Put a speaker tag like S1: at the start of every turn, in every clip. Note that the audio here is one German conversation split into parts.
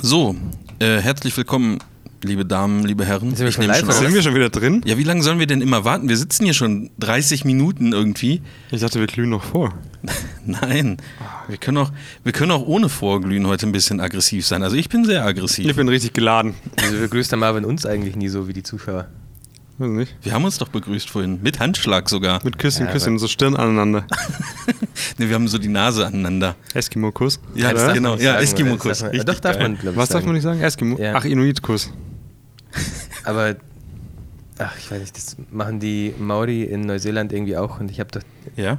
S1: So, äh, herzlich willkommen, liebe Damen, liebe Herren.
S2: Sind wir
S1: Ich
S2: schon
S1: nehme
S2: live,
S1: schon
S2: oder?
S1: auf.
S3: Sind wir schon wieder drin?
S1: Ja, wie lange sollen wir denn immer warten? Wir sitzen hier schon 30 Minuten irgendwie.
S3: Ich dachte, wir glühen noch vor.
S1: Nein, wir können auch, wir können auch ohne Vorglühen heute ein bisschen aggressiv sein. Also ich bin sehr
S3: Ich
S1: aggressiv.
S3: bin richtig geladen.
S2: Wieso begrüßt der Marvin uns eigentlich nie so wie die Zuschauer?
S3: Hm? Weiß nicht.
S1: Wir haben uns doch begrüßt vorhin, mit Handschlag sogar.
S3: Mit Küsschen,
S2: Ja,
S3: Küsschen, so Stirn aneinander.
S1: Ne, wir haben so die Nase aneinander.
S3: Eskimo-Kuss.
S1: Ja,
S2: das darf
S1: genau.
S2: man nicht
S1: Ja,
S2: sagen,
S1: Eskimo-Kuss.
S2: oder? Das darf man-
S1: Richtig
S2: Doch, darf
S1: geil.
S2: man, glaube ich.
S3: Was darf
S2: sagen.
S3: man nicht sagen? Eskimo?
S2: Ja.
S3: Ach, Inuit-Kuss.
S2: Aber, ach, ich weiß nicht, das machen die Maori in Neuseeland irgendwie auch. Und ich habe doch
S1: Ja?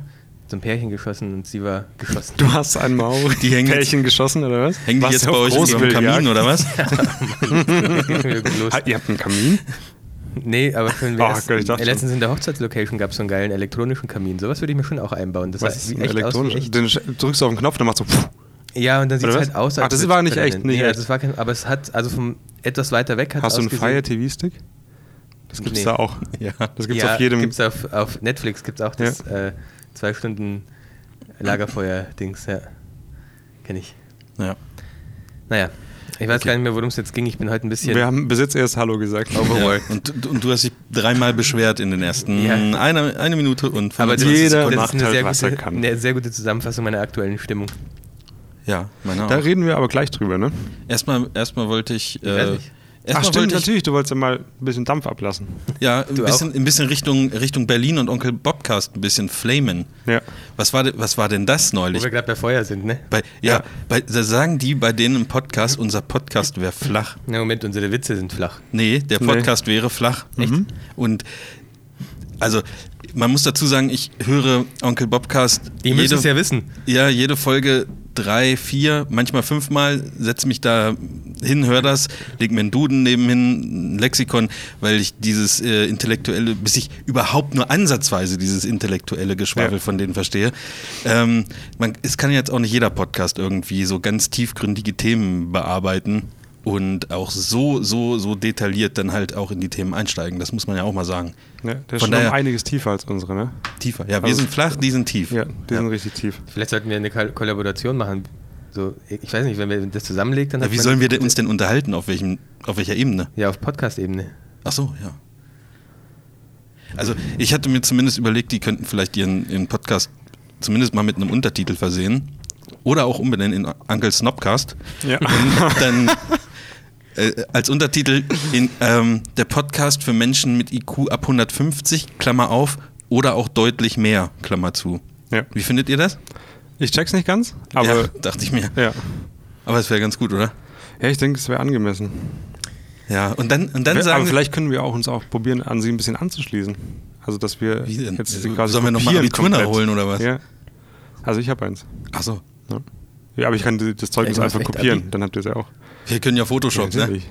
S2: so ein Pärchen geschossen und sie war geschossen.
S3: Du hast ein Maul.
S1: Die hängen
S3: Pärchen geschossen, oder was?
S1: Hängen die
S3: Was
S1: jetzt
S3: auf
S1: bei euch in dem
S3: Großwildjagd?
S1: Kamin oder was?
S2: Los.
S3: Ah, ihr habt einen Kamin?
S2: Nee, aber schon
S3: Oh Gott, ich dachte
S2: äh, letztens in der Hochzeitslocation gab es so einen geilen elektronischen Kamin. Sowas würde ich mir schon auch einbauen. Das
S3: Was
S2: sah-
S3: ist
S2: sieht
S3: denn
S2: echt aus wie
S3: elektronisch?
S2: echt.
S3: Den sch- drückst du auf den Knopf, dann machst du. Pff.
S2: Ja, und dann sieht es
S3: Oder
S2: halt
S3: was?
S2: aus,
S3: Ah, das
S2: würd's
S3: war nicht
S2: brennen.
S3: echt, nicht
S2: nee,
S3: echt.
S2: also es war kein, aber es hat, also vom etwas weiter weg hat
S3: Hast du einen
S2: ausgesehen-
S3: Fire TV-Stick? Das gibt's
S2: Nee.
S3: da auch.
S1: Ja.
S3: Das gibt's
S2: ja,
S3: auf jedem.
S2: Gibt's auf, auf Netflix gibt es auch das äh, zwei Stunden Lagerfeuer-Dings, ja. Kenne ich.
S1: ja.
S2: Naja, ich weiß gar nicht mehr, worum es jetzt ging. Ich bin heute ein bisschen.
S3: wir haben bis jetzt erst Hallo gesagt.
S1: Ja. Und, und du hast dich dreimal beschwert in den ersten
S2: Ja.
S1: eine, eine Minute und
S2: aber das,
S1: 25
S3: jeder
S1: Sekunden.
S2: das ist eine
S3: macht
S2: sehr,
S3: halt, was er
S2: gute,
S3: kann.
S2: eine sehr gute Zusammenfassung meiner aktuellen Stimmung.
S1: Ja, meine
S3: Da
S1: auch.
S3: reden wir aber gleich drüber, ne?
S1: Genau. Erstmal, erstmal wollte ich.
S2: weiß
S1: Äh,
S2: nicht.
S3: Ach,
S1: erstmal
S3: stimmt,
S1: wollte ich,
S3: natürlich. Du wolltest ja mal ein bisschen Dampf ablassen.
S1: Ja, ein
S2: Du
S1: bisschen, ein bisschen Richtung, Richtung Berlin und Onkel Bobcast ein bisschen flamen.
S3: Ja.
S1: Was war, de- was war denn das
S2: Wo
S1: neulich?
S2: wir gerade bei Feuer sind, ne?
S1: Bei, ja,
S3: Ja.
S1: Bei, da sagen die bei denen im Podcast, unser Podcast wäre flach.
S2: Na, Moment, unsere Witze sind flach.
S1: Nee, der
S3: Nee. Mhm.
S1: Podcast wäre flach. Echt? Und also, man muss dazu sagen, ich höre Onkel Bobcast.
S2: Die müssen es ja wissen.
S1: Ja, jede Folge drei, vier, manchmal fünfmal, setz mich da hin, hör das, leg mir einen Duden nebenhin, ein Lexikon, weil ich dieses äh, intellektuelle, bis ich überhaupt nur ansatzweise dieses intellektuelle Geschwafel
S3: Ja.
S1: von denen verstehe. Ähm, man, es kann jetzt auch nicht jeder Podcast irgendwie so ganz tiefgründige Themen bearbeiten und auch so, so, so detailliert dann halt auch in die Themen einsteigen. Das muss man ja auch mal sagen.
S3: Ja, der
S1: Von
S3: ist schon
S1: daher-
S3: um einiges tiefer als unsere, ne?
S1: Tiefer. Ja, wir
S3: Also-
S1: sind flach, die sind tief.
S3: Ja, die sind richtig tief.
S2: Vielleicht sollten wir eine Kol- Kollaboration machen. So, ich weiß nicht, wenn wir das zusammenlegt, dann
S1: Ja,
S2: hat
S1: wie
S2: man-
S1: sollen wir denn uns denn unterhalten? Auf, welchem, auf welcher Ebene?
S2: Ja, auf Podcast-Ebene.
S1: Ach so, ja. Also ich hatte mir zumindest überlegt, die könnten vielleicht ihren, ihren Podcast zumindest mal mit einem Untertitel versehen. Oder auch umbenennen in Uncle Snobcast.
S3: Ja.
S1: Und dann äh, als Untertitel in, ähm, der Podcast für Menschen mit IQ ab 150, Klammer auf, oder auch deutlich mehr, Klammer zu.
S3: Ja.
S1: Wie findet ihr das?
S3: Ich check's nicht ganz, aber
S1: ja, dachte ich mir.
S3: ja. Ja,
S1: Aber es wäre ganz gut, oder?
S3: ich denke, es wäre angemessen.
S1: Ja, und dann, und dann
S3: Wir-
S1: sagen
S3: aber
S1: wir-
S3: vielleicht können wir auch uns auch probieren, an sie ein bisschen anzuschließen. Also, dass wir
S1: Wie denn?
S3: jetzt
S1: Also,
S3: quasi
S1: sollen wir noch mal
S3: kopieren
S1: Abitur
S3: komplett.
S1: nachholen oder was?
S3: Ja. Also, ich habe eins.
S1: Ach so,
S3: Ja. ja, aber ich kann die- das Zeugnis
S2: Ja, du hast
S3: einfach
S2: echt
S3: kopieren,
S2: Abi.
S3: dann habt ihr es ja auch.
S1: wir können ja Photoshop,
S3: ja,
S1: ne?
S3: natürlich.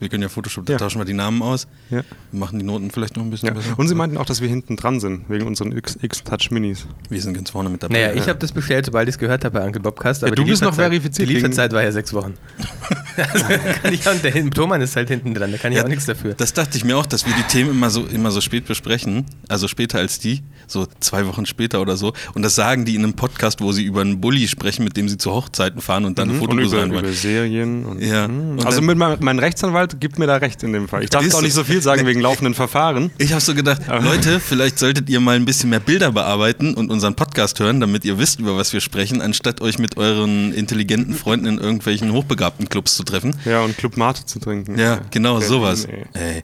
S1: Wir können ja Photoshop, da
S3: Ja.
S1: tauschen wir die Namen aus.
S3: Ja.
S1: Wir machen die Noten vielleicht noch ein bisschen
S3: Ja.
S1: besser.
S3: Und sie meinten auch, dass wir hinten dran sind, wegen unseren X- X-Touch Minis.
S1: wir sind ganz vorne mit dabei.
S2: Naja, ich habe das bestellt, sobald ich es gehört habe bei Uncle Bobcast.
S3: Ja,
S2: aber
S3: du
S2: die
S3: bist noch
S2: Lieferzeit-
S3: verifiziert
S2: Die
S3: wegen-
S2: Lieferzeit war ja sechs Wochen. also, kann ich auch, der Hin- Thomann ist halt hinten dran, da kann ich
S1: Ja,
S2: auch nichts dafür.
S1: Das dachte ich mir auch, dass wir die Themen immer so, immer so spät besprechen, also später als die, so zwei Wochen später oder so. Und das sagen die in einem Podcast, wo sie über einen Bulli sprechen, mit dem sie zu Hochzeiten fahren und dann ein Foto
S3: Mhm. und über,
S1: sein
S3: über
S1: wollen.
S3: Serien. Und,
S1: Ja.
S3: Mhm.
S1: Und
S3: also,
S1: dann-
S3: mit mein, mein Rechtsanwalt gibt mir da recht in dem Fall. Ich darf
S1: Ist
S3: jetzt auch
S1: so.
S3: nicht so viel sagen wegen laufenden Verfahren.
S1: Ich habe so gedacht, Leute, vielleicht solltet ihr mal ein bisschen mehr Bilder bearbeiten und unseren Podcast hören, damit ihr wisst, über was wir sprechen, anstatt euch mit euren intelligenten Freunden in irgendwelchen hochbegabten Clubs zu treffen.
S3: Ja, und Club Mate zu trinken.
S1: Ja, genau,
S3: Berlin,
S1: sowas.
S3: ey.
S1: Ey.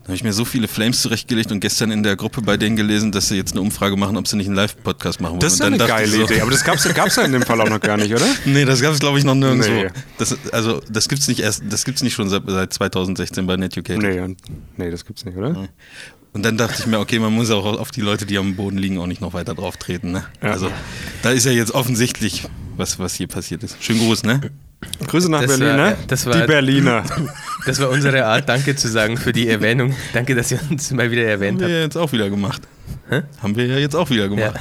S1: Da habe ich mir so viele Flames zurechtgelegt und gestern in der Gruppe bei denen gelesen, dass sie jetzt eine Umfrage machen, ob sie nicht einen Live-Podcast machen wollen.
S3: Das ist ja
S1: Und
S3: eine
S1: dann dachte
S3: geile
S1: ich so,
S3: Idee, aber das gab's, gab's ja in dem Fall auch noch gar nicht, oder?
S1: Nee, das gab es glaube ich noch nirgendwo.
S3: Nee.
S1: Das, also das gibt's nicht erst, das gibt's nicht schon seit, seit 2016 bei NetUK.
S3: Nee, und, nee das gibt's nicht, oder?
S1: Und dann dachte ich mir, okay, man muss auch auf die Leute, die am Boden liegen, auch nicht noch weiter drauf treten. Ne?
S3: Ja.
S1: Also da ist ja jetzt offensichtlich, was, was hier passiert ist. Schönen Gruß, ne?
S3: Grüße nach
S2: Das
S3: Berlin,
S2: war- äh,
S3: ne?
S2: das war-
S3: Die Berliner.
S2: Das war unsere Art, Danke zu sagen für die Erwähnung. Danke, dass ihr uns mal wieder
S1: Haben
S2: erwähnt
S1: wir
S2: habt.
S1: ja jetzt auch wieder gemacht.
S2: Hä?
S1: Haben wir ja jetzt auch wieder
S2: Ja.
S1: gemacht.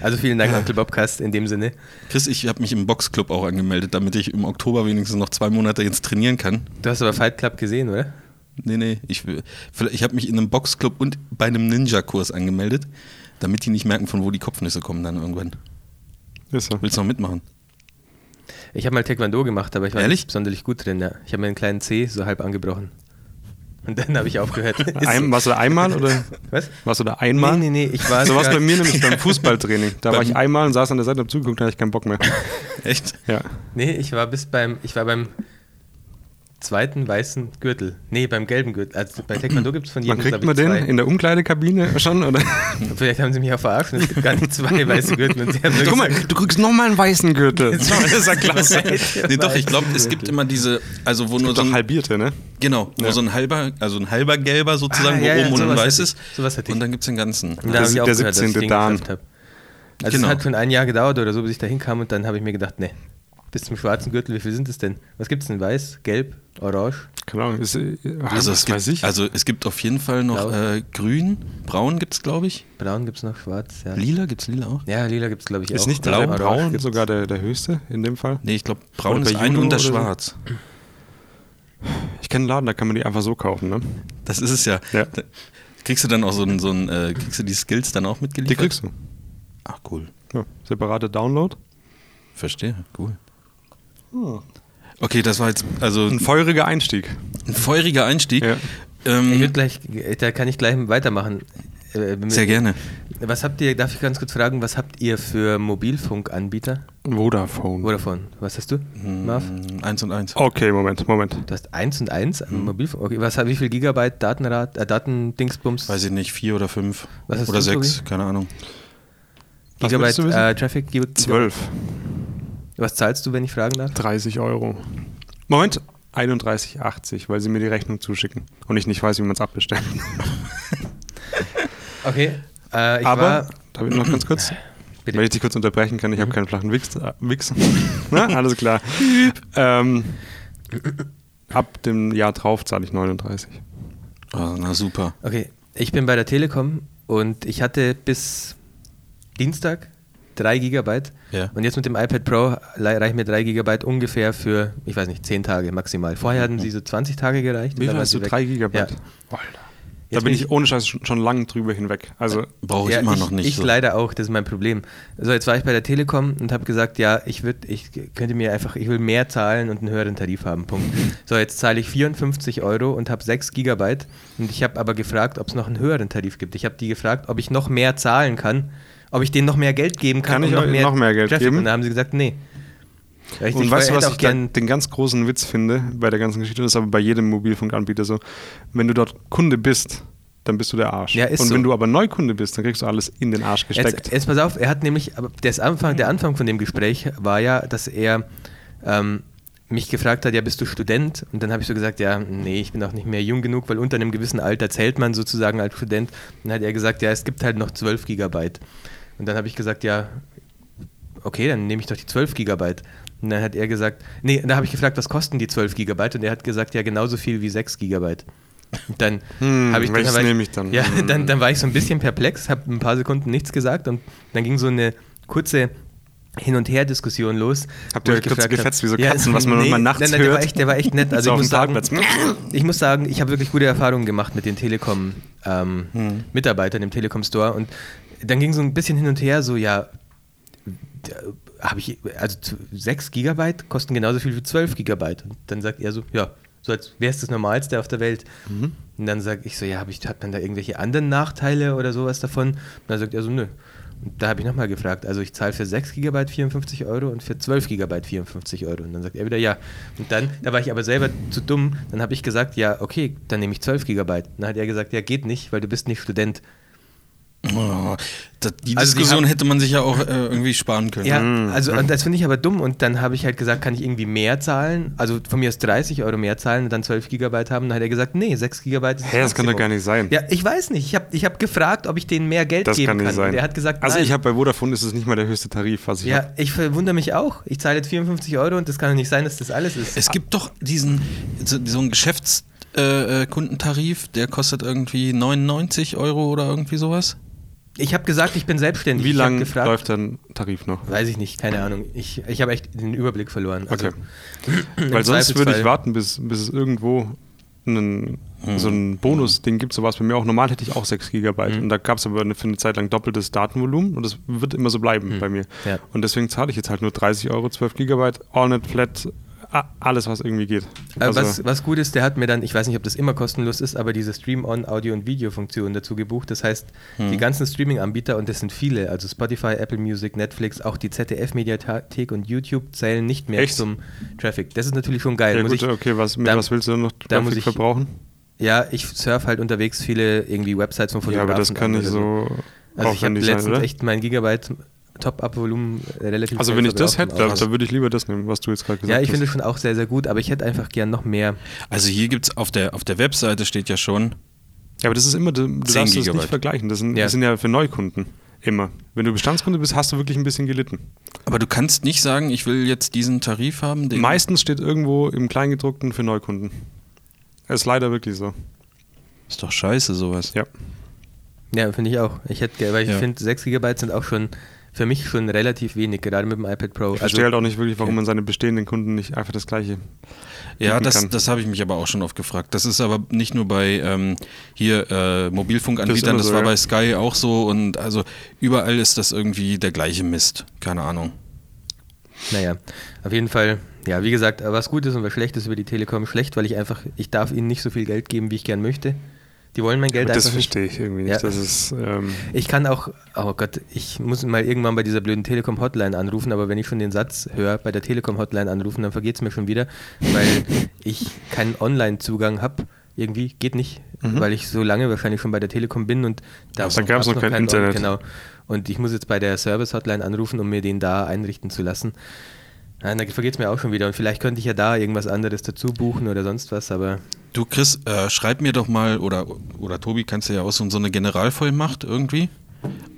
S2: Also vielen Dank, Uncle Bobcast, in dem Sinne.
S1: Chris, ich habe mich im Boxclub auch angemeldet, damit ich im Oktober wenigstens noch zwei Monate jetzt trainieren kann.
S2: Du hast aber Fight Club gesehen, oder?
S1: Nee, nee, ich, will- vielleicht- ich habe mich in einem Boxclub und bei einem Ninja-Kurs angemeldet, damit die nicht merken, von wo die Kopfnüsse kommen dann irgendwann.
S3: Ist so.
S1: Willst du noch mitmachen?
S2: Ich habe mal Taekwondo gemacht, aber ich war
S1: Ehrlich?
S2: nicht sonderlich gut drin, ja. Ich habe mir einen kleinen Zeh so halb angebrochen. Und dann habe ich aufgehört. Ist-
S3: Ein, warst du da einmal oder
S2: Was?
S3: warst du da einmal?
S2: Nee, nee, nee, ich war
S3: So war es
S2: sogar-
S3: bei mir nämlich beim Fußballtraining. Da war
S1: Beim-
S3: ich einmal und saß an der Seite und hab zugeguckt, da hatte ich keinen Bock mehr.
S1: Echt?
S3: Ja.
S2: Nee, ich war bis beim, ich war beim zweiten weißen Gürtel. Nee, beim gelben Gürtel. Also bei Taekwondo gibt es von jedem,
S3: Man kriegt
S2: glaub ich,
S3: man den
S2: zwei.
S3: in der Umkleidekabine schon, oder?
S2: Vielleicht haben sie mich auch verarscht und es gibt gar nicht zwei weiße Gürtel. Und sie haben nur
S3: Guck mal, du kriegst nochmal einen weißen Gürtel.
S2: gesagt,
S3: Das ist ja klasse.
S1: Nee, doch, ich glaube, es gibt immer diese, also wo nur so
S3: Doch
S1: ein,
S3: halbierte, ne?
S1: genau, wo
S3: Ja.
S1: so ein halber, also ein halber gelber sozusagen,
S2: Ah, ja,
S1: wo
S2: ja,
S1: oben und ein
S2: sowas
S1: weiß
S2: hätte
S1: ist.
S2: ich. Sowas hätte ich.
S1: Und dann gibt es den ganzen.
S2: Und da habe ich
S3: Der
S2: auch gehört, dass ich
S3: 17.
S2: den
S3: Dan.
S2: geschafft habe. Also
S1: Genau.
S2: es hat schon ein Jahr gedauert oder so, bis ich da hinkam und dann habe ich mir gedacht, nee, bis zum schwarzen Gürtel, wie viel sind es denn? Was gibt es denn? Weiß, gelb, orange?
S3: Keine Ahnung. Ist, äh,
S1: Also es,
S3: das
S1: gibt,
S3: weiß ich.
S1: also es gibt auf jeden Fall noch
S2: Blau.
S1: äh, grün, braun gibt es, glaube ich.
S2: Braun gibt es noch, schwarz, ja.
S1: Lila, gibt es lila auch?
S2: Ja, lila gibt es glaube ich auch.
S3: ist nicht
S2: Oder
S3: blau,
S2: orange
S3: braun
S2: gibt's.
S3: sogar der, der höchste in dem Fall.
S1: Nee, ich glaube, braun
S3: Oder bei
S1: ist ein
S3: Judo
S1: und das
S3: oder so.
S1: schwarz.
S3: Ich kenne einen Laden, da kann man die einfach so kaufen, ne?
S1: Das ist es ja.
S3: Ja.
S1: Da- Kriegst du dann auch so ein, so ein äh, kriegst du die Skills dann auch mitgeliefert?
S3: Die kriegst du.
S1: Ach cool.
S3: Ja. Separater Download.
S1: Verstehe, cool.
S3: Ah.
S1: Okay, das war jetzt also
S3: Ein feuriger Einstieg.
S1: ein feuriger Einstieg.
S3: Ja.
S2: Ich würd
S1: Ähm,
S2: gleich, da kann ich gleich weitermachen. Äh, mit-
S1: sehr gerne.
S2: Was habt ihr, darf ich ganz kurz fragen, was habt ihr für Mobilfunkanbieter?
S3: Vodafone.
S2: Vodafone, was hast du,
S3: Hm.
S2: Marv?
S1: Mm, Eins und eins.
S3: Okay, Moment, Moment.
S2: Du hast 1 und 1
S3: Hm.
S2: am Mobilfunk. Okay, was, wie viel Gigabyte Datenrat, äh, Datendingsbums?
S1: Weiß ich nicht, vier oder fünf
S2: Was hast
S1: oder
S2: du,
S1: sechs,
S2: Tobi?
S1: keine Ahnung.
S3: Was
S2: Gigabyte
S3: willst du wissen?
S2: äh, Traffic? Giga-
S3: 12.
S2: Was zahlst du, wenn ich fragen darf?
S3: 30 Euro. Moment, 31,80, weil sie mir die Rechnung zuschicken und ich nicht weiß, wie man es abbestellt.
S2: Okay. Äh, ich
S3: Aber,
S2: war,
S3: darf ich noch ganz kurz,
S2: Bitte. Mhm.
S3: wenn ich dich kurz unterbrechen kann, ich habe keinen flachen Wichs. Äh, Wichs. Na, alles klar. ähm, ab dem Jahr drauf zahle ich 39.
S1: Oh, na super.
S2: okay, ich bin bei der Telekom und ich hatte bis Dienstag 3 Gigabyte.
S1: Ja.
S2: Und jetzt mit dem iPad Pro le- reichen mir 3 Gigabyte ungefähr für, ich weiß nicht, 10 Tage maximal. Vorher hatten sie so 20 Tage gereicht. und
S3: Mhm.
S2: dann
S3: Wie viel
S2: waren
S3: hast
S2: sie
S3: du?
S2: also weg.
S3: 3 Gigabyte?
S2: Ja.
S3: Da
S2: Jetzt
S3: bin
S2: bin
S3: ich
S2: ich- Äh,
S3: ohne Scheiß schon, schon lang drüber hinweg. Also,
S1: Brauche ich
S2: Ja,
S1: immer noch nicht.
S2: Ich
S1: so.
S2: leider auch, das ist mein Problem. So, jetzt war ich bei der Telekom und habe gesagt, ja, ich würde, ich könnte mir einfach, ich will mehr zahlen und einen höheren Tarif haben. Punkt. So, jetzt zahle ich 54 Euro und habe 6 Gigabyte und ich habe aber gefragt, ob es noch einen höheren Tarif gibt. Ich habe die gefragt, ob ich noch mehr zahlen kann, ob ich denen noch mehr Geld geben kann.
S3: Kann ich
S2: noch
S3: euch noch mehr Geld geben?
S2: Und da haben sie gesagt, nee. Ja, ich-
S3: und
S2: ich
S3: weißt du,
S2: hätte
S3: was
S2: auch
S3: ich da,
S2: gern-
S3: den ganz großen Witz finde bei der ganzen Geschichte? Das ist aber bei jedem Mobilfunkanbieter so. Wenn du dort Kunde bist, dann bist du der Arsch.
S2: Ja, ist
S3: und
S2: so.
S3: wenn du aber Neukunde bist, dann kriegst du alles in den Arsch gesteckt.
S2: Jetzt, jetzt pass auf, er hat nämlich, aber das Anfang, der Anfang von dem Gespräch war ja, dass er ähm, mich gefragt hat, ja, bist du Student? Und dann habe ich so gesagt, ja, nee, ich bin auch nicht mehr jung genug, weil unter einem gewissen Alter zählt man sozusagen als Student. Und dann hat er gesagt, ja, es gibt halt noch 12 Gigabyte. Und dann habe ich gesagt, ja, okay, dann nehme ich doch die 12 Gigabyte. Und dann hat er gesagt, nee, und da habe ich gefragt, was kosten die 12 Gigabyte? Und er hat gesagt, ja, genauso viel wie 6 Gigabyte. Und Dann
S3: Hm,
S2: habe ich
S3: welches
S2: war
S3: nehme ich dann?
S2: Ja,
S3: Hm.
S2: dann, dann war ich so ein bisschen perplex, habe ein paar Sekunden nichts gesagt und dann ging so eine kurze Hin- und Her-Diskussion los.
S3: Habt
S2: wo
S3: ihr
S2: ich
S3: euch kurz
S2: gefragt hab-
S3: gefetzt wie so Katzen, was man immer nachts
S2: nein, nein, Der war
S3: hört?
S2: echt, der war echt nett. Also
S3: So
S2: ich
S3: auf
S2: muss,
S3: dem
S2: sagen,
S3: Parkplatz.
S2: ich muss sagen, ich habe wirklich gute Erfahrungen gemacht mit den
S3: Hm.
S2: Telekom-Mitarbeitern im Telekom-Store und dann ging so ein bisschen hin und her, so ja, habe ich, also zu- 6 Gigabyte kosten genauso viel wie 12 Gigabyte. Und dann sagt er so, ja, so als wäre es das Normalste auf der Welt. Und dann sage ich so, ja, hab ich, hat man da irgendwelche anderen Nachteile oder sowas davon? Und dann sagt er so, nö. Und da habe ich nochmal gefragt, also ich zahle für 6 Gigabyte 54 Euro und für 12 Gigabyte 54 Euro. Und dann sagt er wieder, ja. Und dann, da war ich aber selber zu dumm, dann habe ich gesagt, ja, okay, dann nehme ich 12 Gigabyte. Und dann hat er gesagt, ja, geht nicht, weil du bist nicht Student.
S1: Oh, da, die
S2: Also die
S1: Diskussion
S2: haben-
S1: hätte man sich ja auch äh, irgendwie sparen können.
S2: Ja,
S3: Mhm,
S2: also und das finde ich aber dumm. Und dann habe ich halt gesagt, kann ich irgendwie mehr zahlen? Also von mir aus 30 Euro mehr zahlen und dann 12 Gigabyte haben. Und dann hat er gesagt, nee, 6 Gigabyte ist
S3: Hä, das kann doch
S2: Maximum.
S3: gar nicht sein.
S2: Ja, ich weiß nicht. Ich habe ich hab gefragt, ob ich denen mehr Geld
S3: das
S2: geben
S3: kann nicht sein.
S2: Und er hat gesagt,
S3: also
S2: nein.
S3: ich habe bei Vodafone ist es nicht mal der höchste Tarif, was ich
S2: ja,
S3: habe.
S2: ich verwundere mich auch. Ich zahle jetzt 54 Euro und das kann doch nicht sein, dass das alles ist.
S1: Es gibt doch diesen, so, so einen Geschäftskundentarif, äh, äh, Kundentarif, der kostet irgendwie 99 Euro oder irgendwie sowas.
S2: Ich habe gesagt, ich bin selbstständig.
S3: Wie
S2: Ich hab
S3: lange
S2: gefragt,
S3: läuft dein Tarif noch?
S2: Weiß ich nicht, keine Ahnung. Ich, ich habe echt den Überblick verloren. Also,
S3: Okay. Weil sonst würde ich
S2: Zweifelsfall-
S3: warten, bis, bis es irgendwo einen
S2: Hm.
S3: So ein Bonus-Ding gibt sowas bei mir auch. Normal hätte ich auch 6 Gigabyte.
S2: Hm.
S3: Und da gab es aber eine, für eine Zeit lang doppeltes Datenvolumen und das wird immer so bleiben bei mir.
S2: Hm. Ja.
S3: Und deswegen zahle ich jetzt halt nur 30 Euro, 12 Gigabyte, all net flat, a- alles, was irgendwie geht. Also,
S2: Aber Äh, was, was gut ist, der hat mir dann, ich weiß nicht, ob das immer kostenlos ist, aber diese Stream-On Audio- und Video-Funktion dazu gebucht. Das heißt,
S3: Hm.
S2: die ganzen Streaming-Anbieter, und das sind viele, also Spotify, Apple Music, Netflix, auch die ZDF-Mediathek und YouTube zählen nicht mehr
S3: Echt?
S2: zum Traffic. Das ist natürlich schon geil.
S3: ja,
S2: Muss
S3: gut,
S2: ich,
S3: okay, was, mit
S2: da-
S3: was willst du denn noch
S2: da muss
S3: Traffic
S2: ich-
S3: verbrauchen?
S2: ja, ich surf halt unterwegs viele irgendwie Websites von
S3: Ja,
S2: Fotografen.
S3: aber das kann
S2: an
S3: ich
S2: oder
S3: so
S2: Also ich habe
S3: aufwendig sein,
S2: letztens
S3: oder?
S2: echt mein Gigabyte Top-Up-Volumen äh, relativ
S3: also
S2: schnell
S3: wenn ich das hätte,
S2: verbraucht.
S3: dann dann würde ich lieber das nehmen, was du jetzt gerade gesagt
S2: Ja, ich
S3: hast.
S2: finde schon auch sehr, sehr gut, aber ich hätte einfach gern noch mehr.
S1: Also hier gibt es auf der, auf der Webseite steht ja schon,
S3: Ja, aber das ist immer, du,
S1: 10
S3: du darfst das nicht
S1: Gigabyte.
S3: vergleichen. Das sind,
S2: Ja.
S3: das sind ja für Neukunden immer. Wenn du Bestandskunde bist, hast du wirklich ein bisschen gelitten.
S1: aber du kannst nicht sagen, ich will jetzt diesen Tarif haben. Den
S3: Meistens steht irgendwo im Kleingedruckten für Neukunden. Das ist leider wirklich so.
S1: ist doch scheiße sowas.
S3: Ja.
S2: Ja, finde ich auch. Ich hätte, gern- weil ich
S1: Ja.
S2: finde, 6 GB sind auch schon für mich schon relativ wenig, gerade mit dem iPad Pro. Also,
S3: Ich
S1: Also
S3: verstehe halt auch nicht wirklich, warum man seine bestehenden Kunden nicht einfach das Gleiche.
S1: Ja,
S3: bieten
S1: das,
S3: kann.
S1: das habe ich mich aber auch schon oft gefragt. Das ist aber nicht nur bei ähm, hier äh, Mobilfunkanbietern,
S3: immer
S1: das,
S3: so,
S1: war
S3: ja.
S1: bei Sky auch so und also überall ist das irgendwie der gleiche Mist. Keine Ahnung.
S2: Naja, auf jeden Fall, ja, wie gesagt, was gut ist und was schlecht ist über die Telekom, schlecht, weil ich einfach, ich darf ihnen nicht so viel Geld geben, wie ich gern möchte. Die wollen mein Geld
S3: Aber das
S2: einfach nicht.
S3: verstehe ich irgendwie
S2: Ja.
S3: nicht. Das ist, ähm,
S2: Ich kann auch, oh Gott, ich muss mal irgendwann bei dieser blöden Telekom-Hotline anrufen, aber wenn ich schon den Satz höre, bei der Telekom-Hotline anrufen, dann vergeht es mir schon wieder, weil ich keinen Online-Zugang habe. Irgendwie geht nicht, weil ich so lange wahrscheinlich schon bei der Telekom bin und da
S3: Mhm. Also da gab's noch kein
S2: keinen On-
S3: Internet.
S2: Genau. Und ich muss jetzt bei der Service-Hotline anrufen, um mir den da einrichten zu lassen. Ja, da vergeht es mir auch schon wieder. Und vielleicht könnte ich ja da irgendwas anderes dazu buchen oder sonst was, aber
S1: Du Chris, äh, schreib mir doch mal oder, oder Tobi, kannst du ja auch so so eine Generalvollmacht irgendwie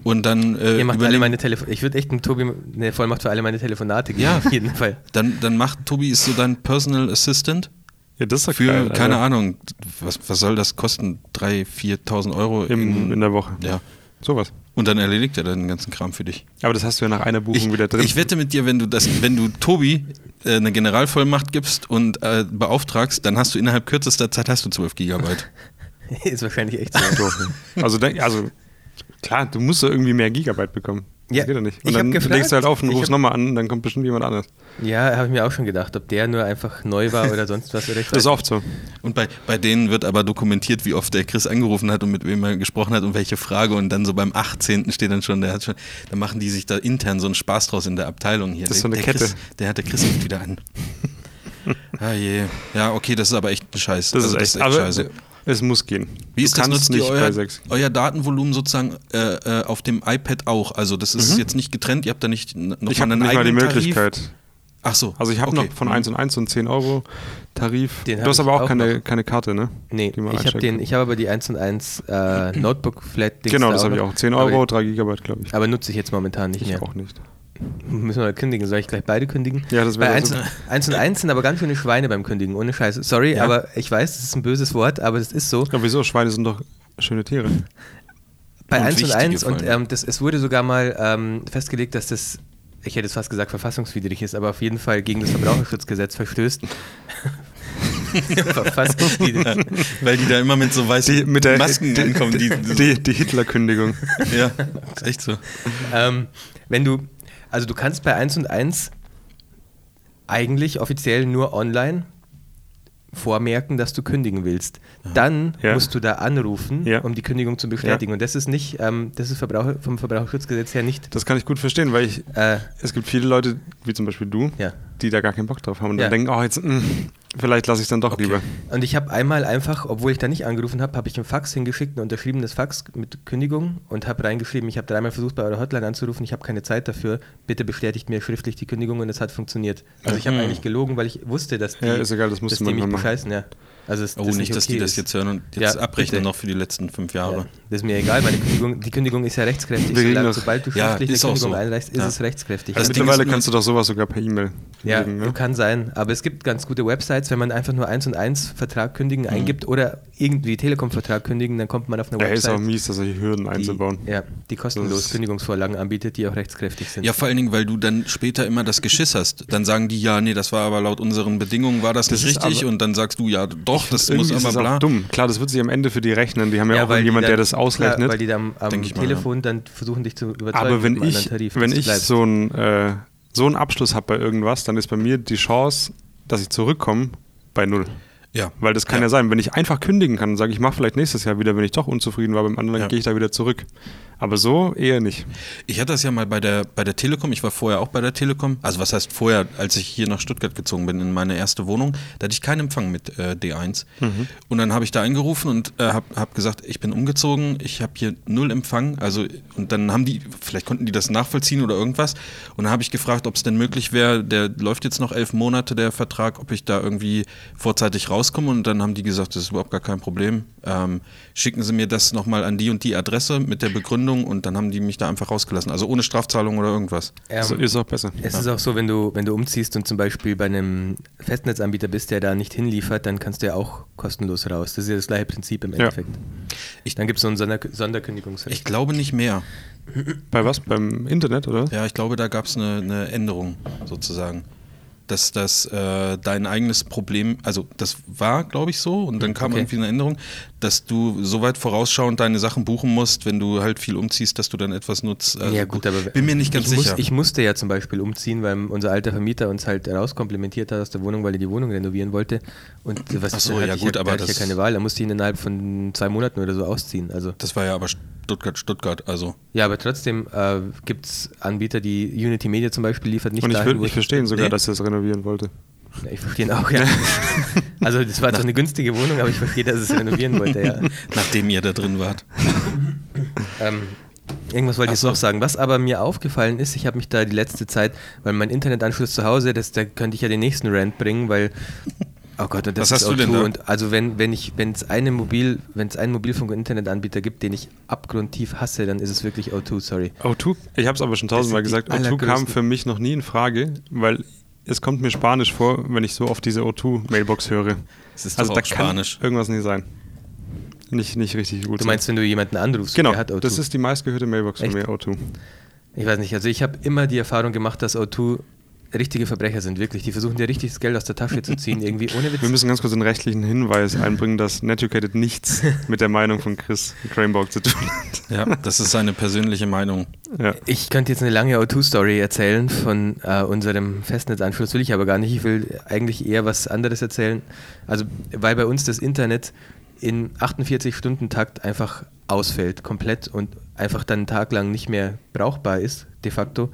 S1: und dann äh,
S2: ihr macht alle
S1: überleg-
S2: meine Telefon. Ich würde echt dem Tobi eine Vollmacht für alle meine Telefonate geben.
S1: Ja.
S2: auf jeden Fall.
S1: dann, dann macht Tobi ist so dein Personal Assistant
S3: ja, das ist doch
S1: für
S3: geil,
S1: keine
S3: Alter.
S1: Ahnung was, was soll das kosten 3.000, 4.000 Euro
S3: Im, in der Woche.
S1: ja
S3: Sowas.
S1: und dann erledigt er den ganzen Kram für dich.
S3: Aber das hast du ja nach einer Buchung
S1: ich,
S3: wieder drin.
S1: Ich wette mit dir, wenn du das, wenn du Tobi äh, eine Generalvollmacht gibst und äh, beauftragst, dann hast du innerhalb kürzester Zeit hast du 12 Gigabyte.
S2: Ist wahrscheinlich echt so.
S3: So. Also, denk, also klar, du musst ja irgendwie mehr Gigabyte bekommen. Das
S2: Ja,
S3: geht ja nicht.
S2: ich
S3: Und
S2: hab
S3: dann
S2: gefragt.
S3: legst du halt auf und
S2: Ich
S3: rufst
S2: hab-
S3: nochmal an, dann kommt bestimmt jemand anderes.
S2: Ja, habe ich mir auch schon gedacht, ob der nur einfach neu war oder sonst was. Oder ich
S3: Das ist
S2: weiß-
S3: oft so.
S1: Und bei, bei denen wird aber dokumentiert, wie oft der Chris angerufen hat und mit wem er gesprochen hat und welche Frage. Und dann so beim 18. steht dann schon, der hat schon, da machen die sich da intern so einen Spaß draus in der Abteilung hier.
S3: Das ist so
S1: Der-
S3: eine
S1: der
S3: Kette.
S1: Chris, der hat der Chris ruft wieder an. ah je. Ja, okay, das ist aber echt ein Scheiß.
S3: Das,
S1: Also,
S3: ist echt, aber
S1: scheiße.
S3: es muss gehen.
S1: Wie ist
S3: du
S1: das? Nutzt
S3: kannst nicht
S1: ihr euer,
S3: bei 6.
S1: euer Datenvolumen sozusagen äh, äh, auf dem iPad auch? Also das ist jetzt nicht getrennt, ihr habt da nicht n- noch
S3: Mhm. Ich habe
S1: einen
S3: nicht mal die
S1: eigenen
S3: Möglichkeit.
S1: Tarif? Ach so.
S3: Also ich habe
S1: okay. Mhm.
S3: noch von 1 und 1 so einen 10 Euro Tarif.
S2: Den
S3: du
S2: hab
S3: hast
S2: ich
S3: aber auch,
S2: auch
S3: keine,
S2: noch.
S3: keine Karte, ne?
S2: Nee,
S3: Die man
S2: ich habe
S3: einstecken
S2: den, ich habe aber die 1 und 1 äh, Notebook Flat
S3: kann. Genau, das habe ich
S2: noch.
S3: auch. 10
S2: Aber-
S3: Euro, 3 Gigabyte, glaube ich.
S2: Aber nutze ich jetzt momentan nicht
S3: Ich
S2: mehr.
S3: auch nicht.
S2: Müssen wir mal kündigen. Soll ich gleich beide kündigen?
S3: Ja, das also wäre
S2: Bei
S3: so.
S2: 1, und- 1 und 1 sind aber ganz schöne Schweine beim Kündigen, ohne Scheiße. Sorry,
S1: Ja.
S2: aber ich weiß, das ist ein böses Wort, aber das ist so.
S3: Aber wieso? Schweine sind doch schöne Tiere.
S2: Bei
S1: Und
S2: 1 und
S1: wichtige
S2: 1 und
S1: Folgen.
S2: ähm, das, es wurde sogar mal ähm, festgelegt, dass das, ich hätte es fast gesagt, verfassungswidrig ist, aber auf jeden Fall gegen das Verbraucherschutzgesetz verstößt. verfassungswidrig.
S1: Weil die da immer mit so weißen
S3: Die, mit der,
S1: Masken
S3: die,
S1: ankommen. Die, die,
S3: die, die Hitler-Kündigung.
S1: ja, ist echt so.
S2: ähm, wenn du, also du kannst bei 1 und 1 eigentlich offiziell nur online vormerken, dass du kündigen willst. Dann
S3: Ja.
S2: musst du da anrufen,
S3: Ja.
S2: um die Kündigung zu bestätigen. Und das ist nicht, ähm, das ist Verbraucher, vom Verbraucherschutzgesetz her nicht.
S3: Das kann ich gut verstehen, weil ich,
S2: Äh,
S3: es gibt viele Leute, wie zum Beispiel du,
S2: Ja.
S3: die da gar keinen Bock drauf haben und
S2: Ja.
S3: dann denken, oh, jetzt, mh, vielleicht lasse ich es dann doch lieber.
S2: Und ich habe einmal einfach, obwohl ich da nicht angerufen habe, habe ich ein Fax hingeschickt, ein unterschriebenes Fax mit Kündigung und habe reingeschrieben, ich habe dreimal versucht, bei eurer Hotline anzurufen, ich habe keine Zeit dafür, bitte bestätigt mir schriftlich die Kündigung und es hat funktioniert. Also ich habe eigentlich gelogen, weil ich wusste, dass die,
S3: Ja, ist egal, das musst
S2: dass
S3: du
S2: die mich
S3: manchmal machen.
S2: bescheißen. Ja. Also es,
S1: Oh,
S2: das
S1: nicht, dass
S2: okay
S1: die das
S2: ist.
S1: jetzt hören und jetzt
S2: Ja,
S1: abrechnen
S2: bitte.
S1: noch für die letzten fünf
S2: Ja,
S1: Jahre.
S2: das ist mir egal, meine Kündigung, die Kündigung ist ja rechtskräftig.
S3: Wir reden
S2: Solange,
S3: noch-
S2: sobald du
S1: Ja,
S2: schriftlich
S1: ist
S2: eine
S1: auch
S2: Kündigung
S1: so.
S2: einreichst, ist
S1: Ja.
S2: es rechtskräftig.
S1: Das
S2: Also
S1: Ding
S3: Mittlerweile
S1: ist nur-
S3: kannst du doch sowas sogar per E-Mail
S2: Ja,
S3: kündigen, ne?
S2: kann sein. Aber es gibt ganz gute Websites, wenn man einfach nur eins und eins Vertrag kündigen
S3: Mhm.
S2: eingibt oder irgendwie Telekom-Vertrag kündigen, dann kommt man auf eine
S3: Ey, ist auch
S2: Website,
S3: mies, da solche Hürden einzubauen.
S2: die, ja, die kostenlos
S3: Das-
S2: Kündigungsvorlagen anbietet, die auch rechtskräftig sind.
S1: Ja, vor allen Dingen, weil du dann später immer das Geschiss hast. Dann sagen die, ja, nee, das war aber laut unseren Bedingungen war das, nicht
S3: ist
S1: richtig.
S3: aber-
S1: Und dann sagst du, ja, doch, auch, das muss
S3: ist
S1: aber
S3: es auch
S1: bla.
S3: dumm. Klar, das wird sich am Ende für die rechnen. Die haben ja, auch
S2: weil die
S3: jemand,
S2: dann-
S3: der das
S2: Klar,
S3: ausrechnet.
S2: weil die dann am, am
S1: Denk ich mal,
S2: Telefon dann versuchen, dich zu überzeugen.
S3: Aber wenn
S2: mit einem
S3: ich,
S2: anderen Tarif,
S3: wenn
S2: dass du
S3: ich
S2: bleibst.
S3: so einen äh, so einen Abschluss habe bei irgendwas, dann ist bei mir die Chance, dass ich zurückkomme, bei null.
S1: Ja.
S3: Weil das kann ja, sein, wenn ich einfach kündigen kann und sage, ich mache vielleicht nächstes Jahr wieder, wenn ich doch unzufrieden war beim anderen,
S1: Ja.
S3: gehe ich da wieder zurück. Aber so eher nicht.
S1: Ich hatte das ja mal bei der, bei der Telekom, ich war vorher auch bei der Telekom. Also was heißt vorher, als ich hier nach Stuttgart gezogen bin, in meine erste Wohnung, da hatte ich keinen Empfang mit äh, D1. Und dann habe ich da angerufen und äh, habe hab gesagt, ich bin umgezogen, ich habe hier null Empfang. Also und dann haben die, vielleicht konnten die das nachvollziehen oder irgendwas. Und dann habe ich gefragt, ob es denn möglich wäre, der läuft jetzt noch elf Monate, der Vertrag, ob ich da irgendwie vorzeitig rauskomme. Und dann haben die gesagt, das ist überhaupt gar kein Problem. Ähm, schicken Sie mir das nochmal an die und die Adresse mit der Begründung und dann haben die mich da einfach rausgelassen. Also ohne Strafzahlung oder irgendwas.
S2: Ähm,
S3: so ist auch besser.
S2: Es ist auch so, wenn du, wenn du umziehst und zum Beispiel bei einem Festnetzanbieter bist, der da nicht hinliefert, dann kannst du ja auch kostenlos raus. Das ist ja das gleiche Prinzip im Endeffekt.
S1: Ich-
S2: dann gibt es so einen Sonder
S1: Ich
S2: Sonderkündigungsrecht.
S1: glaube nicht mehr.
S3: Bei was? Beim Internet, oder?
S1: Ja, ich glaube, da gab es eine, eine Änderung sozusagen. Dass das äh, dein eigenes Problem, also das war, glaube ich, so, und dann kam
S2: Hm, Okay.
S1: irgendwie eine Änderung, dass du so weit vorausschauend deine Sachen buchen musst, wenn du halt viel umziehst, dass du dann etwas nutzt. Also, bin mir nicht ganz
S2: ich
S1: sicher.
S2: Muss, ich musste ja zum Beispiel umziehen, weil unser alter Vermieter uns halt rauskomplimentiert hat aus der Wohnung, weil er die Wohnung renovieren wollte. Und was
S1: Ach so,
S2: hatte
S1: ja
S2: ich
S1: gut,
S2: ja,
S1: aber
S2: hatte ich
S1: das-
S2: ja keine Wahl. Da musste ich ihn innerhalb von zwei Monaten oder so ausziehen. Also
S1: das war ja aber Stuttgart, Stuttgart, also.
S2: ja, aber trotzdem äh, gibt es Anbieter, die Unity Media zum Beispiel liefert nicht
S3: und ich,
S2: dahin,
S3: will,
S2: wo
S3: ich verstehe ihn sogar,
S1: Nee.
S3: dass er es renovieren wollte.
S2: Ja, Ich verstehe ihn auch, ja. Also das war zwar eine günstige Wohnung, aber ich verstehe, dass es renovieren wollte, ja.
S1: Nachdem ihr da drin wart.
S2: Ähm, irgendwas wollte ich jetzt noch sagen. Was aber mir aufgefallen ist, ich habe mich da die letzte Zeit, weil mein Internetanschluss zu Hause, das, da könnte ich ja den nächsten Rant bringen, weil oh Gott, und das
S1: Was
S2: ist
S1: hast du denn
S2: O2
S1: da?
S2: und also wenn wenn ich wenn es einen Mobil, wenn es einen Mobilfunk und Internetanbieter gibt, den ich abgrundtief hasse, dann ist es wirklich O2, sorry.
S3: O2, ich habe es aber schon tausendmal
S2: Das sind
S3: gesagt,
S2: die
S3: O2 kam
S2: allergrößten.
S3: für mich noch nie in Frage, weil es kommt mir spanisch vor, wenn ich so oft diese O2-Mailbox höre. Also
S1: Es ist doch auch Spanisch.
S3: kann irgendwas nicht sein. Nicht, nicht richtig gut.
S2: Du meinst, wenn du jemanden anrufst,
S3: genau,
S2: der hat O2.
S3: das ist die meistgehörte Mailbox
S2: Echt?
S3: von mir, O2.
S2: Ich weiß nicht, also ich habe immer die Erfahrung gemacht, dass O2 richtige Verbrecher sind, wirklich. Die versuchen dir richtiges Geld aus der Tasche zu ziehen, irgendwie ohne Witz.
S3: Wir müssen ganz kurz einen rechtlichen Hinweis einbringen, dass Netucated nichts mit der Meinung von Chris Cranborg zu tun hat.
S1: Ja, das ist seine persönliche Meinung.
S3: Ja.
S2: Ich könnte jetzt eine lange O2-Story erzählen von äh, unserem Festnetzanschluss, will ich aber gar nicht. Ich will eigentlich eher was anderes erzählen. Also, weil bei uns das Internet in 48-Stunden-Takt einfach ausfällt, komplett und einfach dann einen Tag lang nicht mehr brauchbar ist, de facto.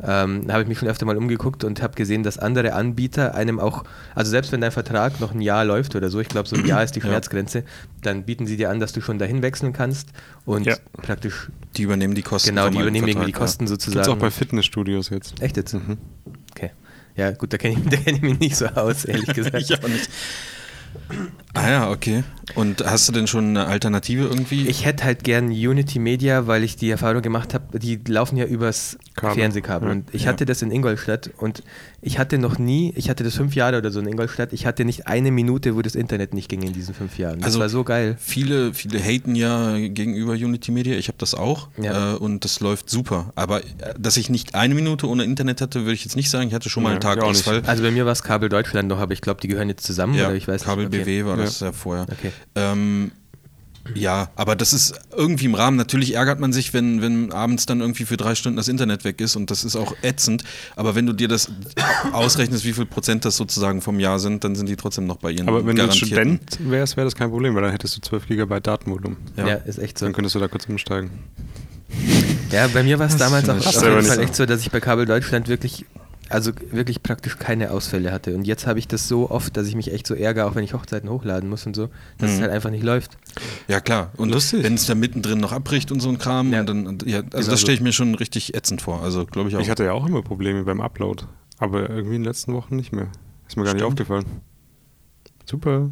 S2: Ähm, da habe ich mich schon öfter mal umgeguckt und habe gesehen, dass andere Anbieter einem auch, also selbst wenn dein Vertrag noch ein Jahr läuft oder so, ich glaube, so ein Jahr ist die
S1: Ja.
S2: Schmerzgrenze, dann bieten sie dir an, dass du schon dahin wechseln kannst und
S3: Ja.
S2: praktisch
S1: Die übernehmen die Kosten.
S2: Genau,
S1: vom
S2: die
S1: alten
S2: übernehmen irgendwie die
S1: Vertrag, ja.
S2: Kosten sozusagen.
S3: Gibt es auch bei Fitnessstudios jetzt.
S2: Echt jetzt? Mhm. Okay. Ja, gut, da kenne ich, da kenn ich mich nicht so aus, ehrlich gesagt.
S1: ich auch nicht. Ah ja, okay. Und hast du denn schon eine Alternative irgendwie?
S2: Ich hätte halt gern Unity Media, weil ich die Erfahrung gemacht habe, die laufen ja übers
S3: Kabel.
S2: Fernsehkabel.
S3: Ja.
S2: Und ich
S1: Ja.
S2: hatte das in Ingolstadt und ich hatte noch nie, ich hatte das fünf Jahre oder so in Ingolstadt, ich hatte nicht eine Minute, wo das Internet nicht ging in diesen fünf Jahren. Das
S1: Also-
S2: war so geil.
S1: Viele, viele haten ja gegenüber Unity Media. Ich habe das auch
S2: Ja.
S1: äh, und das läuft super. Aber äh, dass ich nicht eine Minute ohne Internet hatte, würde ich jetzt nicht sagen. Ich hatte schon mal
S3: Nee,
S1: einen
S3: ich auch nicht.
S1: Tagausfall.
S2: Also bei mir war es Kabel Deutschland noch, aber ich glaube, die gehören jetzt zusammen
S1: Ja,
S2: oder ich weiß
S1: Kabel
S2: nicht. Okay.
S1: BW war
S3: Ja.
S1: das ja vorher.
S2: Okay.
S1: Ähm, ja, aber das ist irgendwie im Rahmen. Natürlich ärgert man sich, wenn, wenn abends dann irgendwie für drei Stunden das Internet weg ist und das ist auch ätzend. Aber wenn du dir das ausrechnest, wie viel Prozent das sozusagen vom Jahr sind, dann sind die trotzdem noch bei ihren
S3: Aber wenn du ein
S1: garantierten-
S3: Student wärst, wäre das kein Problem, weil dann hättest du 12 GB Datenvolumen.
S2: Ja.
S1: Ja.
S2: ist echt so.
S3: Dann könntest du da kurz umsteigen.
S2: Ja, bei mir war es damals auch
S1: ist
S2: auf
S3: selber
S2: jeden
S3: nicht
S2: Fall
S3: so.
S2: echt so, dass ich bei Kabel Deutschland wirklich, also wirklich praktisch keine Ausfälle hatte. Und jetzt habe ich das so oft, dass ich mich echt so ärgere, auch wenn ich Hochzeiten hochladen muss und so, dass
S3: Mhm.
S2: es halt einfach nicht läuft.
S1: Ja, klar. Und
S3: Lustig.
S1: wenn es dann mittendrin noch abbricht und so ein Kram,
S2: Ja.
S1: und dann, und, ja, also
S2: Genau
S1: das
S2: so.
S1: stelle ich mir schon richtig ätzend vor. Also glaube ich auch.
S3: Ich hatte ja auch immer Probleme beim Upload, aber irgendwie in den letzten Wochen nicht mehr. Ist mir gar nicht aufgefallen. Super.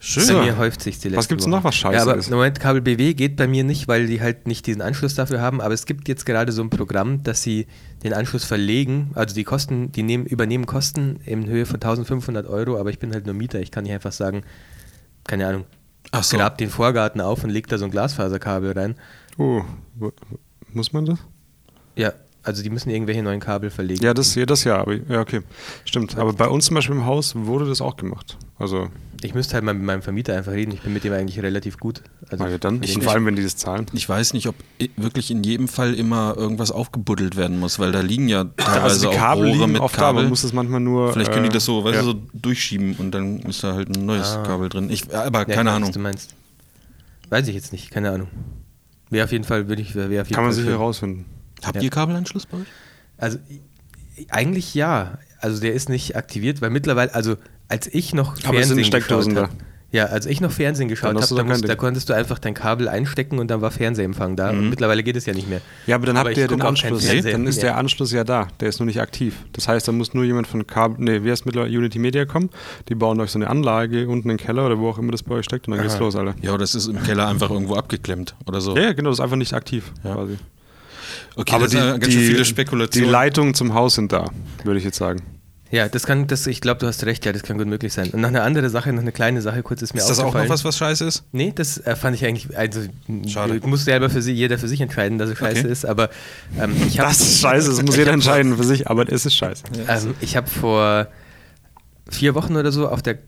S1: Schön.
S2: Bei
S3: So.
S2: mir häuft sich die letzte
S3: Was gibt's
S2: Woche.
S3: noch, was scheiße
S2: ja, aber
S3: ist?
S2: Im Moment, Kabel BW geht bei mir nicht, weil die halt nicht diesen Anschluss dafür haben. Aber es gibt jetzt gerade so ein Programm, dass sie den Anschluss verlegen. Also die Kosten, die nehmen, übernehmen Kosten in Höhe von 1500 Euro. Aber ich bin halt nur Mieter. Ich kann nicht einfach sagen, keine Ahnung,
S1: Ach so.
S2: grab den Vorgarten auf und leg da so ein Glasfaserkabel rein.
S3: Oh, wo- muss man das?
S2: Ja, Also die müssen irgendwelche neuen Kabel verlegen.
S3: Ja, das, ja, das ja, aber ja, okay. Stimmt. Aber bei uns zum Beispiel im Haus wurde das auch gemacht. Also,
S2: Ich müsste halt mal mit meinem Vermieter einfach reden. Ich bin mit dem eigentlich relativ gut. Also
S3: ah, ja, dann.
S1: ich-
S3: Und vor allem, wenn die das zahlen.
S1: Ich weiß nicht, ob i- wirklich in jedem Fall immer irgendwas aufgebuddelt werden muss, weil da liegen ja
S2: Also
S1: teilweise
S3: also
S1: auch Rohre mit
S3: oft da,
S1: Kabel.
S3: man muss das manchmal nur. äh,
S1: Vielleicht können die das so, weißt
S3: ja.
S1: du, so durchschieben und dann ist da halt ein neues
S2: äh, Ah.
S1: Kabel drin. Ich, äh, aber
S2: Ja,
S1: keine
S2: ich weiß,
S1: Ahnung.
S2: Was du meinst. Weiß ich jetzt nicht, keine Ahnung. Wäre auf jeden Fall, würde ich, wäre auf jeden
S3: Kann man
S2: Fall
S3: sicher
S2: schön.
S3: herausfinden.
S1: Habt
S2: Ja.
S1: ihr Kabelanschluss bei euch?
S2: Also i- eigentlich ja. Also der ist nicht aktiviert, weil mittlerweile, also als ich noch
S3: Aber es sind Steckdosen
S2: hab- Ja, als ich noch Fernsehen geschaut
S3: Dann
S2: habe,
S3: hast du
S2: da,
S3: doch kein
S2: musst- da
S3: Ding. Mhm.
S2: konntest du einfach dein Kabel einstecken und dann war Fernsehempfang da. Und mittlerweile geht es ja nicht mehr.
S3: Ja, aber dann
S2: Aber
S3: habt
S2: ich
S3: ihr den
S2: guck auch kein
S3: Anschluss.
S2: Fernsehen
S3: Dann ist
S2: mehr.
S3: der Anschluss ja da. Der ist nur nicht aktiv. Das heißt, da muss nur jemand von Kabel, nee, wie heißt mittlerweile Unity Media kommen. Die bauen euch so eine Anlage unten in den Keller oder wo auch immer das bei euch steckt und dann geht's los, Alter.
S1: Ja, das ist im Keller einfach irgendwo abgeklemmt oder so.
S3: Ja, ja, genau, das ist einfach nicht aktiv quasi.
S1: Okay, das sind ganz schön viele Spekulationen.
S3: die Leitungen zum Haus sind da, würde ich jetzt sagen.
S2: Ja, das kann, das, ich glaube, du hast recht, ja, das kann gut möglich sein. Und noch eine andere Sache, noch eine kleine Sache, kurz ist mir
S1: ist das auch
S2: aufgefallen.
S1: noch was, was scheiße ist?
S2: Nee, das äh, fand ich eigentlich, also m-
S1: Schade.
S2: muss selber für sie, jeder für sich entscheiden, dass es scheiße
S1: Okay.
S2: ist, aber ähm, ich habe
S3: Das ist scheiße, das muss jeder entscheiden für sich, aber es ist scheiße.
S2: ähm, ich hab vor vier Wochen oder so auf der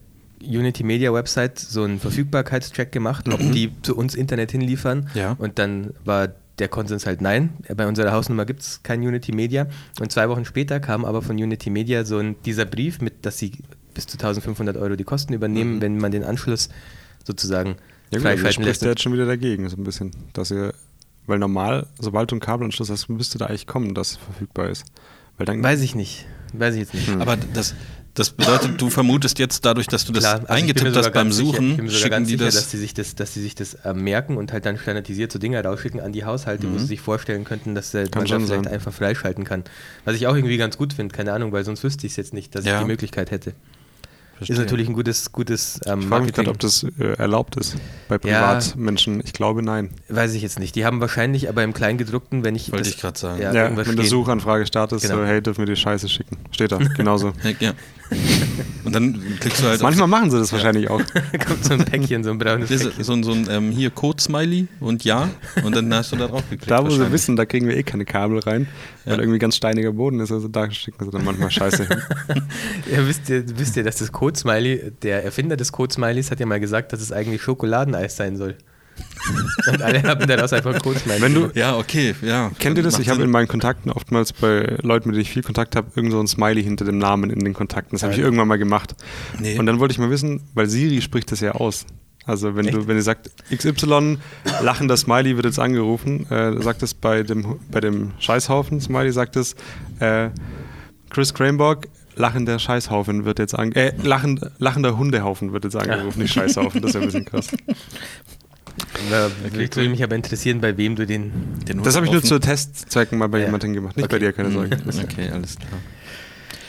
S2: Unity Media Website so einen Verfügbarkeitscheck gemacht, ob die zu uns Internet hinliefern.
S1: Ja.
S2: Und dann war der Konsens halt nein. Bei unserer Hausnummer gibt es kein Unity Media. Und zwei Wochen später kam aber von Unity Media so ein, dieser Brief, mit, dass sie bis zu 1500 Euro die Kosten übernehmen, wenn man den Anschluss sozusagen
S3: Mhm. Ja gut, aber da
S2: freischalten
S3: spricht
S2: lässt.
S3: der jetzt schon wieder dagegen, so ein bisschen. Dass ihr, weil normal, sobald du einen Kabelanschluss hast, müsste da eigentlich kommen, dass es verfügbar ist. Weil dann
S2: Weiß ich nicht. Weiß ich jetzt nicht.
S3: Hm.
S1: Aber das, das bedeutet, du vermutest jetzt dadurch, dass du das
S2: Klar, also ich bin mir
S1: eingetippt
S2: sogar
S1: hast beim
S2: ganz sicher-
S1: Suchen,
S2: ich bin mir sogar
S1: schicken
S2: ganz
S1: die
S2: sicher,
S1: das.
S2: dass sie sich das, dass sie sich das äh, merken und halt dann standardisiert so Dinge rausschicken an die Haushalte,
S1: Mhm.
S2: wo sie sich vorstellen könnten, dass äh, man da
S3: schon
S2: vielleicht
S3: sein.
S2: einfach freischalten kann. Was ich auch irgendwie ganz gut finde, keine Ahnung, weil sonst wüsste ich es jetzt nicht, dass
S1: Ja.
S2: ich die Möglichkeit hätte.
S1: Verstehe.
S2: Ist natürlich ein gutes, gutes ähm,
S3: Ich frage
S2: Marketing.
S3: mich gerade, ob das äh, erlaubt ist bei
S2: Ja.
S3: Privatmenschen. Ich glaube, nein.
S2: Weiß ich jetzt nicht. Die haben wahrscheinlich aber im Kleingedruckten, wenn ich.
S1: Wollte
S2: das-
S1: ich gerade sagen.
S2: Ja,
S3: Ja,
S2: ja
S3: wenn
S2: irgendwas
S3: eine
S2: stehen.
S3: Suchanfrage startet,
S2: Genau.
S3: so, hey, dürfen wir die Scheiße schicken. Steht da, genauso.
S1: Ja. Und dann klickst du halt auf
S3: Manchmal machen sie das wahrscheinlich auch.
S2: kommt so ein Päckchen, so ein braunes
S1: das
S2: Päckchen.
S1: ist so ein, so ein ähm, hier Code-Smiley und ja und dann hast du da drauf geklickt.
S3: Da, wo sie
S1: wahrscheinlich.
S3: wissen, da kriegen wir eh keine Kabel rein,
S1: Ja.
S3: weil irgendwie ganz steiniger Boden ist. Also da schicken sie dann manchmal Scheiße hin.
S2: Ja, wisst, ihr, wisst ihr, dass das Code-Smiley, der Erfinder des Code-Smileys hat ja mal gesagt, dass es eigentlich Schokoladeneis sein soll. Und alle haben daraus einfach ein Code-Smiley.
S3: Wenn du-
S1: Ja, okay, ja.
S3: Kennt ihr das?
S1: Macht
S3: Ich habe in
S1: Sinn.
S3: meinen Kontakten oftmals bei Leuten, mit denen ich viel Kontakt habe, irgend so ein Smiley hinter dem Namen in den Kontakten. Das habe ich
S2: Alter.
S3: irgendwann mal gemacht.
S1: Nee.
S3: Und dann wollte ich mal wissen, weil Siri spricht das ja aus. Also wenn du, wenn ihr sagt, XY, lachender Smiley wird jetzt angerufen, äh, sagt es bei dem, bei dem Scheißhaufen, Smiley sagt es, äh, Chris Cranborg, lachender Scheißhaufen wird jetzt angerufen, äh, lachend, lachender Hundehaufen wird jetzt angerufen, nicht Scheißhaufen, das ist ja ein bisschen krass.
S2: Ja, würde mich aber interessieren, bei wem du den.
S1: Den Hund
S3: Das habe ich nur
S1: offen.
S3: zu Testzwecken mal bei
S2: Ja.
S3: jemandem gemacht, nicht bei
S2: Okay.
S3: dir, keine Sorge.
S1: Okay, alles klar.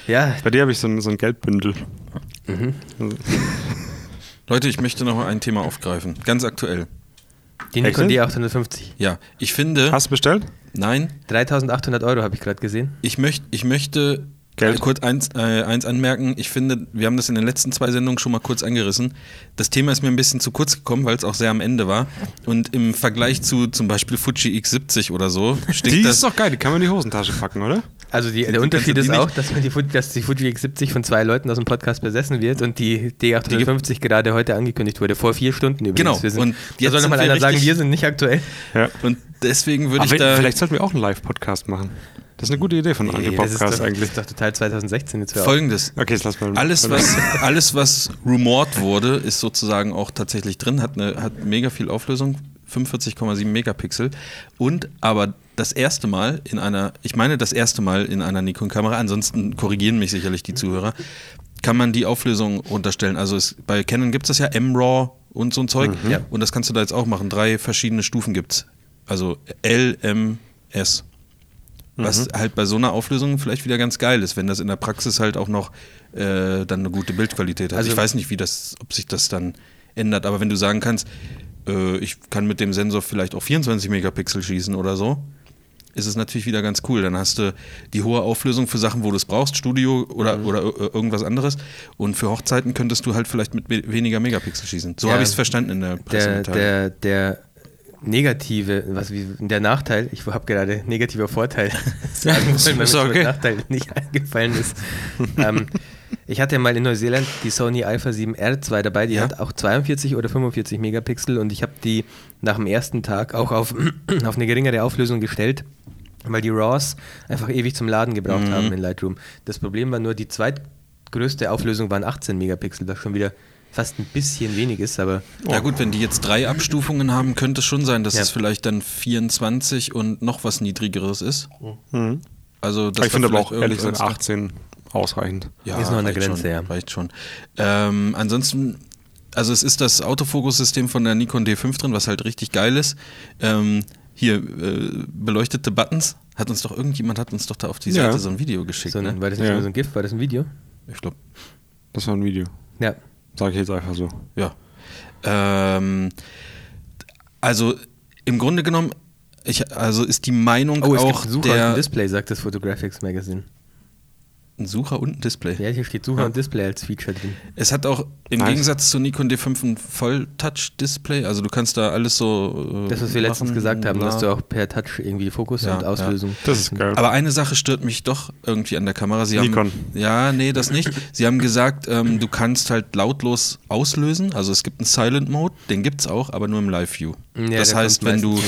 S2: Ja,
S3: Bei dir habe ich so ein, so ein Geldbündel.
S1: Leute, ich möchte noch mal ein Thema aufgreifen, ganz aktuell.
S2: die
S3: Echt?
S2: Nikon D850.
S1: Ja, ich finde,
S3: Hast du bestellt?
S1: nein,
S2: 3800 Euro habe ich gerade gesehen.
S1: Ich, möcht, ich möchte
S3: Geld.
S1: kurz eins, äh, eins anmerken. Ich finde, wir haben das in den letzten zwei Sendungen schon mal kurz angerissen. Das Thema ist mir ein bisschen zu kurz gekommen, weil es auch sehr am Ende war. Und im Vergleich zu zum Beispiel Fuji X70 oder so stinkt
S3: Die
S1: das.
S3: ist doch geil, die kann man in die Hosentasche packen, oder?
S2: Also die, der
S1: die
S2: Unterschied
S1: kannst
S2: ist
S1: du die
S2: auch,
S1: nicht-
S2: dass, man die, Fu- dass die Fuji X70 von zwei Leuten aus dem Podcast besessen wird und die D850 gerade heute angekündigt wurde. Vor vier Stunden übrigens.
S1: Genau,
S2: Wir sind,
S1: und
S2: da
S1: jetzt
S2: soll noch
S1: sind
S2: mal
S1: wir
S2: einer sagen,
S1: richtig-
S2: wir sind nicht aktuell.
S3: Ja.
S1: und deswegen würde
S3: Aber
S1: ich
S3: wenn-
S1: da.
S3: vielleicht sollten wir auch einen Live-Podcast machen. Das ist eine gute Idee von
S2: das,
S3: Anke
S2: ist doch,
S3: Podcast
S2: das
S3: eigentlich.
S2: ist doch total 2016 jetzt hör auf.
S1: Folgendes.
S3: Okay, jetzt lass mal.
S1: Alles was, alles, was rumort wurde, ist sozusagen auch tatsächlich drin, hat, eine, hat mega viel Auflösung, 45,7 Megapixel. Und aber das erste Mal in einer, ich meine das erste Mal in einer Nikon-Kamera, ansonsten korrigieren mich sicherlich die Zuhörer, kann man die Auflösung runterstellen. Also es, bei Canon gibt es das ja M-RAW und so ein Zeug.
S3: Mhm.
S2: Ja.
S1: Und das kannst du da jetzt auch machen. Drei verschiedene Stufen gibt es. Also L, M, S. Was halt bei so einer Auflösung vielleicht wieder ganz geil ist, wenn das in der Praxis halt auch noch äh, dann eine gute Bildqualität hat.
S2: Also-
S1: ich weiß nicht, wie das, ob sich das dann ändert, aber wenn du sagen kannst, äh, ich kann mit dem Sensor vielleicht auch 24 Megapixel schießen oder so, ist es natürlich wieder ganz cool. Dann hast du die hohe Auflösung für Sachen, wo du es brauchst, Studio oder, oder äh, irgendwas anderes. Und für Hochzeiten könntest du halt vielleicht mit we- weniger Megapixel schießen. So
S2: Ja.
S1: habe ich es verstanden in der
S2: der,
S1: Pressemitteilung.
S2: der, der negative, was wie der Nachteil, ich habe gerade negativer Vorteil sagen wollen, weil mir
S3: Ist
S2: das Wort
S3: okay.
S2: Nachteil nicht eingefallen ist. ähm, ich hatte ja mal in Neuseeland die Sony Alpha 7 R2 dabei, die
S1: Ja.
S2: hat auch 42 oder 45 Megapixel und ich habe die nach dem ersten Tag auch auf, auf eine geringere Auflösung gestellt, weil die RAWs einfach ewig zum Laden
S3: Mhm.
S2: gebraucht haben in Lightroom. Das Problem war nur, die zweitgrößte Auflösung waren 18 Megapixel, das schon wieder fast ein bisschen wenig ist, aber
S1: Ja gut, wenn die jetzt drei Abstufungen haben, könnte es schon sein, dass
S2: Ja.
S1: es vielleicht dann 24 und noch was niedrigeres ist.
S2: Mhm.
S1: Also das
S3: ich finde aber
S1: war
S3: auch
S1: vielleicht
S3: ehrlich gesagt
S1: irgendwas-
S3: 18 ausreichend.
S1: Ja,
S2: Ist noch an der
S1: reicht
S2: Grenze,
S1: schon,
S2: ja.
S1: Reicht schon. Ähm, ansonsten, also es ist das Autofokussystem von der Nikon D5 drin, was halt richtig geil ist. Ähm, hier äh, beleuchtete Buttons. Hat uns doch irgendjemand hat uns doch da auf die
S3: Ja.
S1: Seite so ein Video geschickt.
S2: so, ne?
S1: ne?
S2: war das nicht
S3: Ja.
S2: nur so ein GIF, war das ein Video?
S1: Ich glaube,
S3: Das war ein Video.
S2: Ja.
S3: Sage ich jetzt einfach so.
S1: ja. Ähm, also im Grunde genommen, ich, also ist die Meinung
S2: Oh, es
S1: auch
S2: auch gibt Sucher
S1: der
S2: und Display, sagt das Photographics Magazine.
S1: ein Sucher und ein Display.
S2: Ja, hier steht Sucher und Display als Feature drin.
S1: Es hat auch im
S3: Nice.
S1: Gegensatz zu Nikon D5 ein Voll-Touch-Display. Also du kannst da alles so. äh,
S2: Das, was wir letztens
S1: machen,
S2: gesagt haben,
S1: bla.
S2: dass du auch per Touch irgendwie Fokus
S1: Ja,
S2: und Auslösung.
S3: Das ist geil.
S1: Aber eine Sache stört mich doch irgendwie an der Kamera. Sie
S3: Nikon.
S1: Haben, ja, nee, das nicht. Sie haben gesagt, ähm, du kannst halt lautlos auslösen. Also es gibt einen Silent Mode, den gibt's auch, aber nur im Live View.
S2: Ja,
S1: das
S2: der
S1: heißt,
S2: kommt
S1: wenn du.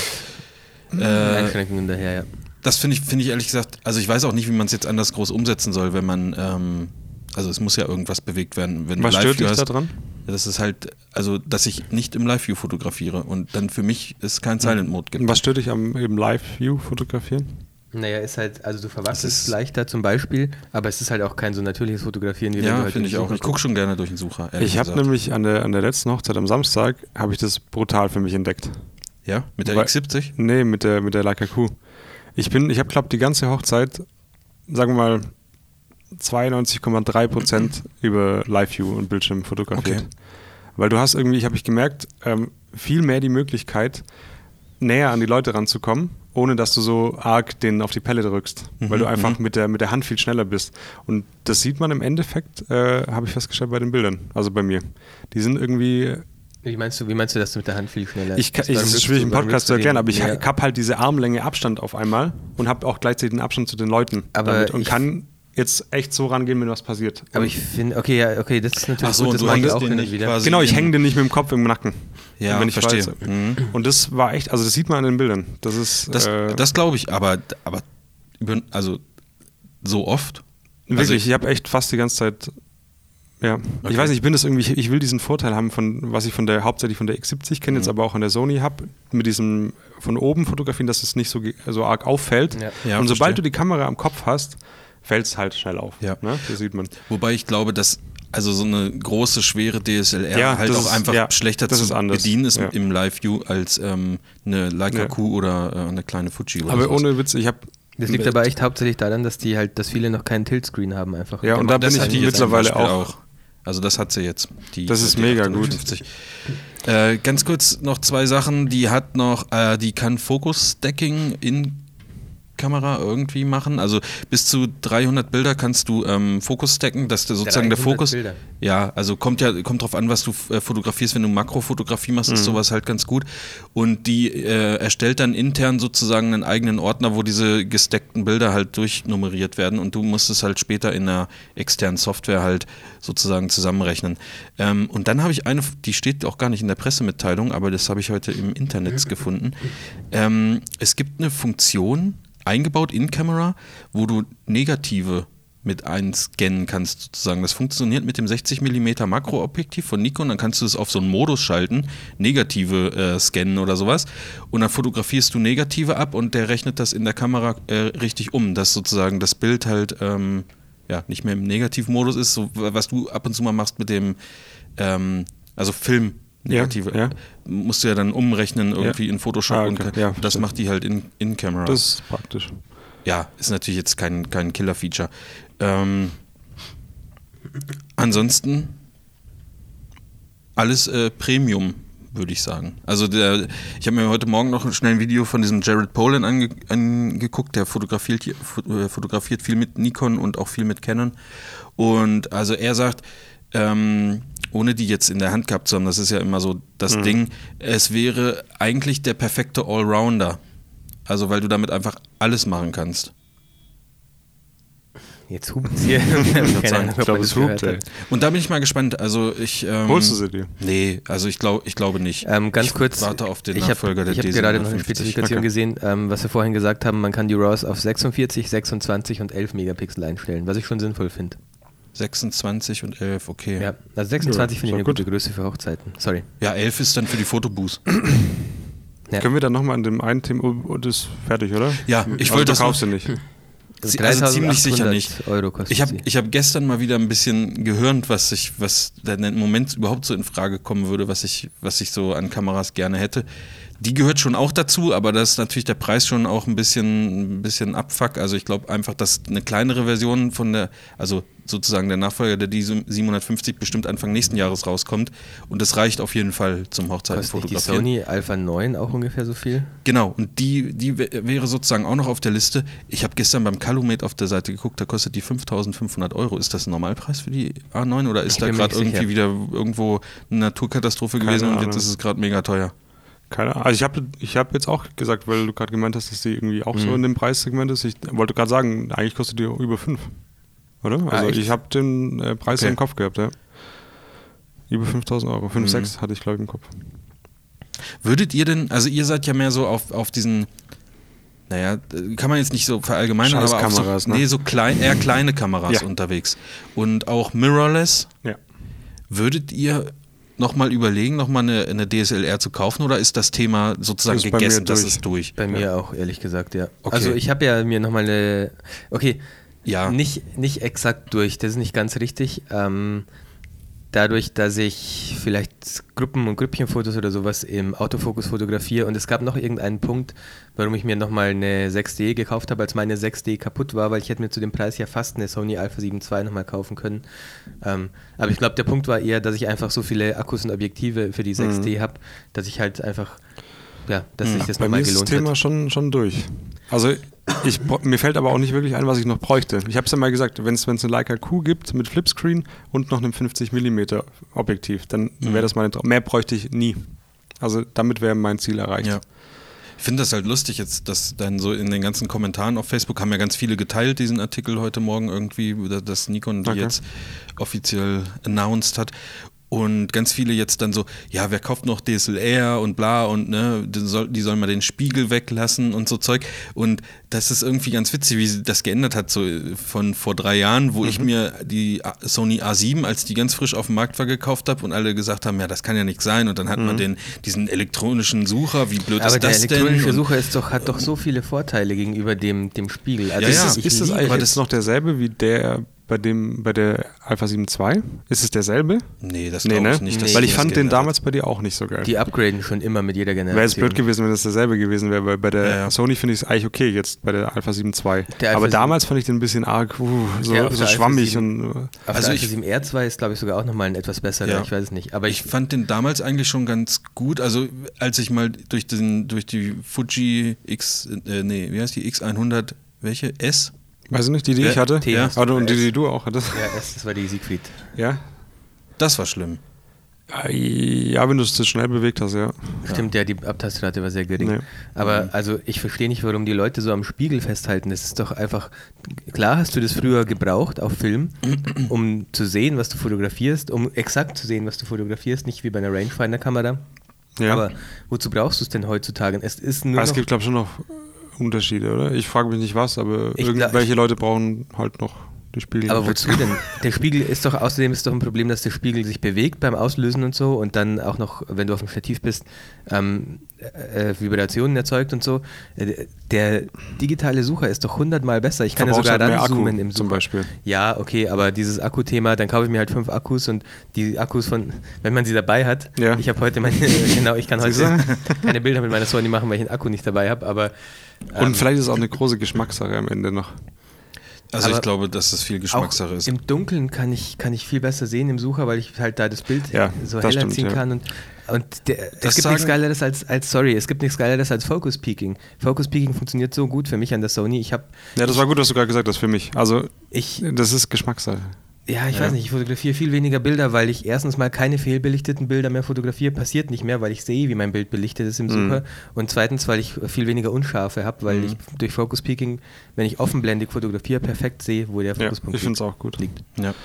S1: Äh,
S2: Einschränkungen daher, ja.
S1: das finde ich, finde ich ehrlich gesagt, also ich weiß auch nicht, wie man es jetzt anders groß umsetzen soll, wenn man. Ähm, also es muss ja irgendwas bewegt werden, wenn
S3: Was
S1: du
S3: stört
S1: Live-View
S3: dich
S1: hast.
S3: da dran?
S1: Das ist halt, also dass ich nicht im Live-View fotografiere und dann für mich es kein Silent-Mode gibt.
S3: Hm. Was stört dich am eben Live-View fotografieren?
S2: Naja, ist halt, also du
S1: Das ist-
S2: verwachsest leichter zum Beispiel, aber es ist halt auch kein so natürliches Fotografieren, wie wenn
S1: Ja,
S2: du halt
S1: finde ich auch. Ich gucke schon gerne durch den Sucher. ehrlich
S3: halt Ich habe
S1: gesagt.
S3: nämlich an der, an der letzten Hochzeit am Samstag, habe ich das brutal für mich entdeckt.
S1: Ja, mit der
S3: Weil-
S1: X70?
S3: Nee, mit der, mit der Leica Q. Ich bin, ich habe glaube die ganze Hochzeit, sagen wir mal, 92,3 Prozent über Live-View und Bildschirm fotografiert.
S1: Okay.
S3: Weil du hast irgendwie, ich habe ich gemerkt, ähm, viel mehr die Möglichkeit, näher an die Leute ranzukommen, ohne dass du so arg den auf die Pelle drückst, weil du einfach mit, der, mit der Hand viel schneller bist. Und das sieht man im Endeffekt, äh, habe ich festgestellt, bei den Bildern, also bei mir. Die sind irgendwie
S2: Wie meinst, du, wie meinst du, dass du mit der Hand viel schneller
S3: ich, kann- ich,
S2: Beim
S3: es ist
S2: Rückzug-
S3: schwierig im
S2: beim
S3: Podcast zu
S2: Rückzugehen
S3: erklären, aber ich
S2: mehr-
S3: habe halt diese Armlänge Abstand auf einmal und habe auch gleichzeitig den Abstand zu den Leuten
S2: Aber
S3: damit und
S2: ich-
S3: kann jetzt echt so rangehen, wenn was passiert.
S2: Aber ich finde, okay, ja, okay, das ist natürlich
S1: Ach so,
S2: gut,
S1: und
S2: das
S1: du
S2: mache ich
S1: hängst
S2: auch
S1: den
S2: hin und
S1: nicht
S2: wieder.
S1: quasi-
S3: genau, ich hänge den nicht mit dem Kopf im Nacken.
S1: Ja,
S3: wenn ich
S1: verstehe.
S3: weiß. Und das war echt, also das sieht man an den Bildern. Das ist
S1: Das,
S3: äh,
S1: das glaube ich, aber, aber über, also so oft.
S3: wirklich,
S1: Also
S3: ich, habe echt fast die ganze Zeit. Ja, ich
S1: Okay.
S3: weiß nicht, ich bin das irgendwie, ich, ich will diesen Vorteil haben von, was ich von der, hauptsächlich von der X70 kenne, jetzt aber auch an der Sony habe, mit diesem von oben fotografieren, dass es nicht so, ge- so arg auffällt.
S2: Ja.
S1: Ja,
S3: und sobald
S1: verstehe.
S3: du die Kamera am Kopf hast, fällt es halt schnell auf.
S1: Ja.
S3: Ne? Das sieht man.
S1: Wobei ich glaube, dass also so eine große, schwere DSLR
S3: Ja,
S1: halt
S3: das
S1: auch
S3: ist-
S1: einfach
S3: ja,
S1: schlechter
S3: das
S1: zu
S3: ist anders.
S1: bedienen ist
S3: Ja.
S1: im Live-View als ähm, eine Leica
S3: Ja.
S1: Q oder äh, eine kleine Fuji. Oder
S3: Aber
S1: sowas.
S3: ohne Witz, ich habe.
S2: Das liegt aber echt hauptsächlich daran, dass die halt, dass viele noch keinen Tiltscreen haben einfach. Genau.
S3: Ja, und da bin
S1: das
S3: ich
S1: hat die jetzt
S3: mittlerweile
S1: zum Beispiel
S3: auch.
S1: Also das hat sie jetzt. Die,
S3: Das ist
S1: die
S3: mega gut.
S1: 58. Äh, ganz kurz noch zwei Sachen. Die hat noch, äh, die kann Fokus-Stacking in Kamera irgendwie machen. Also bis zu 300 Bilder kannst du ähm, Fokus stacken, dass der sozusagen der
S2: 300
S1: Fokus.
S2: Bilder.
S1: Ja, also kommt ja kommt drauf an, was du äh, fotografierst. Wenn du Makrofotografie machst, ist sowas halt ganz gut. Und die äh, erstellt dann intern sozusagen einen eigenen Ordner, wo diese gesteckten Bilder halt durchnummeriert werden. Und du musst es halt später in einer externen Software halt sozusagen zusammenrechnen. Ähm, und dann habe ich eine, die steht auch gar nicht in der Pressemitteilung, aber das habe ich heute im Internet gefunden. Ähm, es gibt eine Funktion eingebaut in Camera, wo du negative mit einscannen kannst sozusagen. Das funktioniert mit dem 60 mm Makroobjektiv von Nikon, dann kannst du es auf so einen Modus schalten, negative äh, scannen oder sowas und dann fotografierst du negative ab und der rechnet das in der Kamera äh, richtig um, dass sozusagen das Bild halt ähm, ja, nicht mehr im Negativmodus ist, so wa- was du ab und zu mal machst mit dem ähm, also Film
S3: Ja,
S1: negative
S3: ja.
S1: musst du ja dann umrechnen irgendwie in Photoshop
S3: Ah,
S1: und
S3: okay.
S1: ka-
S3: Ja,
S1: das
S3: verstehe.
S1: macht die halt in, in Camera.
S3: Das ist praktisch.
S1: Ja, ist natürlich jetzt kein, kein Killer-Feature. Ähm, ansonsten alles äh, Premium, würde ich sagen. Also der, ich habe mir heute Morgen noch schnell ein Video von diesem Jared Polin ange, angeguckt, der fotografiert, hier- fo- äh, fotografiert viel mit Nikon und auch viel mit Canon. Und also er sagt, ähm, ohne die jetzt in der Hand gehabt zu haben, das ist ja immer so das Ding, es wäre eigentlich der perfekte Allrounder. Also weil du damit einfach alles machen kannst.
S2: Jetzt hupt es hier. Keine Ahnung, ob
S3: Ich glaube,
S2: man
S3: es
S2: das gehört
S3: hupt, ey.
S2: hat.
S1: Und da bin ich mal gespannt. Also ich. Ähm,
S3: Holst du sie dir?
S1: Nee, also ich glaube, ich glaube nicht.
S2: Ähm, ganz
S1: ich
S2: kurz,
S1: Warte auf den
S2: ich hab-
S1: Nachfolger der
S2: Ich habe gerade noch eine
S1: D750.
S2: Spezifikation
S3: Okay.
S2: gesehen, ähm, was wir vorhin gesagt haben, man kann die RAWs auf 46, 26 und 11 Megapixel einstellen, was ich schon sinnvoll finde.
S1: 26 und 11, okay.
S2: Ja,
S1: Ja.
S2: also 26
S3: Ja,
S2: finde ich
S3: ist
S2: eine
S3: doch gut.
S2: gute Größe für Hochzeiten. Sorry.
S1: 11 ist dann für die Fotoboost.
S2: Ja.
S3: Können wir dann nochmal an dem einen Thema. Oh, oh, das ist fertig, oder?
S1: Ja, ich wollte das.
S3: also, kaufst
S1: Noch,
S3: du nicht.
S1: Sie- also ziemlich sicher
S2: 3800
S1: nicht.
S2: Euro kostet
S1: ich habe
S2: sie.
S1: ich hab gestern mal wieder ein bisschen gehört, was ich, was denn im Moment überhaupt so in Frage kommen würde, was ich, was ich so an Kameras gerne hätte. Die gehört schon auch dazu, aber da ist natürlich der Preis schon auch ein bisschen, ein bisschen Abfuck. Also ich glaube einfach, dass eine kleinere Version von der, also sozusagen der Nachfolger der D750 bestimmt Anfang nächsten Jahres rauskommt. Und das reicht auf jeden Fall zum
S2: Kostet nicht die
S1: Hochzeitenfotografieren.
S2: Sony Alpha 9 auch ungefähr so viel?
S1: Genau, und die, die wä- wäre sozusagen auch noch auf der Liste. Ich habe gestern beim Calumet auf der Seite geguckt, da kostet die 5500 Euro. Ist das ein Normalpreis für die A9 oder ist
S2: Ich
S1: da
S2: bin mir
S1: gerade
S2: nicht
S1: irgendwie
S2: sicher.
S1: wieder irgendwo eine Naturkatastrophe
S3: Keine
S1: gewesen und
S3: Ahnung.
S1: jetzt ist es gerade mega teuer?
S3: Keine Ahnung. Also ich habe ich hab jetzt auch gesagt, weil du gerade gemeint hast, dass die irgendwie auch so in dem Preissegment ist. Ich wollte gerade sagen, eigentlich kostet die über 5. Oder? Also
S2: echt?
S3: ich habe den äh, Preis
S1: Okay.
S3: im Kopf gehabt, ja. Über 5000 Euro. 5, 6 hatte ich, glaube ich, im Kopf.
S1: Würdet ihr denn, also ihr seid ja mehr so auf, auf diesen, naja, äh, kann man jetzt nicht so verallgemeinern,
S3: Scheiß
S1: aber auf
S3: Kameras,
S1: so,
S3: ne?
S1: nee, so klein, eher kleine Kameras
S3: Ja.
S1: unterwegs. Und auch mirrorless,
S3: Ja.
S1: würdet ihr nochmal überlegen, nochmal eine, eine DSLR zu kaufen oder ist das Thema sozusagen
S3: Ist bei mir
S1: gegessen, das
S3: durch.
S1: ist durch?
S2: Bei mir auch, ehrlich gesagt, ja.
S1: Okay.
S2: Also ich habe ja mir nochmal eine. Okay,
S1: Ja.
S2: nicht, nicht exakt durch, das ist nicht ganz richtig. Ähm, dadurch, dass ich vielleicht Gruppen- und Grüppchenfotos oder sowas im Autofokus fotografiere und es gab noch irgendeinen Punkt, warum ich mir nochmal eine 6D gekauft habe, als meine 6D kaputt war, weil ich hätte mir zu dem Preis ja fast eine Sony Alpha 7 II nochmal kaufen können. Ähm, aber ich glaube, der Punkt war eher, dass ich einfach so viele Akkus und Objektive für die 6D
S3: Mhm.
S2: habe, dass ich halt einfach, ja, dass sich das
S3: Bei mir
S2: nochmal
S3: ist das
S2: gelohnt
S3: Thema
S2: hat.
S3: schon, schon durch. Also ich, bra- mir fällt aber auch nicht wirklich ein, was ich noch bräuchte. Ich habe es ja mal gesagt, wenn es eine Leica Q gibt mit Flipscreen und noch einem 50 mm Objektiv, dann wäre das meine Traum. Mehr bräuchte ich nie. Also damit wäre mein Ziel erreicht.
S1: Ja. Ich finde das halt lustig jetzt, dass dann so in den ganzen Kommentaren auf Facebook haben ja ganz viele geteilt diesen Artikel heute Morgen irgendwie, da- dass Nikon die
S3: Okay.
S1: jetzt offiziell announced hat. Und ganz viele jetzt dann so, ja, wer kauft noch DSLR und bla und ne, die, soll, die sollen mal den Spiegel weglassen und so Zeug. Und das ist irgendwie ganz witzig, wie sie das geändert hat, so äh, von vor drei Jahren, wo ich mir die A- Sony A7, als die ganz frisch auf dem Markt war, gekauft habe und alle gesagt haben, ja, das kann ja nicht sein. Und dann hat man den, diesen elektronischen Sucher, wie blöd
S2: Aber
S1: ist
S2: der
S1: das
S2: elektronische
S1: denn?
S2: Sucher ist doch, hat doch so viele Vorteile gegenüber dem, dem Spiegel. Also
S1: Ja,
S2: ich-
S1: ja.
S3: Ist,
S2: ich
S3: ist das
S2: lieb-
S3: eigentlich
S1: aber
S3: jetzt
S1: das-
S3: noch derselbe wie der bei dem bei der Alpha 7 II? Ist es derselbe? ne?
S1: nee, das glaube ich nicht. dass
S2: Nee.
S1: sie
S3: Weil ich
S1: das
S3: fand den
S1: geändert hat.
S3: damals bei dir auch nicht so geil.
S2: die upgraden schon immer mit jeder Generation.
S3: Wäre es blöd gewesen, wenn es derselbe gewesen wäre, weil bei der
S1: Ja, ja.
S3: Sony finde ich es eigentlich okay jetzt bei der Alpha 7 II.
S2: Der Alpha
S3: Aber
S2: 7.
S3: damals fand ich den ein bisschen arg, uh, so,
S2: Ja, auf
S3: so
S2: der Alpha
S3: schwammig
S2: 7.
S3: und äh,
S2: Auf
S1: Also
S2: also
S1: ich-
S2: der ich, R2 ist, glaube ich, sogar auch nochmal ein etwas besserer,
S1: Ja.
S2: ich weiß es nicht. Aber
S1: Ich
S2: ich,
S1: fand den damals eigentlich schon ganz gut. Also als ich mal durch den durch die Fuji X äh, nee, wie heißt die X100, welche S?
S3: Weiß ich nicht, die, die
S1: Ja,
S3: ich hatte?
S2: T hast du
S3: Ah, du- und die,
S2: S.
S3: die du auch hattest?
S2: ja, es- das war die Siegfried.
S3: Ja.
S1: Das war schlimm.
S3: Ja, wenn du es zu schnell bewegt hast, ja.
S2: Stimmt, ja, die Abtastrate war sehr gering.
S3: Nee. Mhm.
S2: Aber also ich verstehe nicht, warum die Leute so am Spiegel festhalten. Das ist doch einfach, klar hast du das früher gebraucht auf Film, um zu sehen, was du fotografierst, um exakt zu sehen, was du fotografierst, nicht wie bei einer Rangefinder-Kamera.
S3: ja.
S2: Aber wozu brauchst du es denn heutzutage? Es ist nur
S3: Aber es
S2: noch
S3: gibt, glaube ich, schon noch Unterschiede, oder? Ich frage mich nicht was, aber
S2: Ich glaub-
S3: irgendwelche Leute brauchen halt noch die Spiegel.
S2: Aber wozu denn? Der Spiegel ist doch, außerdem ist doch ein Problem, dass der Spiegel sich bewegt beim Auslösen und so und dann auch noch, wenn du auf dem Stativ bist, ähm, äh, Vibrationen erzeugt und so. Äh, Der digitale Sucher ist doch hundertmal besser. Ich kann ja
S3: Verbraucht
S2: sogar
S3: halt mehr
S2: ranzoomen
S3: Akku
S2: im Sucher.
S3: zum Beispiel.
S2: Ja, okay, aber dieses Akkuthema, dann kaufe ich mir halt fünf Akkus und die Akkus von, wenn man sie dabei hat,
S3: Ja.
S2: ich habe heute meine, genau, ich kann
S3: Siehst
S2: heute keine Bilder mit meiner Sony machen, weil ich den Akku nicht dabei habe, aber
S3: Und vielleicht ist es auch eine große Geschmackssache am Ende noch.
S1: Also
S2: Aber
S1: ich glaube, dass das viel Geschmackssache
S2: auch
S1: ist.
S2: Im Dunkeln kann ich, kann ich viel besser sehen im Sucher, weil ich halt da das Bild
S3: Ja,
S2: so
S3: das
S2: heller
S3: stimmt,
S2: ziehen
S3: ja.
S2: kann. Und, und der,
S1: Das
S2: es gibt nichts
S1: sagen-
S2: Geileres als, als, sorry, es gibt nichts Geileres als Focus Peaking. Focus Peaking funktioniert so gut für mich an der Sony. Ich habe,
S3: Ja, das war gut, was du gerade gesagt hast für mich. Also,
S2: ich,
S3: das ist Geschmackssache.
S2: Ja, ich
S1: Ja.
S2: weiß nicht, ich fotografiere viel weniger Bilder, weil ich erstens mal keine fehlbelichteten Bilder mehr fotografiere, passiert nicht mehr, weil ich sehe, wie mein Bild belichtet ist
S3: Mhm.
S2: im Sucher. Und zweitens, weil ich viel weniger Unscharfe habe, weil ich durch Focus Peaking, wenn ich offenblendig fotografiere, perfekt sehe, wo der
S3: Ja,
S2: Fokuspunkt
S3: ich finde es auch gut.
S2: liegt.
S1: Ja.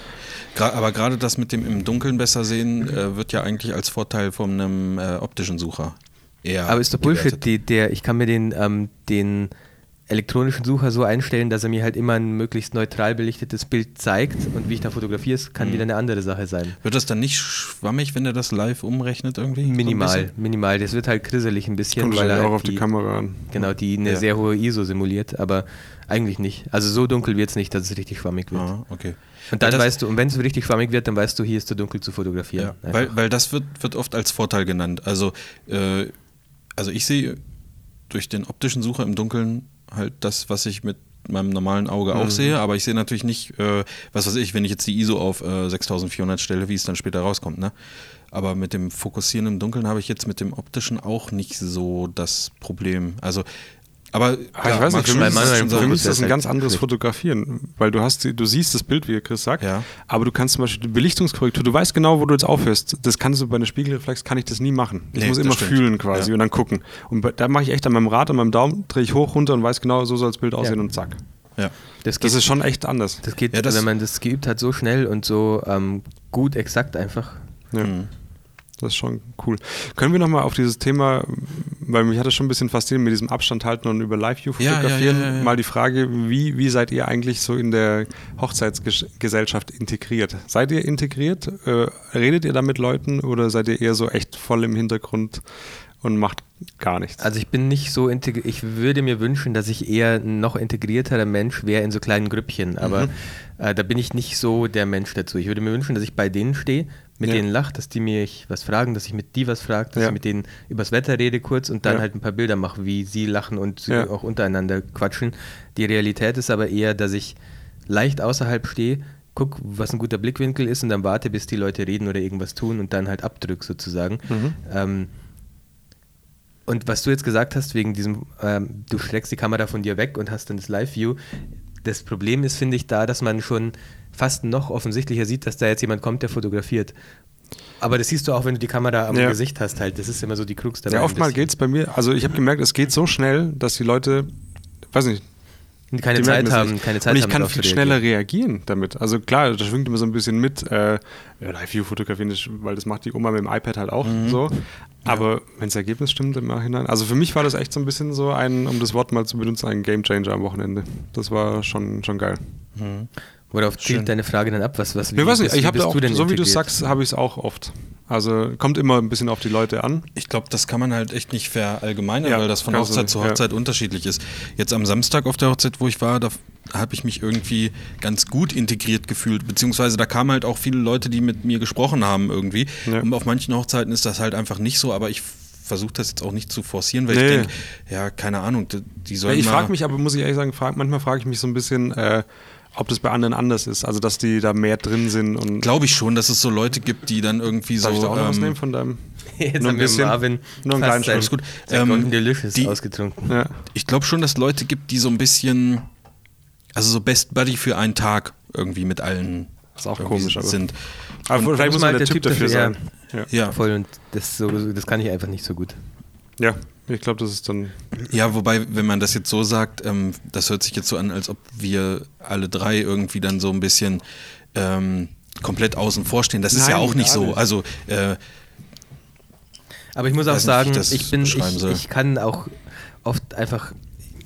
S1: Gra aber gerade das mit dem im Dunkeln besser sehen, äh, wird ja eigentlich als Vorteil von einem äh, optischen Sucher eher.
S2: Aber ist doch Bullshit,
S1: bewertet.
S2: die, der, ich kann mir den, ähm, den elektronischen Sucher so einstellen, dass er mir halt immer ein möglichst neutral belichtetes Bild zeigt und wie ich da fotografiere, es kann wieder eine andere Sache sein.
S1: Wird das dann nicht schwammig, wenn er das live umrechnet irgendwie? So ein
S2: Minimal,
S1: bisschen?
S2: minimal. Das wird halt grisselig ein bisschen,
S3: Kommt
S2: weil er
S3: wahrscheinlich
S2: halt
S3: auch auf die, Kamera an.
S2: Genau, die eine
S1: Ja.
S2: sehr hohe ISO simuliert, aber eigentlich nicht. Also so dunkel wird es nicht, dass es richtig schwammig wird.
S1: Ah, okay.
S2: Und dann
S1: Weil das,
S2: weißt du, und wenn es richtig schwammig wird, dann weißt du, hier ist zu dunkel zu fotografieren.
S1: Ja,
S2: Einfach.
S1: weil, weil das wird, wird oft als Vorteil genannt. Also, äh, also ich sehe durch den optischen Sucher im Dunkeln halt das, was ich mit meinem normalen Auge
S3: Mhm.
S1: auch sehe, aber ich sehe natürlich nicht, äh, was weiß ich, wenn ich jetzt die ISO auf äh, 6400 stelle, wie es dann später rauskommt. Ne? Aber mit dem Fokussieren im Dunkeln habe ich jetzt mit dem optischen auch nicht so das Problem. Also, aber
S3: Ah, ich weiß
S1: mag
S3: nicht, für
S1: schon-
S3: mich,
S2: Bei manuellem
S1: schon
S3: ist,
S1: sein.
S3: für mich
S2: Fokus
S3: ist das ein
S2: wär's
S3: ganz
S2: halt
S3: anderes
S2: schlecht.
S3: Fotografieren, weil du hast, die- du siehst das Bild, wie der Chris sagt,
S1: Ja.
S3: aber du kannst zum Beispiel die Belichtungskorrektur, du weißt genau, wo du jetzt aufhörst. Das kannst du bei einem Spiegelreflex, kann ich das nie machen. Ich
S1: Nee,
S3: muss
S1: das
S3: immer
S1: stimmt.
S3: fühlen quasi
S1: Ja.
S3: und dann gucken. Und bei- da mache ich echt an meinem Rad, an meinem Daumen, drehe ich hoch, runter und weiß genau, so soll das Bild aussehen und zack.
S1: Ja.
S2: das geht,
S3: Das
S2: das,
S3: ist schon echt anders.
S2: geht
S1: Ja, das-
S2: wenn man das geübt hat, so schnell und so ähm, gut exakt einfach.
S3: Ja.
S1: Mhm.
S3: Das ist schon cool. Können wir nochmal auf dieses Thema, weil mich hat das schon ein bisschen fasziniert mit diesem Abstand halten und über Live-View
S1: Ja, ja,
S3: fotografieren,
S1: ja, ja, ja.
S3: mal die Frage, wie, wie seid ihr eigentlich so in der Hochzeitsgesellschaft integriert? Seid ihr integriert? Äh, redet ihr da mit Leuten oder seid ihr eher so echt voll im Hintergrund und macht gar nichts?
S2: Also ich bin nicht so integriert, ich würde mir wünschen, dass ich eher ein noch integrierterer Mensch wäre in so kleinen Grüppchen,
S3: Mhm.
S2: aber äh, da bin ich nicht so der Mensch dazu. Ich würde mir wünschen, dass ich bei denen stehe, mit
S3: Ja.
S2: denen lache, dass die mich was fragen, dass ich mit die was frage, dass
S3: Ja.
S2: ich mit denen übers Wetter rede kurz und dann
S3: Ja.
S2: halt ein paar Bilder mache, wie sie lachen und sie
S3: Ja.
S2: auch untereinander quatschen. Die Realität ist aber eher, dass ich leicht außerhalb stehe, guck, was ein guter Blickwinkel ist und dann warte, bis die Leute reden oder irgendwas tun und dann halt abdrück sozusagen.
S3: Mhm.
S2: Ähm, und was du jetzt gesagt hast, wegen diesem, ähm, du schlägst die Kamera von dir weg und hast dann das Live-View, das Problem ist, finde ich, da, dass man schon fast noch offensichtlicher sieht, dass da jetzt jemand kommt, der fotografiert. Aber das siehst du auch, wenn du die Kamera am
S3: Ja.
S2: Gesicht hast, halt. Das ist immer so die Krux dabei.
S3: ja,
S2: ein
S3: oftmals
S2: bisschen.
S3: geht es bei mir, also ich habe gemerkt, es geht so schnell, dass die Leute, weiß nicht,
S2: Keine
S3: Die
S2: Zeit
S3: merken das
S2: haben,
S3: nicht.
S2: keine Zeit
S3: Und ich
S2: haben.
S3: kann
S2: drauf zu
S3: viel
S2: reagieren.
S3: schneller reagieren damit. Also klar, das schwingt immer so ein bisschen mit, äh, ja, Live-View fotografieren, ist- weil das macht die Oma mit dem iPad halt auch
S2: Mhm.
S3: so. Aber wenn das Ergebnis stimmt im Nachhinein. Also für mich war das echt so ein bisschen so ein, um das Wort mal zu benutzen, ein Game Changer am Wochenende. Das war schon, schon geil.
S2: Worauf zielt
S1: Schön.
S2: deine Frage dann ab? Was, was,
S3: ich weiß nicht,
S2: bist-
S3: ich habe
S2: bist
S3: auch,
S2: du denn
S3: so wie du
S2: integriert?
S3: sagst, habe ich es auch oft. Also kommt immer ein bisschen auf die Leute an.
S1: Ich glaube, das kann man halt echt nicht verallgemeinern,
S3: Ja,
S1: weil das von
S3: kannst du
S1: Hochzeit
S3: nicht,
S1: zu
S3: ja.
S1: Hochzeit unterschiedlich ist. Jetzt am Samstag auf der Hochzeit, wo ich war, da habe ich mich irgendwie ganz gut integriert gefühlt, beziehungsweise da kamen halt auch viele Leute, die mit mir gesprochen haben irgendwie.
S3: Ja.
S1: Und auf manchen Hochzeiten ist das halt einfach nicht so, aber ich versuche das jetzt auch nicht zu forcieren, weil
S3: Nee.
S1: ich denke, ja, keine Ahnung, die, die sollen
S3: ich
S1: mal-
S3: frage mich aber, muss ich ehrlich sagen, frag, manchmal frage ich mich so ein bisschen, äh, ob das bei anderen anders ist. Also dass die da mehr drin sind und
S1: Glaube ich schon, dass es so Leute gibt, die dann irgendwie
S3: Darf
S1: so.
S3: ich da auch noch was
S1: ähm,
S3: nehmen von deinem?
S2: Jetzt
S3: Nur ein
S2: haben wir
S3: bisschen,
S2: Marvin
S3: nur einen
S2: fast
S3: kleinen
S2: sein-
S3: Schluck.
S1: Ist gut.
S2: sein
S1: Ähm,
S2: Golden Delicious
S1: die-
S2: ausgetrunken.
S3: Ja.
S1: Ich glaube schon, dass es Leute gibt, die so ein bisschen, also so Best Buddy für einen Tag irgendwie mit allen
S3: Ist auch
S1: irgendwie
S3: komisch, aber-
S1: sind.
S3: Aber vielleicht
S2: muss
S3: muss man
S2: man
S3: der
S2: halt
S3: Typ dafür sein. Ja,
S1: Ja,
S2: Voll und das, so, das kann ich einfach nicht so gut.
S3: ja. ich glaube, das ist dann.
S1: ja, wobei, wenn man das jetzt so sagt, ähm, das hört sich jetzt so an, als ob wir alle drei irgendwie dann so ein bisschen ähm, komplett außen vor stehen. Das ist ja
S3: Nein,
S1: auch nicht
S3: gar
S1: so.
S3: nicht.
S1: Also äh,
S2: Aber ich muss
S1: Weiß nicht,
S2: auch
S1: wie ich
S2: sagen,
S1: das
S2: ich, bin, ich,
S1: beschreiben soll.
S2: ich kann auch oft einfach,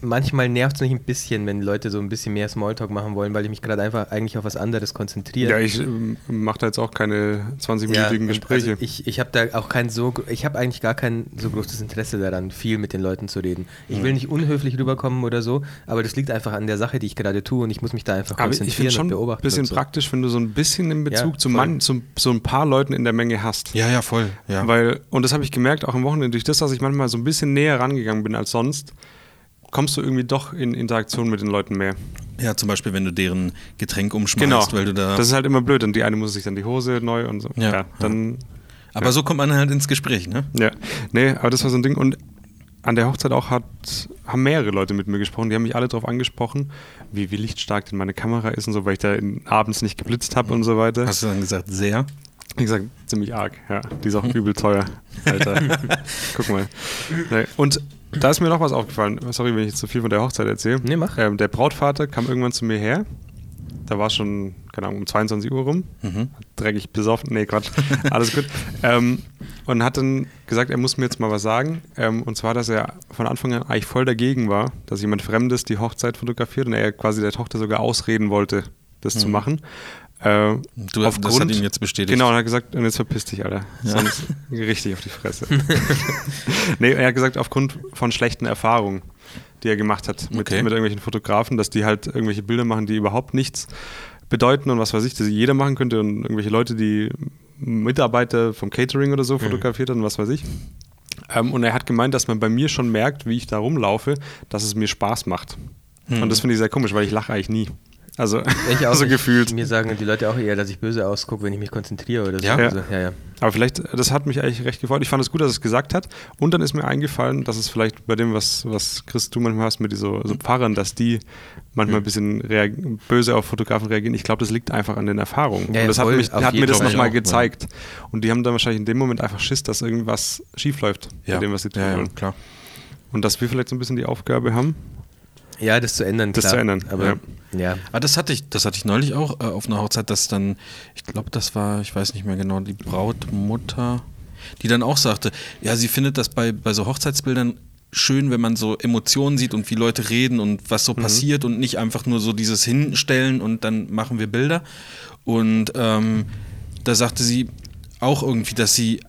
S2: manchmal nervt es mich ein bisschen, wenn Leute so ein bisschen mehr Smalltalk machen wollen, weil ich mich gerade einfach eigentlich auf was anderes konzentriere.
S3: Ja, ich mache da jetzt auch keine 20-minütigen
S2: und
S3: Gespräche.
S2: Also ich ich habe da auch kein so, gro- ich habe eigentlich gar kein so großes Interesse daran, viel mit den Leuten zu reden. Ich will nicht unhöflich rüberkommen oder so, aber das liegt einfach an der Sache, die ich gerade tue und ich muss mich da einfach
S3: aber ich
S2: konzentrieren
S3: finde
S2: und
S3: schon ein
S2: beobachten.
S3: bisschen
S2: und so.
S3: praktisch, wenn du so ein bisschen in Bezug
S2: Ja,
S3: zu,
S2: voll.
S3: man, zu, zu ein paar Leuten in der Menge hast.
S1: ja, ja, voll. Ja.
S3: Weil, und das habe ich gemerkt, auch am Wochenende, durch das, dass ich manchmal so ein bisschen näher rangegangen bin als sonst, kommst du irgendwie doch in Interaktion mit den Leuten mehr.
S1: ja, zum Beispiel, wenn du deren Getränk umschmeißt,
S3: Genau.
S1: weil du da.
S3: das ist halt immer blöd. Und die eine muss sich dann die Hose neu und so.
S1: Ja.
S3: dann
S1: aber so kommt man halt ins Gespräch, ne?
S3: Ja, nee, aber das war so ein Ding. Und an der Hochzeit auch hat, haben mehrere Leute mit mir gesprochen. Die haben mich alle darauf angesprochen, wie, wie lichtstark denn meine Kamera ist und so, weil ich da in, abends nicht geblitzt habe und so weiter.
S1: Hast du dann gesagt, sehr?
S3: Wie gesagt, ziemlich arg, ja. Die ist auch übel teuer, Alter. Guck mal. Nee. Und da ist mir noch was aufgefallen. Sorry, wenn ich jetzt zu viel von der Hochzeit erzähle.
S2: Nee, mach.
S3: Ähm, der Brautvater kam irgendwann zu mir her. Da war schon, keine Ahnung, um 22 Uhr rum.
S1: Mhm.
S3: Dreckig besoffen. Nee, Quatsch. Alles gut. ähm, und hat dann gesagt, er muss mir jetzt mal was sagen. Ähm, und zwar, dass er von Anfang an eigentlich voll dagegen war, dass jemand Fremdes die Hochzeit fotografiert und er quasi der Tochter sogar ausreden wollte, das zu machen. Äh,
S1: Mhm. Du, das hat ihn jetzt bestätigt.
S3: Genau, und er hat gesagt, und jetzt verpiss dich, Alter. Sonst richtig auf die Fresse. nee, er hat gesagt, aufgrund von schlechten Erfahrungen, die er gemacht hat mit,
S1: Okay.
S3: mit irgendwelchen Fotografen, dass die halt irgendwelche Bilder machen, die überhaupt nichts bedeuten und was weiß ich, dass jeder machen könnte und irgendwelche Leute, die Mitarbeiter vom Catering oder
S2: Mhm.
S3: so fotografiert haben, was weiß ich. Ähm, und er hat gemeint, dass man bei mir schon merkt, wie ich da rumlaufe, dass es mir Spaß macht. Und das finde ich sehr komisch, weil ich lache eigentlich nie. Also,
S2: Mhm. Ich auch
S3: also
S2: nicht.
S3: gefühlt.
S2: Mir sagen die Leute auch eher, dass ich böse ausgucke, wenn ich mich konzentriere oder so.
S1: Ja?
S2: Also, ja, ja.
S3: Aber vielleicht, das hat mich eigentlich recht gefreut. Ich fand es gut, dass er es gesagt hat. Und dann ist mir eingefallen, dass es vielleicht bei dem, was, was Chris, du manchmal hast mit so,
S2: Mhm.
S3: so Pfarrern, dass die manchmal ein bisschen reag- böse auf Fotografen reagieren. Ich glaube, das liegt einfach an den Erfahrungen.
S2: Ja, ja,
S3: Und das hat,
S2: voll,
S3: mich,
S2: auf
S3: hat mir
S2: jeden
S3: das
S2: Fall.
S3: nochmal
S1: Ich auch, ja.
S3: gezeigt. Und die haben dann wahrscheinlich in dem Moment einfach Schiss, dass irgendwas schiefläuft bei dem, was sie tun
S1: ja, ja,
S3: wollen.
S1: klar.
S3: Und dass wir vielleicht so ein bisschen die Aufgabe haben.
S2: ja, das zu ändern.
S3: Das
S2: klar.
S3: zu ändern,
S2: Aber ja.
S1: Ah, das hatte ich, das hatte ich neulich auch äh, auf einer Hochzeit, dass dann, ich glaube, das war, ich weiß nicht mehr genau, die Brautmutter, die dann auch sagte, ja, sie findet das bei, bei so Hochzeitsbildern schön, wenn man so Emotionen sieht und wie Leute reden und was so passiert und nicht einfach nur so dieses Hinstellen und dann machen wir Bilder. Und ähm, da sagte sie auch irgendwie, dass sie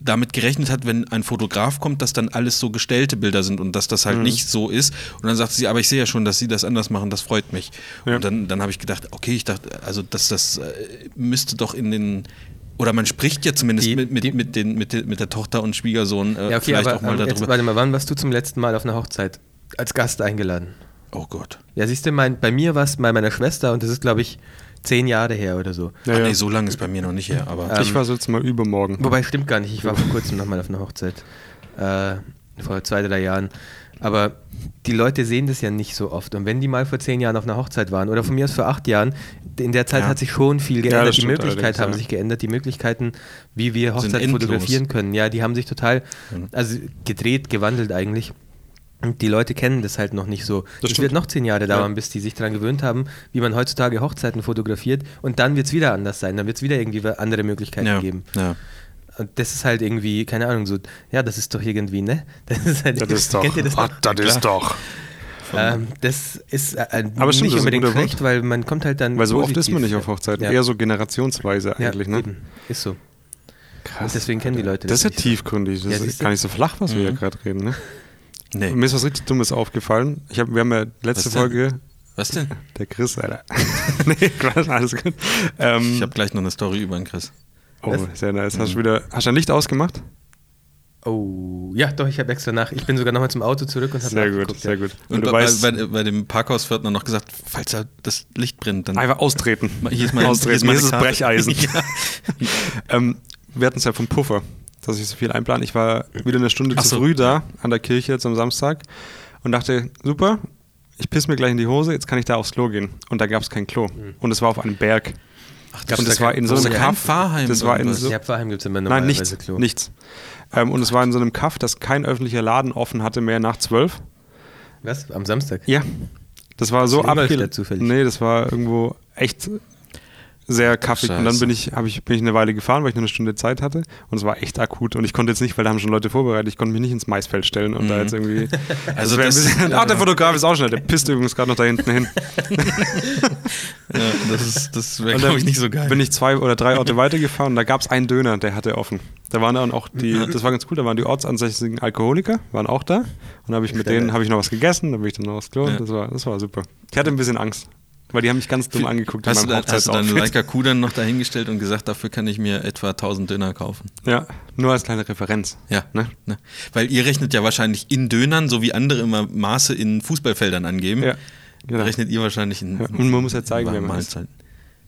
S1: damit gerechnet hat, wenn ein Fotograf kommt, dass dann alles so gestellte Bilder sind und dass das halt
S2: Mhm.
S1: nicht so ist. Und dann sagte sie, aber ich sehe ja schon, dass sie das anders machen, das freut mich.
S3: Ja.
S1: Und dann, dann habe ich gedacht, okay, ich dachte, also dass das äh, müsste doch in den oder man spricht ja zumindest
S2: Die-
S1: mit, mit,
S2: die-
S1: mit, den, mit, den- mit der Tochter und Schwiegersohn äh,
S2: ja, okay,
S1: vielleicht
S2: aber
S1: auch mal
S2: ähm, jetzt,
S1: darüber.
S2: warte mal, wann warst du zum letzten Mal auf einer Hochzeit als Gast eingeladen?
S1: Oh Gott.
S2: Ja, siehst du, mein, bei mir war es bei meiner Schwester und das ist, glaube ich, zehn Jahre her oder so.
S1: Ach nee, so lange ist bei mir noch nicht her, aber
S3: ich war so jetzt mal übermorgen.
S2: Ähm, Wobei, stimmt gar nicht. Ich war vor kurzem nochmal auf einer Hochzeit. Äh, vor zwei, drei Jahren. Aber die Leute sehen das ja nicht so oft. Und wenn die mal vor zehn Jahren auf einer Hochzeit waren oder von mir aus vor acht Jahren, in der Zeit
S1: Ja.
S2: hat sich schon viel
S3: das
S2: geändert. die
S3: stimmt
S2: Möglichkeiten
S3: allerdings,
S2: haben
S3: ja.
S2: sich geändert. Die Möglichkeiten, wie wir
S1: Sind
S2: Hochzeiten
S1: endlos.
S2: fotografieren können. Ja, die haben sich total also gedreht, gewandelt eigentlich. Und die Leute kennen das halt noch nicht so. Das,
S3: stimmt.
S2: wird noch zehn Jahre dauern, bis die sich daran gewöhnt haben, wie man heutzutage Hochzeiten fotografiert. Und dann wird es wieder anders sein. Dann wird es wieder irgendwie andere Möglichkeiten
S1: ja,
S2: geben.
S1: ja.
S2: Und das ist halt irgendwie, keine Ahnung, so, ja, das ist doch irgendwie, ne? Das ist halt,
S3: Das ist doch.
S2: kennt ihr das?
S3: Ah, das ist doch.
S2: Ähm, das ist äh, äh,
S3: Aber stimmt, das
S2: nicht
S3: ist ein
S2: unbedingt
S3: guter
S2: schlecht,
S3: Punkt.
S2: weil man kommt halt dann.
S3: Weil so oft
S2: positiv-
S3: ist man nicht auf Hochzeiten.
S2: Ja.
S3: Eher so generationsweise
S2: Ja,
S3: eigentlich. ne?
S2: eben. Ist so.
S3: Krass.
S2: Und deswegen kennen die Leute
S3: Das ist ja
S2: nicht so.
S3: tiefgründig. Das
S2: Ja,
S3: ist
S2: siehst du?
S3: gar nicht so flach, was wir hier gerade reden. Ne?
S1: Nee.
S3: Mir ist was richtig Dummes aufgefallen. Ich hab, wir haben ja letzte
S1: Was denn?
S3: Folge.
S1: Was denn?
S3: Der Chris, Alter. nee, Quatsch, alles gut. Ähm,
S1: Ich habe gleich noch eine Story über den Chris.
S3: oh, sehr nice. Hast du wieder. Hast du ein Licht ausgemacht?
S2: Oh, ja, doch, ich habe extra nach. Ich bin sogar nochmal zum Auto zurück und habe
S3: Sehr gut, sehr gut. Und,
S1: Und
S3: du
S1: bei,
S3: weißt,
S1: bei, bei, bei dem Parkhausviertner noch gesagt, falls da das Licht brennt, dann
S3: einfach austreten.
S1: Hier ist mein,
S3: austreten.
S1: hier ist meine
S3: Hier ist das
S1: Karte.
S3: Brecheisen.
S1: ja.
S3: Ähm, wir hatten es ja vom Puffer, dass ich so viel einplan. Ich war wieder eine Stunde
S1: Ach
S3: zu
S1: so.
S3: früh da an der Kirche jetzt am Samstag und dachte, super, ich pisse mir gleich in die Hose, jetzt kann ich da aufs Klo gehen. Und da gab es kein Klo. Und es war auf einem Berg.
S1: Ach,
S3: und das war in so einem
S1: kein
S3: Kaff.
S1: Fahrheim.
S3: Das war in
S1: irgendwas.
S3: so-
S2: Ja, Pfarrheim gibt es immer
S3: Nein,
S2: normalerweise
S3: nichts.
S2: Klo.
S3: nichts. Ähm, und es war in so einem Kaff, dass kein öffentlicher Laden offen hatte mehr nach zwölf.
S2: Was? Am Samstag?
S3: Ja. Das war so
S2: In Ingolstadt
S3: abge-
S2: zufällig.
S3: Nee, das war irgendwo echt sehr kaffig. Und dann
S1: Scheiße.
S3: bin ich, hab ich, bin ich eine Weile gefahren, weil ich nur eine Stunde Zeit hatte. Und es war echt akut. Und ich konnte jetzt nicht, weil da haben schon Leute vorbereitet, ich konnte mich nicht ins Maisfeld stellen und da jetzt irgendwie.
S1: Mhm. Also
S3: wär ein
S1: das-
S3: bisschen, ah, der Fotograf ist auch schnell. Der pisst übrigens gerade noch da hinten hin.
S1: Ja, das ist- das wäre,
S3: Und dann
S1: glaube ich, nicht so geil.
S3: Bin ich zwei oder drei Orte weitergefahren und da gab es einen Döner, der hatte offen. Da waren dann auch die, das war ganz cool, da waren die ortsansässigen Alkoholiker, waren auch da. Und da habe ich mit denen habe ich noch was gegessen, dann bin ich dann noch aufs Klo.
S1: Ja.
S3: Das, war, das war super. Ich hatte ein bisschen Angst, weil die haben mich ganz dumm angeguckt
S1: hast, du dann, hast du dann
S3: Hochzeitsoutfit.
S1: Leica Q dann noch dahingestellt und gesagt, dafür kann ich mir etwa 1000 Döner kaufen.
S3: Ja, nur als kleine Referenz.
S1: Ja,
S3: Ne?
S1: ne? Weil ihr rechnet ja wahrscheinlich in Dönern, so wie andere immer Maße in Fußballfeldern angeben.
S3: Ja, genau.
S1: Rechnet ihr wahrscheinlich in
S3: Ja, und man muss ja zeigen, wer man
S1: Mahlzeiten.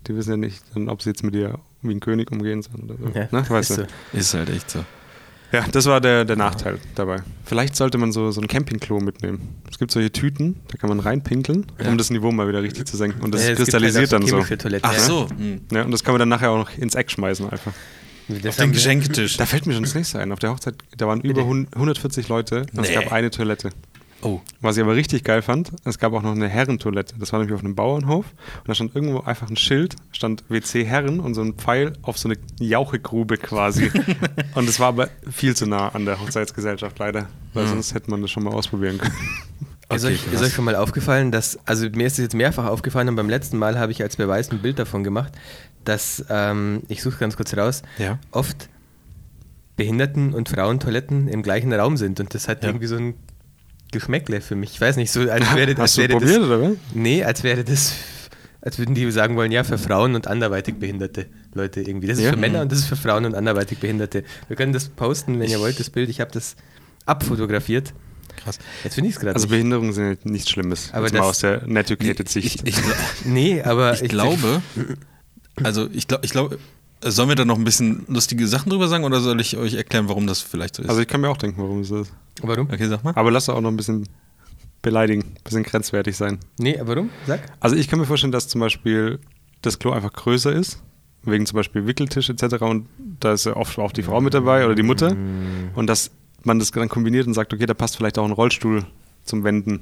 S3: Die wissen ja nicht, dann, ob sie jetzt mit dir wie ein König umgehen sollen oder so.
S2: Ja,
S3: ne? weißt
S2: ist
S3: du.
S2: so.
S1: Ist halt echt so.
S3: Ja, das war der, der Nachteil dabei. Vielleicht sollte man so, so ein Campingklo mitnehmen. Es gibt solche Tüten, da kann man reinpinkeln,
S1: Ja.
S3: um das Niveau mal wieder richtig zu senken. Und das
S2: Äh, es gibt
S3: kristallisiert
S2: halt auch
S3: dann so.
S2: chemische Toiletten,
S1: Ach
S2: ja.
S1: so, hm.
S3: Ja, und das kann man dann nachher auch noch ins Eck schmeißen einfach.
S2: Das
S1: auf den
S2: haben wir-
S1: Geschenketisch.
S3: Da fällt mir schon das nächste ein. Auf der Hochzeit, da waren über hun- 140 Leute und
S1: Nee.
S3: es gab eine Toilette.
S1: Oh.
S3: Was ich aber richtig geil fand, es gab auch noch eine Herrentoilette. Das war nämlich auf einem Bauernhof und da stand irgendwo einfach ein Schild, stand WC Herren und so ein Pfeil auf so eine Jauchegrube quasi. und es war aber viel zu nah an der Hochzeitsgesellschaft leider, weil sonst hätte man das schon mal ausprobieren können.
S2: Ist,
S1: Okay,
S2: euch,
S1: krass.
S2: ist euch schon mal aufgefallen, dass, also mir ist es jetzt mehrfach aufgefallen und beim letzten Mal habe ich als Beweis ein Bild davon gemacht, dass, ähm, ich suche ganz kurz raus,
S3: Ja.
S2: oft Behinderten- und Frauentoiletten im gleichen Raum sind und das hat
S1: Ja.
S2: irgendwie so ein Geschmäckle für mich. Also Ich weiß nicht, so als wäre, als
S3: Hast du
S2: wäre
S3: probiert
S2: das.
S3: oder was?
S2: Nee, als wäre das, als würden die sagen wollen, ja, für Frauen und anderweitig behinderte Leute irgendwie. Das ist
S3: Ja. Mhm.
S2: für Männer und das ist für Frauen und anderweitig Behinderte. Wir können das posten, wenn ihr wollt, das Bild. Ich habe das abfotografiert.
S1: Krass.
S2: Jetzt finde ich es gerade.
S3: Also
S2: nicht.
S3: Behinderungen sind halt nichts Schlimmes.
S2: Aber
S3: jetzt mal
S2: das-
S3: aus der Netiquette
S1: Ich,
S3: Sicht.
S1: ich,
S2: Nee, aber
S1: ich glaube, also ich glaube, ich glaube, sollen wir da noch ein bisschen lustige Sachen drüber sagen oder soll ich euch erklären, warum das vielleicht so ist?
S3: Also ich kann mir auch denken, warum es so ist.
S2: Warum?
S1: okay, sag mal.
S3: Aber lass doch auch noch ein bisschen beleidigen, ein bisschen grenzwertig sein.
S2: Nee, warum? Sag.
S3: Also ich kann mir vorstellen, dass zum Beispiel das Klo einfach größer ist, wegen zum Beispiel Wickeltisch etc. Und da ist ja oft auch die Frau mit dabei oder die Mutter.
S2: Mhm.
S3: Und dass man das dann kombiniert und sagt, okay, da passt vielleicht auch ein Rollstuhl zum Wenden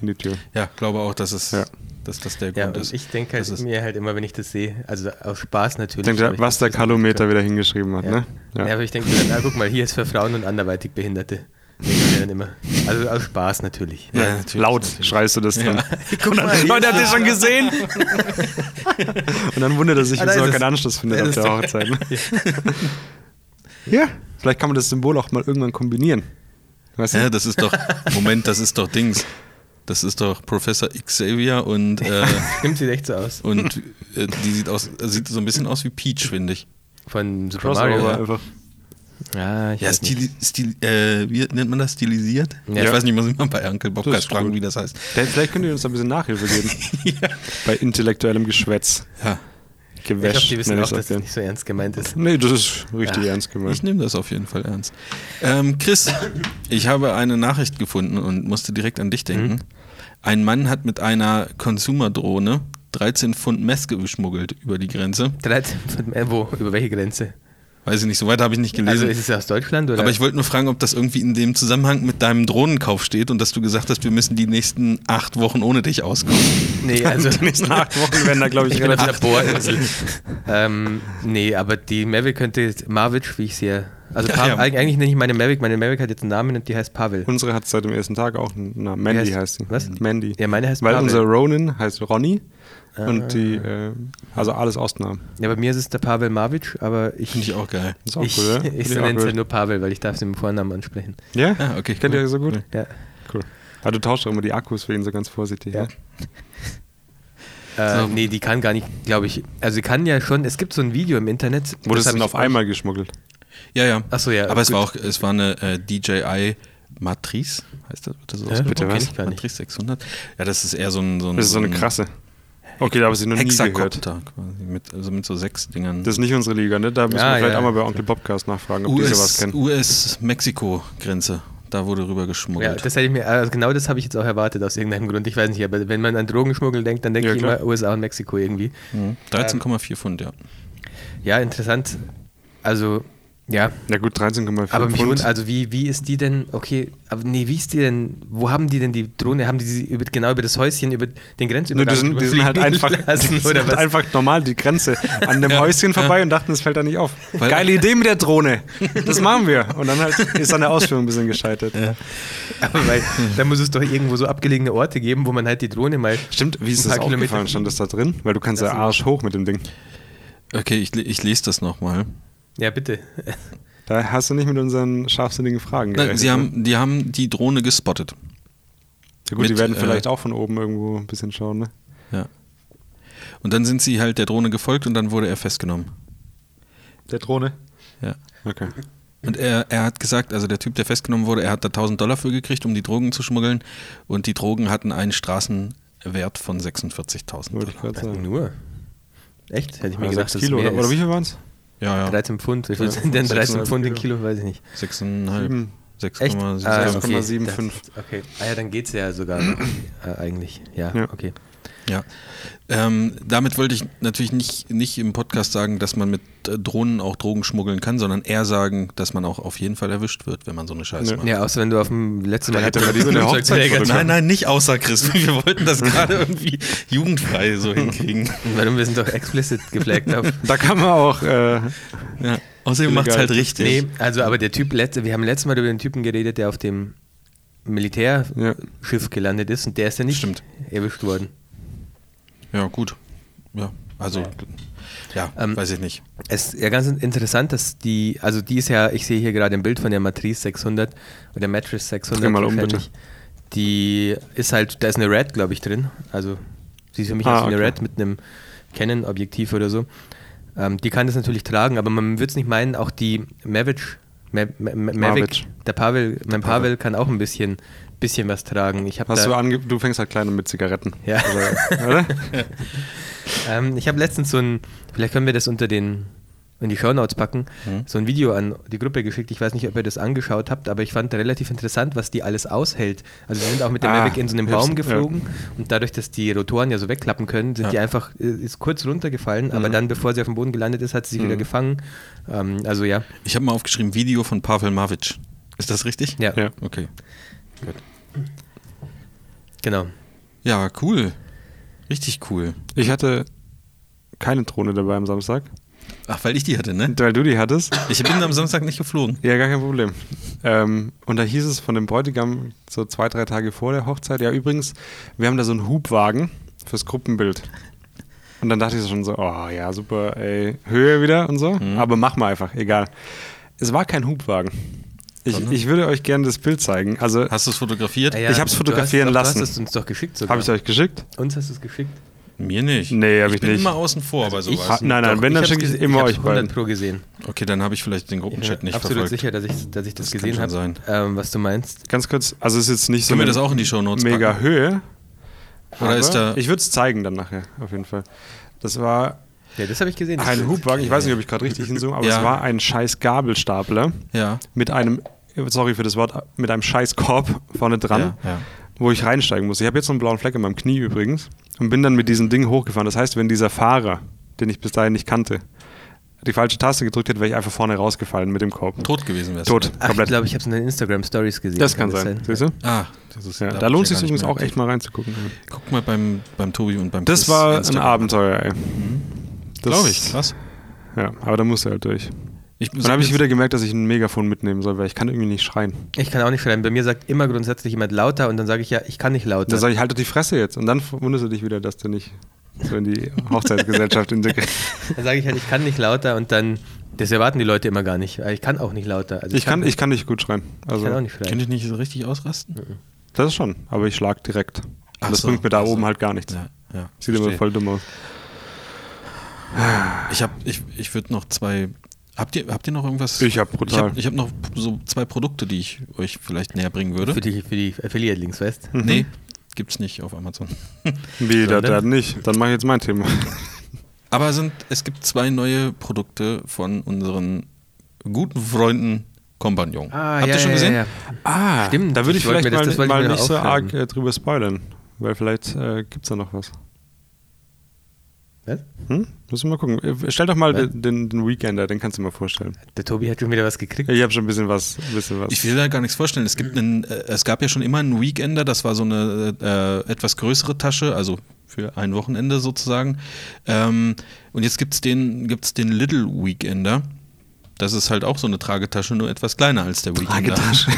S3: in die Tür.
S1: Ja, glaube auch, dass es,
S3: Ja.
S1: dass das der
S2: Ja,
S1: Grund
S2: und
S1: ist.
S2: ich denke
S1: Das
S2: halt
S1: ist-
S2: mir halt immer, wenn ich das sehe, also aus Spaß natürlich.
S3: Denkt
S2: aber
S3: ihr,
S2: ich
S3: was der
S2: denk, das ist
S3: Kalometer wieder hingeschrieben hat,
S2: Ja.
S3: ne?
S2: Ja. aber ich denke, mir dann, na, guck mal, hier ist für Frauen und anderweitig Behinderte. Denk ich mir dann immer. Also aus Spaß natürlich.
S1: Ja,
S3: Ja,
S1: natürlich,
S3: laut
S1: natürlich.
S3: schreist du das dann.
S2: Guck mal,
S3: Leute, habt ihr schon gesehen? Und dann wundert er sich,
S2: Ah, da
S3: wieso
S2: ist
S3: er
S2: es.
S3: keinen Anschluss findet
S2: Da
S3: auf
S2: ist
S3: der
S2: es.
S3: Hochzeit. ne? ja, vielleicht kann man das Symbol auch mal irgendwann kombinieren. Weißt du?
S1: Ja, das ist doch, Moment, das ist doch Dings. Das ist doch Professor Xavier und, äh,
S2: Stimmt, sieht echt so aus.
S1: und äh, die sieht, aus, sieht so ein bisschen aus wie Peach, finde ich.
S2: Von Super
S3: Crossover
S2: Mario. ja.
S3: einfach.
S2: Ja, ich
S1: Ja,
S2: weiß nicht.
S1: stili stil, äh, wie nennt man das? Stilisiert?
S2: Ja.
S1: Ich weiß nicht, muss ich mal bei Uncle
S3: Das
S1: Bobcast
S3: ist
S1: fragen,
S3: cool.
S1: wie das heißt.
S3: Vielleicht- Vielleicht könnt ihr uns da ein bisschen Nachhilfe geben.
S1: ja.
S3: Bei intellektuellem Geschwätz.
S1: ja,
S2: Ich
S3: Gewäsch.
S2: glaube, die wissen
S3: nenn
S2: auch,
S3: ich's
S2: dass das
S3: gern.
S2: nicht so ernst gemeint ist.
S3: Nee, das ist richtig
S2: Ja.
S3: ernst
S1: ich
S3: gemeint.
S1: nehme das auf jeden Fall ernst. Ähm, Chris, ich habe eine Nachricht gefunden und musste direkt an dich denken.
S3: Mhm.
S1: Ein Mann hat mit einer Consumer-Drohne 13 Pfund Meske geschmuggelt über die Grenze.
S2: 13 von äh, wo? Über welche Grenze?
S1: Weiß ich nicht, so weit habe ich nicht gelesen.
S2: Also ist es aus Deutschland oder?
S1: Aber ich wollte nur fragen, ob das irgendwie in dem Zusammenhang mit deinem Drohnenkauf steht und dass du gesagt hast, wir müssen die nächsten acht Wochen ohne dich auskommen.
S2: nee, also
S3: Die nächsten acht Wochen werden da, glaube ich,
S2: Ich bin auf
S3: relativ.
S2: der Bohrinsel. ähm, nee, aber die Mavic könnte jetzt Mavic, wie ich sie ja. Also
S1: Ja,
S2: pa
S1: ja.
S2: Eig eigentlich nenne ich meine Mavic, meine Mavic hat jetzt einen Namen und die heißt Pavel.
S3: Unsere hat seit dem ersten Tag auch einen Namen. Mandy
S2: Wie heißt-
S3: heißt sie.
S2: was?
S3: Mandy.
S2: Ja, meine heißt
S3: Weil
S2: Pavel. Ah.
S3: unser Ronin heißt Ronny. Und die, äh, also alles Ostnamen.
S2: ja, bei mir ist es der Pavel Mavic, aber ich,
S1: Finde ich auch geil.
S3: Ist auch
S2: ich,
S3: cool, ja?
S2: ich
S3: Finde auch
S2: nenne es ja
S3: cool.
S2: nur Pavel, weil ich darf sie mit dem Vornamen ansprechen.
S3: Ja?
S1: Ah, okay,
S3: Kennt
S1: cool.
S3: ihr so gut?
S1: Cool.
S2: Ja.
S3: Cool. Ah, du tauschst doch immer die Akkus für ihn so ganz vorsichtig.
S2: Ja.
S3: Ne?
S2: Äh,
S1: So.
S2: Nee, die kann gar nicht, glaube ich. Also sie kann ja schon, es gibt so ein Video im Internet.
S3: Wurde es
S2: das hab
S3: dann
S2: ich
S3: auf
S2: auch-
S3: einmal geschmuggelt?
S1: Ja, ja.
S2: Ach so, ja,
S1: Aber es
S2: gut.
S1: war auch, es war eine äh, DJI Matrice, heißt das? Wird das so
S2: Hä?
S1: ausgesprochen?
S2: Bitte was?
S1: Kenn ich gar nicht. Matrice 600. Ja, das ist eher so ein, so ein,
S3: Das ist so
S2: Mhm.
S3: eine
S1: ein
S3: krasse. Okay, da habe ich sie noch nie gehört.
S1: Hexakopter quasi, mit, also mit so sechs Dingern.
S3: Das ist nicht unsere Liga, ne? Da müssen
S2: Ja,
S3: wir vielleicht
S2: ja.
S3: auch mal bei Onkel Bobcast nachfragen, ob die sowas
S1: US,
S3: kennen.
S1: US-Mexiko-Grenze. Da wurde rüber
S2: Ja,
S1: geschmuggelt.
S2: das hätte ich mir, also genau das habe ich jetzt auch erwartet aus irgendeinem Grund. Ich weiß nicht, aber wenn man an Drogenschmuggel denkt, dann denke
S3: Ja,
S2: ich
S3: klar.
S2: immer USA und Mexiko irgendwie.
S1: Mhm. 13,4 Pfund, ja.
S2: Ja, interessant. Also, ja.
S3: Ja gut, 13,4
S2: Aber mich
S3: Pfund.
S2: wundert, also wie, wie ist die denn, okay, aber nee, wie ist die denn, wo haben die denn die Drohne, haben die sie über, genau über das Häuschen, über den
S3: Nö,
S2: Grenzübergang
S3: die sind, die sind halt
S2: überfliegen
S3: einfach,
S2: lassen,
S3: die sind
S2: oder
S3: halt
S2: was?
S3: einfach normal die Grenze an dem
S1: Ja,
S3: Häuschen vorbei und dachten, es fällt da nicht auf.
S1: Weil-
S3: Geile Idee mit der Drohne. Das machen wir. Und dann halt ist an der Ausführung ein bisschen gescheitert.
S2: Aber weil, da muss es doch irgendwo so abgelegene Orte geben, wo man halt die Drohne mal,
S3: Stimmt, wie ist
S2: Ein
S3: das
S2: paar Kilometer
S3: aufgefallen? Stand das da drin? Weil du kannst ja
S2: Lassen.
S3: Arsch hoch mit dem Ding.
S1: Okay, ich, le- ich lese das nochmal.
S2: ja bitte.
S3: Da hast du nicht mit unseren scharfsinnigen Fragen
S1: Nein,
S3: gerechnet.
S1: sie
S3: ne?
S1: haben, die haben die Drohne gespottet.
S3: ja, gut,
S1: mit,
S3: die werden
S1: äh,
S3: vielleicht auch von oben irgendwo ein bisschen schauen, ne?
S1: Ja. Und dann sind sie halt der Drohne gefolgt und dann wurde er festgenommen.
S3: Der Drohne.
S1: Ja.
S3: Okay.
S1: Und er, er hat gesagt, also der Typ, der festgenommen wurde, er hat da 1000 Dollar für gekriegt, um die Drogen zu schmuggeln. Und die Drogen hatten einen Straßenwert von 46.000
S3: Wollte ich
S1: Dollar.
S3: gerade sagen.
S2: Also Nur. Echt? Hätte ich mir
S3: Ja,
S2: gedacht,
S3: sechs
S2: dass es
S3: Kilo
S2: mehr
S3: oder, oder
S2: ist.
S3: wie viel waren es?
S1: Ja, ja.
S2: 13 Pfund. Wie viel
S3: Ja,
S2: sind denn 13
S3: 6,5
S2: Pfund in Kilo? Weiß ich nicht.
S1: 6,5.
S3: Sieben.
S2: Echt?
S1: 6,7.
S2: Ah,
S1: ja.
S2: okay.
S3: 6,75.
S2: Das- Okay. Ah ja, dann geht's ja sogar äh, eigentlich. Ja,
S3: Ja.
S2: okay.
S1: Ja. Ähm, damit wollte ich natürlich nicht, nicht im Podcast sagen, dass man mit äh, Drohnen auch Drogen schmuggeln kann, sondern eher sagen, dass man auch auf jeden Fall erwischt wird, wenn man so eine Scheiße
S3: Nö.
S1: macht.
S2: Ja, außer wenn du auf dem letzten Mal
S3: hätte man lieber eine Hochzeit fotografiert.
S1: Nein, nein, nicht außer Chris. Wir wollten das gerade irgendwie jugendfrei so hinkriegen.
S2: Warum wir sind doch explicit geflaggt auf.
S3: Da kann man auch äh,
S1: Ja. Außerdem macht es halt richtig.
S2: Nee, also aber der Typ letzte, wir haben letztes Mal über den Typen geredet, der auf dem Militärschiff
S3: Ja.
S2: gelandet ist und der ist ja nicht
S1: Stimmt.
S2: erwischt worden.
S1: Ja, gut. Ja, also, ja,
S2: Ähm,
S1: weiß ich nicht.
S2: Es ist ja ganz interessant, dass die, also die ist ja, ich sehe hier gerade ein Bild von der Matrice 600 oder Mattress 600.
S3: Dreh mal um,
S2: wahrscheinlich. Die ist halt, da ist eine Red, glaube ich, drin. Also sie sieht für mich aus
S3: Ah,
S2: wie eine
S3: okay.
S2: Red mit einem Canon-Objektiv oder so. Ähm, die kann das natürlich tragen, aber man würde es nicht meinen, auch die Mavic, Ma Ma Ma Mavic
S3: Mavic.
S2: der Pavel, mein Pavel kann auch ein bisschen, bisschen was tragen. Ich habe
S3: Hast du
S2: da,
S3: ange du fängst halt klein an mit Zigaretten.
S2: Ja.
S3: Also, oder?
S2: ähm, ich habe letztens so ein, vielleicht können wir das unter den in die Shownotes packen,
S3: Mhm.
S2: so ein Video an die Gruppe geschickt. Ich weiß nicht, ob ihr das angeschaut habt, aber ich fand relativ interessant, was die alles aushält. Also sie sind auch mit dem
S3: Ah,
S2: Mavic in so einem
S3: ich hab's-
S2: Baum
S3: ja.
S2: geflogen und dadurch, dass die Rotoren ja so wegklappen können, sind
S1: Ja.
S2: die einfach, äh, ist kurz runtergefallen, aber
S3: Mhm.
S2: dann, bevor sie auf dem Boden gelandet ist, hat sie sich wieder gefangen. Ähm, also ja,
S1: Ich habe mal aufgeschrieben, Video von Pavel Mavic. Ist das richtig?
S2: ja,
S3: Ja.
S1: Okay.
S2: genau.
S1: Ja, cool. Richtig cool.
S3: Ich hatte keine Drohne dabei am Samstag,
S1: Ach, weil ich die hatte, ne?
S3: weil du die hattest.
S1: Ich bin am Samstag nicht geflogen.
S3: Ja, gar kein Problem. Ähm, und da hieß es von dem Bräutigam so zwei, drei Tage vor der Hochzeit, ja übrigens, wir haben da so einen Hubwagen fürs Gruppenbild. Und dann dachte ich so schon so, oh ja, super, ey, Höhe wieder und so.
S1: Mhm.
S3: Aber mach mal einfach, egal. Es war kein Hubwagen. Ich, ich würde euch gerne das Bild zeigen. Also
S1: Hast du es fotografiert?
S2: Ah,
S3: Ich hab's
S2: du
S3: fotografieren
S2: hast,
S3: lassen.
S2: Du hast es uns doch geschickt sogar.
S3: habe ich euch geschickt.
S2: uns hast du es geschickt. Also,
S1: Mir nicht.
S3: Nee, hab ich
S1: bin
S3: nicht. Also
S1: immer außen vor bei
S2: Ich-
S1: sowas.
S3: Ha- nein, nein,
S2: Doch,
S3: wenn, dann
S2: hab's
S3: schicke ich
S2: gesehen.
S3: immer
S2: hab's
S3: euch beiden.
S2: 100 pro gesehen.
S1: okay, dann habe ich vielleicht den
S2: Ich bin
S1: Gruppenchat nicht
S2: absolut
S1: verfolgt.
S2: sicher, dass ich, dass ich das,
S1: Das kann
S2: gesehen
S1: schon
S2: habe,
S1: sein.
S2: ähm, was du meinst.
S3: Ganz kurz, also es ist jetzt nicht so
S1: Können wir
S3: eine
S1: das auch in die Shownotes
S3: mega
S1: packen?
S3: Höhe.
S1: Oder ist
S3: aber
S1: da-
S3: ich würde es zeigen dann nachher, auf jeden Fall. Das war
S2: Ja, das habe ich gesehen.
S3: ein Hubwagen, ich weiß nicht, ob ich gerade richtig hinzoome, aber
S1: Ja.
S3: es war ein scheiß Gabelstapler
S1: Ja.
S3: mit einem, sorry für das Wort, mit einem scheiß Korb vorne dran,
S1: Ja, ja.
S3: wo ich reinsteigen muss. Ich habe jetzt so einen blauen Fleck in meinem Knie übrigens und bin dann mit diesem Ding hochgefahren. Das heißt, wenn dieser Fahrer, den ich bis dahin nicht kannte, die falsche Taste gedrückt hätte, wäre ich einfach vorne rausgefallen mit dem Korb.
S1: Tot gewesen wärst
S3: Tot,
S2: Ach, ich
S3: komplett.
S2: glaube, ich habe es in den Instagram-Stories gesehen.
S3: das kann sein, siehst du?
S1: du. Ah, das ist,
S3: Ja,
S1: hab
S3: da
S1: ich
S3: lohnt sich
S1: gar nicht
S3: übrigens
S1: mehr
S3: auch echt mal reinzugucken.
S1: aktiv. Guck mal beim, beim Tobi und beim
S3: Das
S1: Chris
S3: war
S1: Instagram.
S3: ein Abenteuer, ey.
S1: Mhm.
S3: Das-
S1: Glaube ich, krass.
S3: Ja, aber da musst du halt durch.
S1: Ich,
S3: Dann habe ich wieder gemerkt, dass ich ein Megafon mitnehmen soll, weil ich kann irgendwie nicht schreien.
S2: Ich kann auch nicht schreiben. Bei mir sagt immer grundsätzlich jemand lauter und dann sage ich ja, ich kann nicht
S3: Da
S2: lauter.
S3: sage ich, halt doch die Fresse jetzt. Und dann wunderst du dich wieder, dass du nicht so in die Hochzeitsgesellschaft integrierst.
S2: Dann sage ich halt, ich kann nicht lauter und dann, das erwarten die Leute immer gar nicht. Ich kann auch nicht lauter. Also
S3: Ich kann, ich kann nicht gut schreien.
S2: ich
S3: Also,
S2: kann auch nicht schreiben.
S1: Könnte ich nicht so richtig ausrasten?
S3: das schon, aber ich schlag direkt.
S1: Ach
S3: Und das
S1: so,
S3: bringt mir da
S1: ach so.
S3: oben halt gar nichts.
S1: Ja, ja.
S3: Sieht immer
S1: verstehe.
S3: voll dumm aus.
S1: Ich habe, ich, ich würde noch zwei. Habt ihr, habt ihr noch irgendwas?
S3: Ich hab
S1: Ich
S3: brutal.
S1: habe ich hab noch so zwei Produkte, die ich euch vielleicht näher bringen würde.
S2: Für die, für die Affiliate-Links, weißt
S3: Hm. Mhm.
S2: du?
S1: Nee, gibt's nicht auf Amazon.
S3: Wie, da,
S2: Sondern?
S3: da nicht. Dann mache ich jetzt mein Thema.
S1: Aber sind, es gibt zwei neue Produkte von unseren guten Freunden Compagnon. Habt ihr schon gesehen?
S2: Ah, Ja,
S3: Ah,
S2: Stimmt,
S3: Da würde ich,
S2: ich wollte
S3: vielleicht
S2: mir das- das
S3: mal,
S2: wollte ich
S3: mal
S2: mir noch
S3: nicht so
S2: aufschreiben.
S3: arg äh, drüber spoilern, weil vielleicht äh, gibt es da noch was.
S2: Was?
S3: Hm? Müssen wir mal gucken. Äh, Stell doch mal
S2: Was?
S3: den, den, den Weekender, den kannst du mal vorstellen.
S2: Der Tobi hat schon wieder was gekriegt.
S3: Ich habe schon ein bisschen was. Ein bisschen was.
S1: Ich will da gar nichts vorstellen. Es, gibt einen, äh, es gab ja schon immer einen Weekender, das war so eine äh, etwas größere Tasche, also für ein Wochenende sozusagen. Ähm, und jetzt gibt es den, gibt's den Little Weekender. Das ist halt auch so eine Tragetasche, nur etwas kleiner als der Weekender.
S3: Tragetasche.
S1: Ja,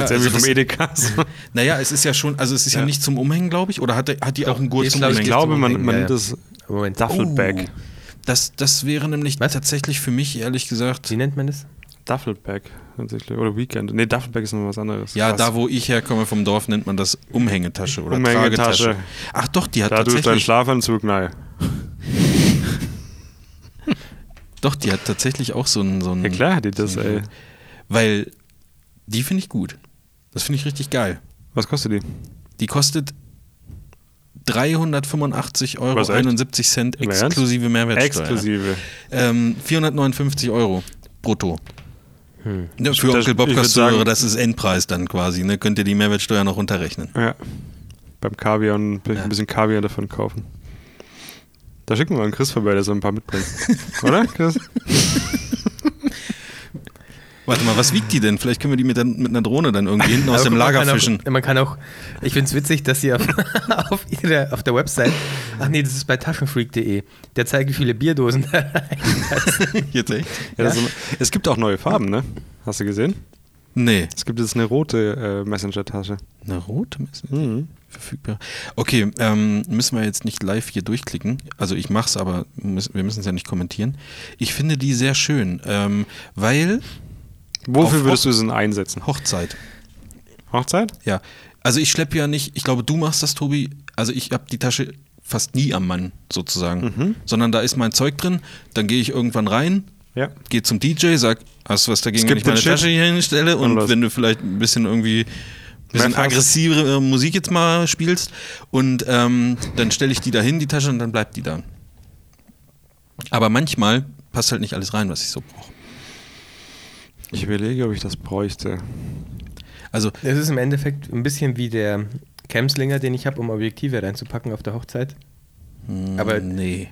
S3: ja,
S1: also
S3: irgendwie
S1: das-
S3: vom Edeka. so.
S1: Naja, es ist ja schon, also es ist ja,
S3: Ja.
S1: nicht zum Umhängen, glaube ich, oder hat, der- hat die auch einen Gurt
S2: die ist,
S1: zum
S2: glaub
S1: Umhängen?
S3: Ich glaube, man,
S2: Umhängen,
S3: man
S2: ja,
S3: nennt
S2: ja.
S3: das
S2: Moment.
S3: Duffelbag.
S1: Oh, das, das wäre nämlich
S2: Was?
S1: tatsächlich für mich, ehrlich gesagt,
S2: Wie nennt man das?
S3: Duffelbag. tatsächlich. Oder Weekend. Nee, Duffelbag ist noch was anderes.
S1: ja,
S3: Krass.
S1: da wo ich herkomme vom Dorf, nennt man das Umhängetasche oder
S3: Umhängetasche.
S1: Tragetasche. Ach doch, die hat
S3: da tust du deinen
S1: tatsächlich,
S3: Schlafanzug nahe.
S1: doch, die hat tatsächlich auch so einen, so einen
S3: Ja, klar hat die das,
S1: so
S3: ey.
S1: einen- Weil die finde ich gut. Das finde ich richtig geil.
S3: Was kostet die?
S1: Die kostet 385,71 Euro
S3: Was, echt?
S1: 71 Cent
S3: Im Ernst?
S1: exklusive
S3: ne?
S1: Mehrwertsteuer.
S3: Exklusive.
S1: Ähm, 459 Euro brutto. Ne, für
S3: Hm. Das-
S1: Onkel
S3: ich würd
S1: Bobcast
S3: sagen-
S1: Zuhörer, das ist Endpreis dann quasi. Ne? Könnt ihr die Mehrwertsteuer noch runterrechnen.
S3: Ja. Beim Kaviar und bin ich
S1: Ja.
S3: ein bisschen Kaviar davon kaufen. Da schicken wir mal einen Chris vorbei, der so ein paar mitbringt. Oder, Chris?
S1: Warte mal, was wiegt die denn? Vielleicht können wir die mit, der, mit einer Drohne dann irgendwie hinten aus
S2: Aber
S1: dem
S2: guck mal,
S1: Lager
S2: man kann
S1: fischen.
S2: Auch, man kann auch, ich finde es witzig, dass sie auf, auf, ihrer, auf der Website, ach nee, das ist bei taschenfreak.de, der zeigt, wie viele Bierdosen da
S1: Jetzt echt?
S3: Ja, das ist, immer- es gibt auch neue Farben, ne? Hast du gesehen?
S1: Nee.
S3: Es gibt jetzt eine rote äh, Messenger-Tasche.
S1: Eine rote Messe?
S3: Mhm.
S1: Verfügbar. Okay, ähm, müssen wir jetzt nicht live hier durchklicken. Also ich mach's, aber müssen, wir müssen es ja nicht kommentieren. Ich finde die sehr schön, ähm, weil
S3: Wofür
S1: Auf-
S3: würdest du sie einsetzen?
S1: Hochzeit.
S3: Hochzeit?
S1: Ja. Also ich schleppe ja nicht, ich glaube, du machst das, Tobi. Also ich habe die Tasche fast nie am Mann, sozusagen. Sondern da ist mein Zeug drin, dann gehe ich irgendwann rein,
S3: Ja.
S1: gehe zum DJ, sag, hast du was dagegen,
S3: Skip
S1: wenn ich
S3: den
S1: meine
S3: Shit.
S1: Tasche hier hinstelle und
S3: Und los.
S1: wenn du vielleicht ein bisschen irgendwie ein bisschen
S3: Mehr Fass.
S1: aggressivere Musik jetzt mal spielst und ähm, dann stelle ich die da hin, die Tasche, und dann bleibt die da. Aber manchmal passt halt nicht alles rein, was ich so brauche.
S3: Ich überlege, ob ich das bräuchte.
S1: Also
S2: Das ist im Endeffekt ein bisschen wie der Camslinger, den ich habe, um Objektive reinzupacken auf der Hochzeit.
S1: Hm.
S2: Aber
S1: nee.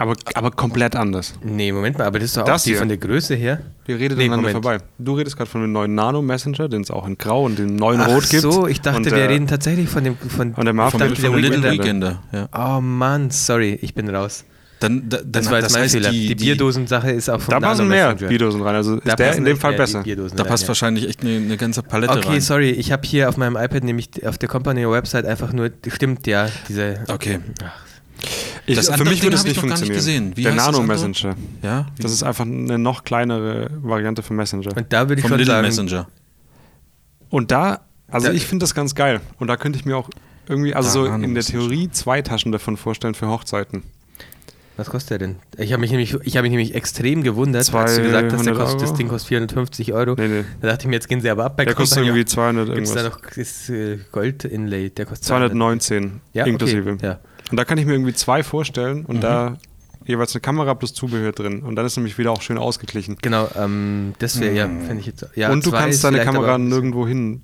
S3: Aber, aber komplett anders.
S2: nee, Moment mal, aber das ist doch
S3: Das
S2: auch die
S3: hier.
S2: von der Größe her.
S3: Wir reden
S2: Nee,
S3: aneinander
S2: Moment.
S3: vorbei. Du redest gerade von dem neuen Nano-Messenger, den es auch in Grau und den neuen
S2: Ach
S3: Rot gibt.
S2: so, ich dachte,
S3: Und,
S2: wir
S3: äh,
S2: reden tatsächlich von dem... Von,
S3: und der Marvin
S2: ich dachte,
S3: redet
S2: der
S1: Von Little
S2: Weekender.
S1: Weekender, ja.
S2: Oh Mann, sorry, ich bin raus.
S1: Dann, da, dann
S2: Das war jetzt mein
S1: heißt,
S2: Fehler. Die, Bierdosensache ist auch vom
S3: Da passen mehr
S2: Nano-Messenger.
S3: Bierdosen rein. Also
S2: Da
S3: ist der
S2: passen
S3: in dem
S2: echt
S3: Fall
S2: mehr
S3: besser.
S2: Bierdosen
S1: Da
S2: rein,
S1: passt
S2: ja.
S1: wahrscheinlich echt eine, eine ganze Palette
S2: Okay,
S1: rein.
S2: sorry, ich habe hier auf meinem iPad nämlich auf der Company-Website einfach nur, stimmt ja, diese.
S1: Okay.
S2: Ach,
S3: Ich,
S1: Das
S3: für
S1: andere
S3: mich
S1: Ding
S3: würde es
S1: hab ich
S3: nicht
S1: noch gar nicht
S3: funktionieren.
S1: gesehen. Wie
S3: der
S1: heißt das andere?
S3: Nano-Messenger.
S1: Ja, wie-
S3: Das ist einfach eine noch kleinere Variante von Messenger.
S2: Und da würde ich
S1: vom
S2: schon
S1: Little
S2: sagen,
S1: Messenger.
S3: Und da, also
S2: Da-
S3: ich finde das ganz geil. Und da könnte ich mir auch irgendwie, also
S1: Da
S3: so
S1: Nano
S3: in der
S1: Messenger.
S3: Theorie zwei Taschen davon vorstellen für Hochzeiten.
S2: was kostet der denn? Ich habe mich, nämlich- ich habe mich nämlich extrem gewundert, als du
S3: 200
S2: gesagt hast, der kostet, das
S3: Euro?
S2: Ding kostet 450 Euro.
S3: Nee, nee.
S2: Da dachte ich mir, jetzt gehen sie aber ab bei
S3: Der kostet irgendwie 200
S2: Gibt es da
S3: irgendwas.
S2: noch das äh, Gold-Inlay? Der kostet
S3: 219
S2: ja,
S3: inklusive.
S2: Okay, ja.
S3: Und da kann ich mir irgendwie zwei vorstellen
S2: Mhm.
S3: und da jeweils eine Kamera plus Zubehör drin. Und dann ist nämlich wieder auch schön ausgeglichen.
S2: Genau, ähm, das wäre ja, finde ich jetzt. Ja,
S3: Hm. und du
S2: zwei
S3: kannst
S2: ist
S3: deine
S2: vielleicht
S3: Kamera
S2: aber-
S3: nirgendwo hinschlagen.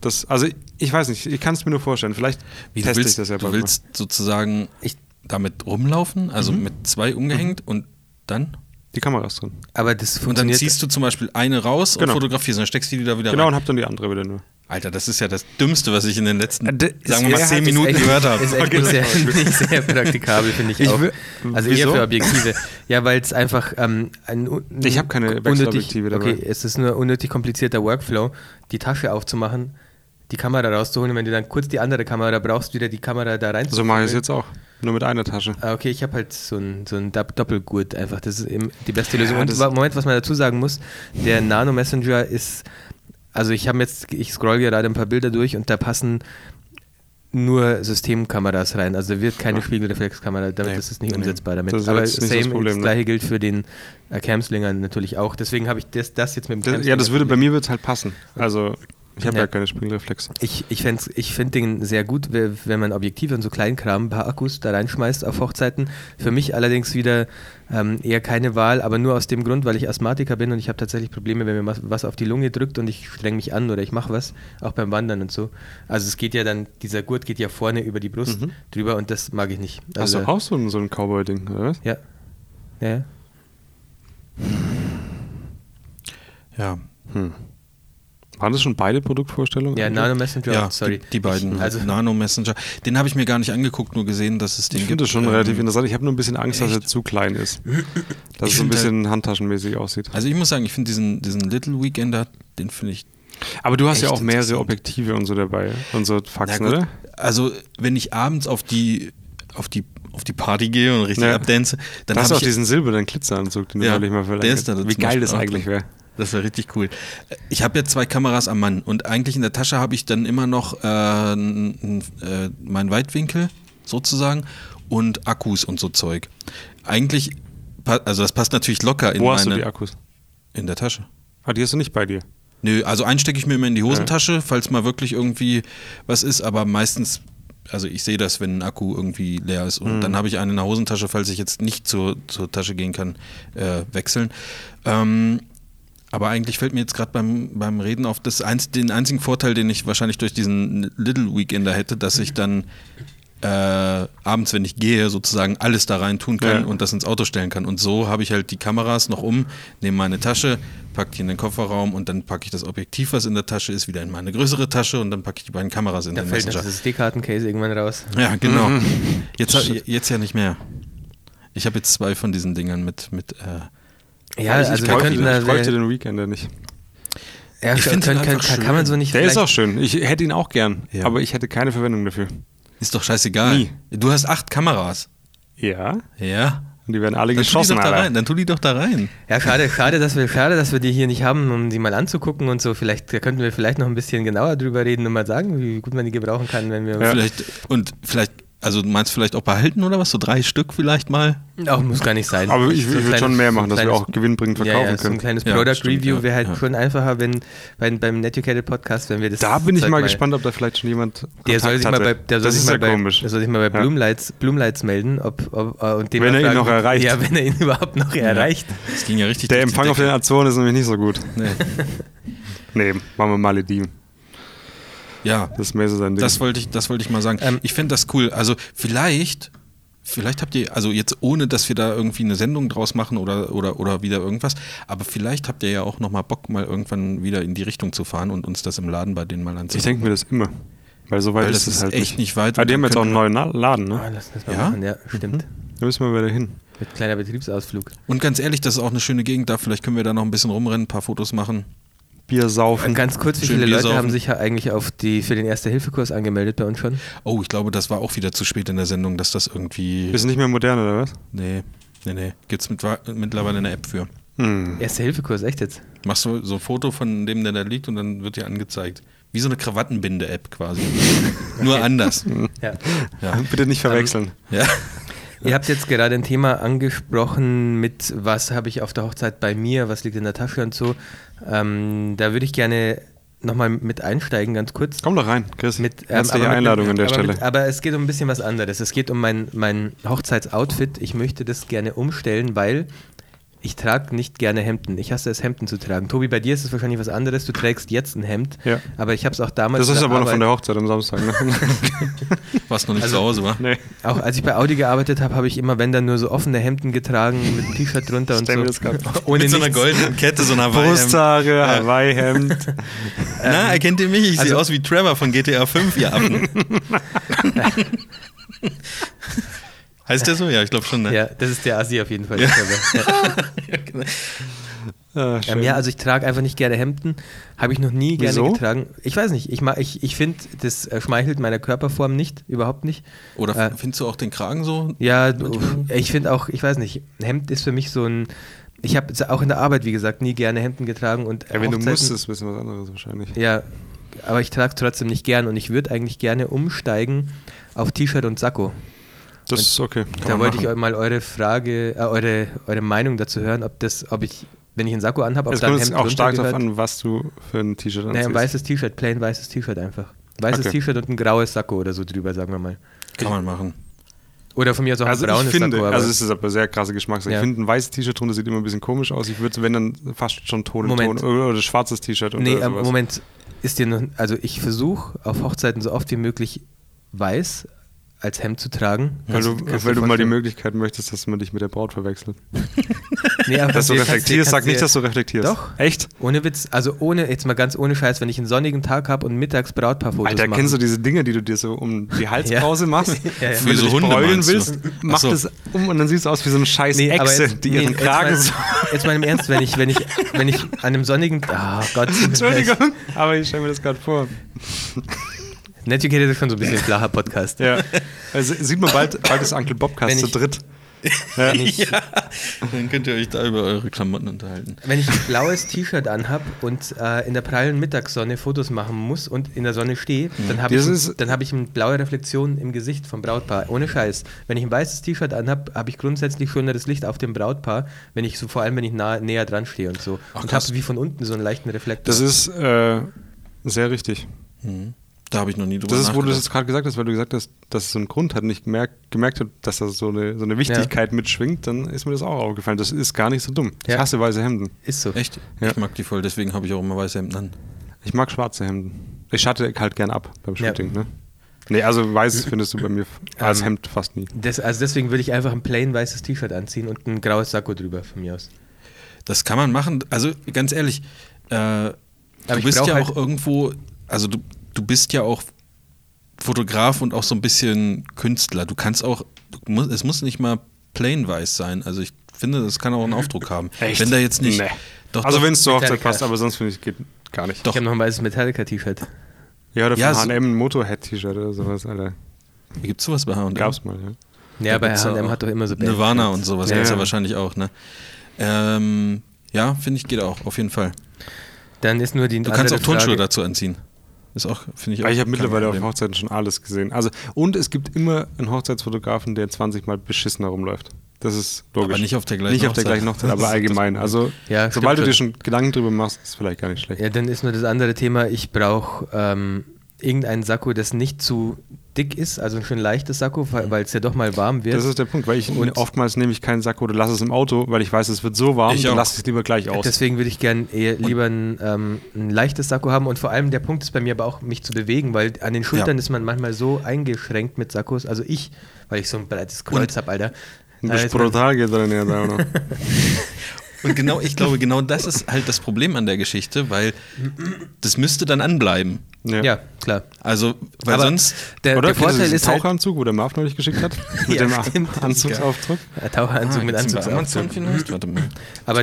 S3: Das, also ich, ich weiß nicht, ich kann es mir nur vorstellen. Vielleicht
S1: Wie, du
S3: teste
S1: willst,
S3: ich das ja
S1: du
S3: bald
S1: willst sozusagen
S2: Ich-
S1: damit rumlaufen, also mit zwei umgehängt und dann?
S3: mal. Die Kamera ist drin.
S2: Aber das
S1: Und dann
S2: funktioniert.
S1: ziehst du zum Beispiel eine raus
S3: Genau.
S1: und fotografierst, dann steckst du die da wieder
S3: Genau,
S1: rein.
S3: und hab dann die andere wieder nur.
S1: Alter, das ist ja das Dümmste, was ich in den letzten,
S3: Äh, d- ist-
S1: sagen wir mal,
S3: wer
S1: zehn
S3: hat-
S1: Minuten
S2: ist echt,
S1: gehört habe.
S2: Ist echt nicht sehr, nicht sehr praktikabel, finde ich,
S3: Ich
S2: auch.
S3: will-
S2: also
S3: Wieso?
S2: eher für Objektive. Ja, weil es einfach ähm, ein un-
S3: Ich hab keine
S2: unnötig-
S3: Wechselobjektive dabei.
S2: Okay, es ist nur unnötig komplizierter Workflow, die Tasche aufzumachen, die Kamera rauszuholen und wenn du dann kurz die andere Kamera brauchst, wieder die Kamera da rein
S3: So mache ich es Also jetzt auch. Nur mit einer Tasche.
S2: Ah, Okay, ich habe halt so ein, so ein Dab- Doppelgurt einfach. Das ist eben die beste Lösung.
S3: Ja,
S2: Und
S3: das-
S2: wa- Moment, was man dazu sagen muss, der Nano Messenger ist, also ich habe jetzt, ich scroll gerade ein paar Bilder durch und da passen nur Systemkameras rein. Also wird keine Spiegelreflexkamera, damit
S3: Nee,
S2: ist es nicht
S3: nee, nee.
S2: umsetzbar damit.
S3: Das ist
S2: Aber
S3: jetzt nicht
S2: same,
S3: das Problem,
S2: das
S3: ne?
S2: gleiche gilt für den äh, Camslinger natürlich auch. Deswegen habe ich das, das jetzt mit dem
S3: Das, ja,
S2: Camslinger
S3: das würde bei
S2: verglichen.
S3: mir wird's halt passen. Also ich habe
S2: Ja.
S3: ja. keine Springreflexe.
S2: Ich, ich, fänd's- ich finde den sehr gut, we- wenn man Objektive und so Kleinkram, ein paar Akkus da reinschmeißt auf Hochzeiten. Für mich allerdings wieder ähm, eher keine Wahl, aber nur aus dem Grund, weil ich Asthmatiker bin und ich habe tatsächlich Probleme, wenn mir was, was auf die Lunge drückt und ich streng mich an oder ich mache was, auch beim Wandern und so. Also es geht ja dann, dieser Gurt geht ja vorne über die Brust
S1: Mhm.
S2: drüber und das mag ich nicht.
S3: Hast
S2: Also,
S3: du auch so ein, so ein Cowboy-Ding, oder was?
S2: Ja. ja. ja.
S1: Ja,
S3: Waren das schon beide Produktvorstellungen?
S2: Ja,
S3: eigentlich?
S2: Nano Messenger,
S1: ja
S2: sorry.
S1: Die, die beiden.
S2: Ich, also,
S1: Also, Nano Messenger. Den habe ich mir gar nicht angeguckt, nur gesehen, dass es den
S3: Ich
S1: gibt.
S3: finde das schon
S1: Ähm,
S3: relativ interessant. Ich habe nur ein bisschen Angst, dass er zu klein ist. Dass
S1: Ich
S3: es so
S1: find halt-
S3: ein bisschen handtaschenmäßig aussieht.
S1: Also ich muss sagen, ich finde diesen, diesen Little Weekender, den finde ich
S3: Aber du hast ja
S1: echt
S3: auch mehrere
S1: interessant.
S3: Objektive und so dabei. Und so Faxen,
S1: Na gut,
S3: oder?
S1: Also, wenn ich abends auf die, auf die, auf die Party gehe und richtig
S3: Ja.
S1: abdance, dann
S3: Dann hast
S1: habe
S3: du
S1: ich
S3: auch diesen silbernen Glitzeranzug, den
S1: Ja,
S3: du neulich mal verlangt
S1: der ist da
S3: hast.
S1: zum
S3: Wie geil
S1: Beispiel
S3: das
S1: auch
S3: eigentlich
S1: drin.
S3: wäre.
S1: Das wäre richtig cool. Ich habe ja zwei Kameras am Mann und eigentlich in der Tasche habe ich dann immer noch äh, n- äh, meinen Weitwinkel sozusagen und Akkus und so Zeug. Eigentlich, pa- also das passt natürlich locker in
S3: Wo hast du die
S1: meine.
S3: Akkus?
S1: in der Tasche.
S3: Ah, die hast du nicht bei dir.
S1: Nö, also einen stecke ich mir immer in die Hosentasche, falls mal wirklich irgendwie was ist, aber meistens also ich sehe das, wenn ein Akku irgendwie leer ist und dann habe ich einen in der Hosentasche, falls ich jetzt nicht zur, zur Tasche gehen kann, äh, wechseln. Ähm, aber eigentlich fällt mir jetzt gerade beim, beim Reden auf das einz, den einzigen Vorteil, den ich wahrscheinlich durch diesen Little Weekender hätte, dass ich dann äh, abends, wenn ich gehe, sozusagen alles da rein tun kann
S3: Ja.
S1: und das ins Auto stellen kann. Und so habe ich halt die Kameras noch um, nehme meine Tasche, packe die in den Kofferraum und dann packe ich das Objektiv, was in der Tasche ist, wieder in meine größere Tasche und dann packe ich die beiden Kameras in
S2: Da
S1: den
S2: fällt noch
S1: Messenger.
S2: das Mhm. SD-Karten-Case irgendwann raus.
S1: Ja, genau. Jetzt, ha- jetzt ja nicht mehr. Ich habe jetzt zwei von diesen Dingern mit. mit äh,
S2: Ja,
S1: Weiß ich
S2: also
S1: nicht,
S2: wir
S1: kauf
S2: könnten
S1: ihn.
S2: da
S3: ich bräuchte
S2: sehr,
S3: den Weekender nicht.
S2: ja,
S1: Ich
S2: kann,
S1: find
S2: kann,
S1: den
S2: kann,
S1: einfach
S2: kann man
S1: schön.
S2: so nicht
S3: Der ist
S2: vielleicht-
S3: auch schön. Ich hätte ihn auch gern,
S1: Ja.
S3: aber ich hätte keine Verwendung dafür.
S1: ist doch scheißegal.
S3: Nie.
S1: Du hast acht Kameras.
S3: Ja.
S1: Ja.
S3: Und die werden alle
S1: Dann tu die
S3: geschossen.
S1: doch da
S3: Alter.
S1: rein. Dann tu die doch da rein.
S2: Ja, schade, schade, dass wir, schade, dass wir die hier nicht haben, um die mal anzugucken und so. Vielleicht da könnten wir vielleicht noch ein bisschen genauer drüber reden und mal sagen, wie gut man die gebrauchen kann, wenn wir.
S1: Vielleicht, und vielleicht, also du meinst vielleicht auch behalten oder was? So drei Stück vielleicht mal?
S2: Auch muss gar nicht sein.
S3: Aber ich, ich
S2: So ein
S3: würde schon
S2: kleines-
S3: mehr machen,
S2: so ein
S3: dass wir
S2: kleines-
S3: auch gewinnbringend
S2: ja,
S3: verkaufen
S2: ja, so ein
S3: können.
S2: kleines
S1: Ja,
S2: Product
S1: stimmt,
S2: Review
S1: ja,
S2: wäre halt
S1: ja.
S2: schon einfacher, wenn, wenn beim Netucated Podcast, wenn wir das.
S3: Da bin ich
S2: Zeug
S3: mal gespannt, ob da vielleicht schon jemand.
S2: Der soll
S3: Kontakt
S2: sich mal
S3: hatte.
S2: bei, der soll
S3: das
S2: sich
S3: ist
S2: mal
S3: ja
S2: bei,
S3: komisch.
S2: Der soll sich mal bei
S3: Ja.
S2: Bloomlights, Bloomlights melden, ob, ob äh, und den
S3: Wenn
S2: mal
S3: er ihn noch erreicht.
S2: Ja, wenn er ihn überhaupt noch erreicht.
S1: Das ging ja richtig.
S3: Der
S1: durch die
S3: Empfang auf den
S1: Decke.
S3: Azoren ist nämlich nicht so gut.
S1: Nee.
S3: Nee, machen wir Malediven.
S1: Ja,
S3: Das ist mehr so sein Ding.
S1: das wollte ich, das wollte ich mal sagen.
S2: Ähm,
S1: ich fände das cool. Also vielleicht, vielleicht habt ihr, also jetzt ohne, dass wir da irgendwie eine Sendung draus machen oder, oder, oder wieder irgendwas, aber vielleicht habt ihr ja auch nochmal Bock, mal irgendwann wieder in die Richtung zu fahren und uns das im Laden bei denen mal
S3: ich
S1: anzusehen.
S3: denke mir das immer. Weil so weit
S1: Weil
S3: ist
S1: das
S3: es
S1: ist
S3: halt
S1: echt nicht weit
S3: Aber
S1: und
S3: die haben
S1: dann
S3: jetzt auch einen neuen Na- Laden,
S2: Ah,
S3: ne?
S2: lass das mal
S1: Ja?
S2: machen, ja, stimmt.
S3: Da müssen wir wieder hin.
S2: Mit kleiner Betriebsausflug.
S1: Und ganz ehrlich, das ist auch eine schöne Gegend da. Vielleicht können wir da noch ein bisschen rumrennen, ein paar Fotos machen.
S3: Bier saufen.
S2: Ganz kurz, wie
S1: Schön
S2: viele
S1: Bier
S2: Leute
S1: saufen.
S2: haben sich ja eigentlich auf die für den Erste-Hilfe-Kurs angemeldet bei uns schon?
S1: Oh, ich glaube, das war auch wieder zu spät in der Sendung, dass das irgendwie.
S3: Ist nicht mehr modern, oder was?
S1: Nee, nee, nee. Gibt's mit, mittlerweile eine App für. Mhm.
S3: Hm.
S2: Erste-Hilfe-Kurs, echt jetzt?
S1: Machst du so ein Foto von dem, der da liegt und dann wird dir angezeigt. Wie so eine Krawattenbinde-App quasi. Nur anders.
S2: Ja. Ähm,
S1: Ja.
S3: Bitte nicht verwechseln.
S1: ja.
S2: Ihr habt jetzt gerade ein Thema angesprochen mit, was habe ich auf der Hochzeit bei mir, was liegt in der Tasche und so. Ähm, da würde ich gerne nochmal mit einsteigen, ganz kurz.
S3: Komm doch rein, Chris.
S2: Mit, ähm,
S3: Herzliche
S2: aber mit-
S3: Einladung an der
S2: aber
S3: Stelle.
S2: Mit, aber es geht um ein bisschen was anderes. Es geht um mein, mein Hochzeitsoutfit. Ich möchte das gerne umstellen, weil ich trage nicht gerne Hemden. Ich hasse es, Hemden zu tragen. Tobi, bei dir ist es wahrscheinlich was anderes. Du trägst jetzt ein Hemd.
S3: Ja.
S2: Aber ich habe es auch damals.
S3: das ist
S2: in
S3: aber noch von
S2: Arbeit-
S3: der Hochzeit am Samstag, ne?
S1: Warst noch nicht
S2: Also,
S1: zu Hause,
S2: ne,
S1: war?
S3: nee.
S2: Auch als ich bei Audi gearbeitet habe, habe ich immer, wenn dann nur so offene Hemden getragen, mit T-Shirt drunter und
S3: Stell
S2: so.
S3: mir das grad-
S2: Ohne
S1: Mit so einer
S2: nichts.
S1: goldenen Kette, so einer Weißer.
S3: Brusthaare, Hawaii-Hemd.
S1: Na, erkennt ihr mich? Ich
S2: also-
S1: sehe aus wie Trevor von GTA 5, ihr Affen. heißt der so? Ja, ich glaube schon, ne?
S2: Ja, das ist der Asi auf jeden Fall. Ja.
S3: Ah,
S2: Ähm,
S3: schön.
S2: ja, also ich trage einfach nicht gerne Hemden. Habe ich noch nie gerne
S3: Wieso?
S2: getragen. Ich weiß nicht. Ich, ma- ich, ich finde, das äh, schmeichelt meiner Körperform nicht. Überhaupt nicht.
S1: Oder
S2: Äh,
S1: findest du auch den Kragen so?
S2: Ja, uff, ich finde auch, ich weiß nicht. ein Hemd ist für mich so ein. Ich habe auch in der Arbeit, wie gesagt, nie gerne Hemden getragen. Und
S3: ja, wenn du
S2: Hochzeiten-
S3: musstest, wissen was anderes wahrscheinlich.
S2: Ja, aber ich trage es trotzdem nicht gern. Und ich würde eigentlich gerne umsteigen auf T-Shirt und Sakko.
S3: Das ist okay.
S2: da wollte ich eu- mal eure Frage, äh, eure, eure Meinung dazu hören, ob das, ob ich, wenn ich einen Sakko anhabe, ob
S3: Es
S2: da ein
S3: kommt jetzt
S2: Hemd
S3: auch stark
S2: drunter
S3: darauf
S2: gehört.
S3: an, was du für ein T-Shirt anziehst.
S2: Naja, ein weißes T-Shirt, plain weißes T-Shirt einfach. Weißes
S3: Okay.
S2: T-Shirt und ein graues Sakko oder so drüber, sagen wir mal.
S1: Kann man machen.
S2: Oder von mir aus auch
S3: also
S2: ein braunes
S3: ich finde,
S2: Sakko. Aber
S3: also es ist aber sehr krasse Geschmackssache.
S2: Ja.
S3: Ich finde, ein weißes T-Shirt drunter sieht immer ein bisschen komisch aus. Ich würde, wenn dann fast schon Ton im Ton
S2: Moment.
S3: oder, oder schwarzes T-Shirt oder
S2: nee,
S3: sowas.
S2: ähm, Moment, ist dir noch, also ich versuche auf Hochzeiten so oft wie möglich weiß als Hemd zu tragen.
S3: Weil du,
S2: Kannst
S3: weil
S2: dir
S3: du mal die
S2: vorstellen?
S3: Möglichkeit möchtest, dass man dich mit der Braut verwechselt.
S2: nee, aber
S3: Dass
S2: kannst
S3: du
S2: dir- kannst
S3: reflektierst,
S2: dir-
S3: sag nicht, dass
S2: kannst
S3: du
S2: dir-
S3: reflektierst.
S2: Doch.
S3: Echt?
S2: Ohne Witz, also ohne, jetzt mal ganz ohne Scheiß, wenn ich einen sonnigen Tag habe und mittags Brautpaarfotos
S3: Alter,
S2: mache.
S3: kennst du diese Dinge, die du dir so um die Halspause machst?
S2: Ja, ja.
S1: Für
S3: Wenn du
S1: so
S3: dich
S1: Hunde
S3: bräulen
S1: meinst du?
S3: willst, mach
S1: Ach so.
S3: das um und dann siehst du aus wie so eine scheiß
S2: Nee, aber
S3: Echse,
S2: jetzt,
S3: die
S2: nee,
S3: ihren Kragen
S2: jetzt
S3: so...
S2: mal, jetzt mal im Ernst, wenn ich, wenn ich, wenn ich an einem sonnigen, ah Gott,
S3: Entschuldigung, aber ich stelle mir das gerade vor.
S2: Netucated ist schon so ein bisschen ein flacher Podcast.
S3: Ja. Also, sieht man bald, bald ist Uncle Bobcast
S2: Wenn
S3: zu
S2: ich-
S3: dritt. Ja.
S1: Ja, dann könnt ihr euch da über eure Klamotten unterhalten.
S2: Wenn ich ein blaues T-Shirt anhab und äh, in der prallen Mittagssonne Fotos machen muss und in der Sonne stehe,
S1: Mhm.
S2: dann habe
S3: Das
S2: ich,
S3: ist-
S2: dann hab ich eine blaue Reflexion im Gesicht vom Brautpaar. Ohne Scheiß. Wenn ich ein weißes T-Shirt anhab, habe ich grundsätzlich schöneres Licht auf dem Brautpaar, wenn ich so, vor allem wenn ich nah, näher dran stehe und so. und habe
S1: krass.
S2: wie von unten so einen leichten Reflektor.
S3: Das ist äh, sehr richtig.
S1: Da habe ich noch nie drüber
S3: Das ist, wo du
S1: nachgedacht.
S3: das jetzt gerade gesagt hast, weil du gesagt hast, dass es so einen Grund hat und ich gemerkt, gemerkt habe, dass da so eine, so eine Wichtigkeit mitschwingt, dann ist mir das auch aufgefallen. Das ist gar nicht so dumm. Ich
S2: Ja.
S3: hasse weiße Hemden.
S2: Ist so.
S1: Echt?
S3: Ja.
S1: Ich mag die voll, deswegen habe ich auch immer weiße Hemden an.
S3: Ich mag schwarze Hemden. Ich schatte halt gern ab beim
S2: Ja.
S3: Shooting, ne? Nee, also weiß findest du bei mir f- als
S2: Ähm,
S3: Hemd fast nie.
S2: Das, also deswegen würde ich einfach ein plain weißes T-Shirt anziehen und ein graues Sakko drüber von mir aus.
S1: Das kann man machen. Also ganz ehrlich, äh, du
S2: ich
S1: bist
S2: brauch
S1: ja
S2: halt-
S1: auch irgendwo, also du, du bist ja auch Fotograf und auch so ein bisschen Künstler. Du kannst auch, du musst, es muss nicht mal plain weiß sein. Also ich finde, das kann auch einen Aufdruck haben. Wenn da jetzt nicht.
S3: Nee.
S1: Doch,
S3: also
S1: doch,
S3: wenn es zur Hochzeit
S2: Metallica.
S3: passt, aber sonst finde ich, geht gar nicht.
S1: Doch.
S2: Ich habe noch ein weißes Metallica-T-Shirt.
S3: Ja, oder von
S1: Ja, so-
S3: H&M ein Motorhead-T-Shirt oder sowas, Alter.
S1: Gibt es sowas bei H&M?
S3: Gab's mal, ja.
S2: Ja, bei
S1: gibt's ja
S2: H&M
S1: auch
S2: hat doch immer so Band-
S1: Nirvana und sowas
S3: Ja.
S1: ja. ja wahrscheinlich auch, ne? Ähm, ja, finde ich, geht auch, auf jeden Fall.
S2: Dann ist nur die
S1: Du kannst auch
S2: andere
S1: Turnschuhe
S2: Frage-
S1: dazu anziehen. Ist auch, finde ich auch.
S3: Aber ich
S1: kein
S3: habe mittlerweile auf
S1: Problem.
S3: Hochzeiten schon alles gesehen. Also, und es gibt immer einen Hochzeitsfotografen, der 20 Mal beschissen herumläuft. Das ist logisch.
S1: Aber nicht auf der gleichen
S3: Nicht auf der
S1: Hochzeit.
S3: gleichen Hochzeit, aber
S1: Das-
S3: allgemein. Also,
S2: Ja,
S3: sobald du
S2: stimmt
S3: dir schon Gedanken drüber machst, ist vielleicht gar nicht schlecht.
S2: Ja, dann ist nur das andere Thema, ich brauche ähm, irgendeinen Sakko, das nicht zu dick ist, also ein schön leichtes Sakko, weil weil es ja doch mal warm wird.
S3: Mhm. Das ist der Punkt, weil ich
S2: Und-
S3: oftmals nehme ich keinen Sakko oder lasse es im Auto, weil ich weiß, es wird so warm,
S1: Ich
S3: dann
S1: auch.
S3: lasse ich es lieber gleich aus.
S2: Deswegen würde ich gern eher lieber ein, ähm, ein leichtes Sakko haben und vor allem der Punkt ist bei mir aber auch, mich zu bewegen, weil an den Schultern
S1: Ja.
S2: ist man manchmal so eingeschränkt mit Sakkos, also ich, weil ich so ein breites Kreuz habe, Alter.
S3: Ein
S2: Da
S3: bisschen
S2: ist man-
S3: brutal geht drin, ja, da auch noch.
S1: Und genau, ich glaube, genau das ist halt das Problem an der Geschichte, weil das müsste dann anbleiben.
S3: Ja.
S2: Ja, klar.
S1: Also, weil
S2: Aber
S1: sonst.
S2: Der,
S3: Oder
S2: der Vorteil ist halt,
S3: Tauchanzug, wo der Marv neulich geschickt hat, mit
S2: Ja,
S3: dem A-
S2: stimmt.
S3: Anzugsaufdruck.
S2: Ja,
S3: Ah,
S2: Taucheranzug mit
S1: gibt's den bei
S2: Anzugsaufzug.
S1: Amazon vielleicht? Warte mal.
S2: Aber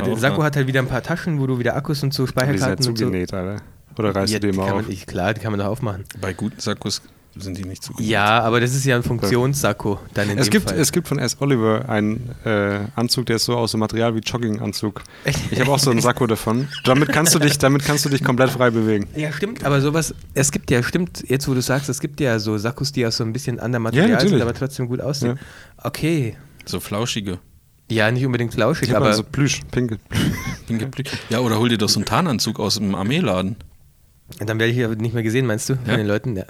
S1: Das war
S2: der
S1: auch
S2: Sakko
S1: mal-
S2: hat halt wieder ein paar Taschen, wo du wieder Akkus und so
S3: Die ist ja
S2: Speicherkarten Äh, und so.
S3: zugenäht, Alter. Oder reißt
S2: Ja,
S3: du
S2: die
S3: den mal
S2: kann
S3: auf?
S2: man, ich, klar, die kann man doch aufmachen.
S1: Bei guten Sakkos sind die nicht so gut.
S2: Ja, aber das ist ja ein Funktionssakko. Dann in
S3: Es
S2: dem
S3: gibt,
S2: Fall.
S3: es gibt von S. Oliver einen äh, Anzug, der ist so aus so Material wie Jogginganzug. Ich habe auch so einen Sakko davon. Damit kannst du dich, damit kannst du dich komplett frei bewegen.
S2: ja, stimmt, aber sowas, es gibt ja, stimmt, jetzt wo du sagst, es gibt ja so Sakkos, die aus so ein bisschen anderem Material sind,
S3: natürlich.
S2: aber trotzdem gut aussehen.
S3: Ja.
S2: Okay.
S1: So flauschige.
S2: Ja, nicht unbedingt flauschig,
S3: Ich also- habe
S2: aber
S3: so Plüsch, pinke.
S1: Bin geblü- Ja, oder hol dir doch so einen Tarnanzug aus dem Armeeladen.
S2: dann werde ich ja nicht mehr gesehen, meinst du, von
S1: Ja.
S2: den Leuten? Ja.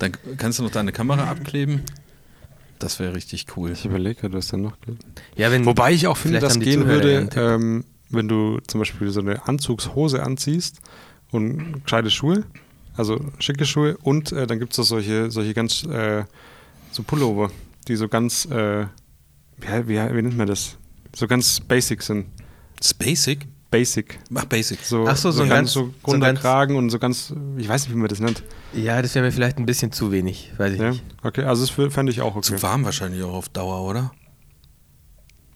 S1: Dann kannst du noch deine Kamera abkleben. Das wäre richtig cool.
S3: Ich überlege gerade, was da noch geht.
S2: ja wenn,
S3: Wobei ich auch
S2: Hm.
S3: finde,
S2: Vielleicht
S3: dass
S2: haben die
S3: gehen
S2: Zuhörer ja
S3: würde,
S2: einen Tipp.
S3: ähm, wenn du zum Beispiel so eine Anzugshose anziehst und gescheite Schuhe, also schicke Schuhe und äh, dann gibt es solche, solche ganz äh, so Pullover, die so ganz, äh, wie, wie, wie nennt man das? So ganz basic sind.
S1: Das Basic?
S3: Basic.
S1: Mach Basic.
S3: So,
S2: Ach so, so ein ganz-
S3: ganz, so
S2: so ein
S3: runder
S2: ganz-
S3: Kragen und so ganz, ich weiß nicht, wie man das nennt.
S2: ja, das wäre mir vielleicht ein bisschen zu wenig, weiß ich
S3: Ja?
S2: nicht.
S3: Okay, also das f- fände ich auch okay.
S1: Zu warm wahrscheinlich auch auf Dauer, oder?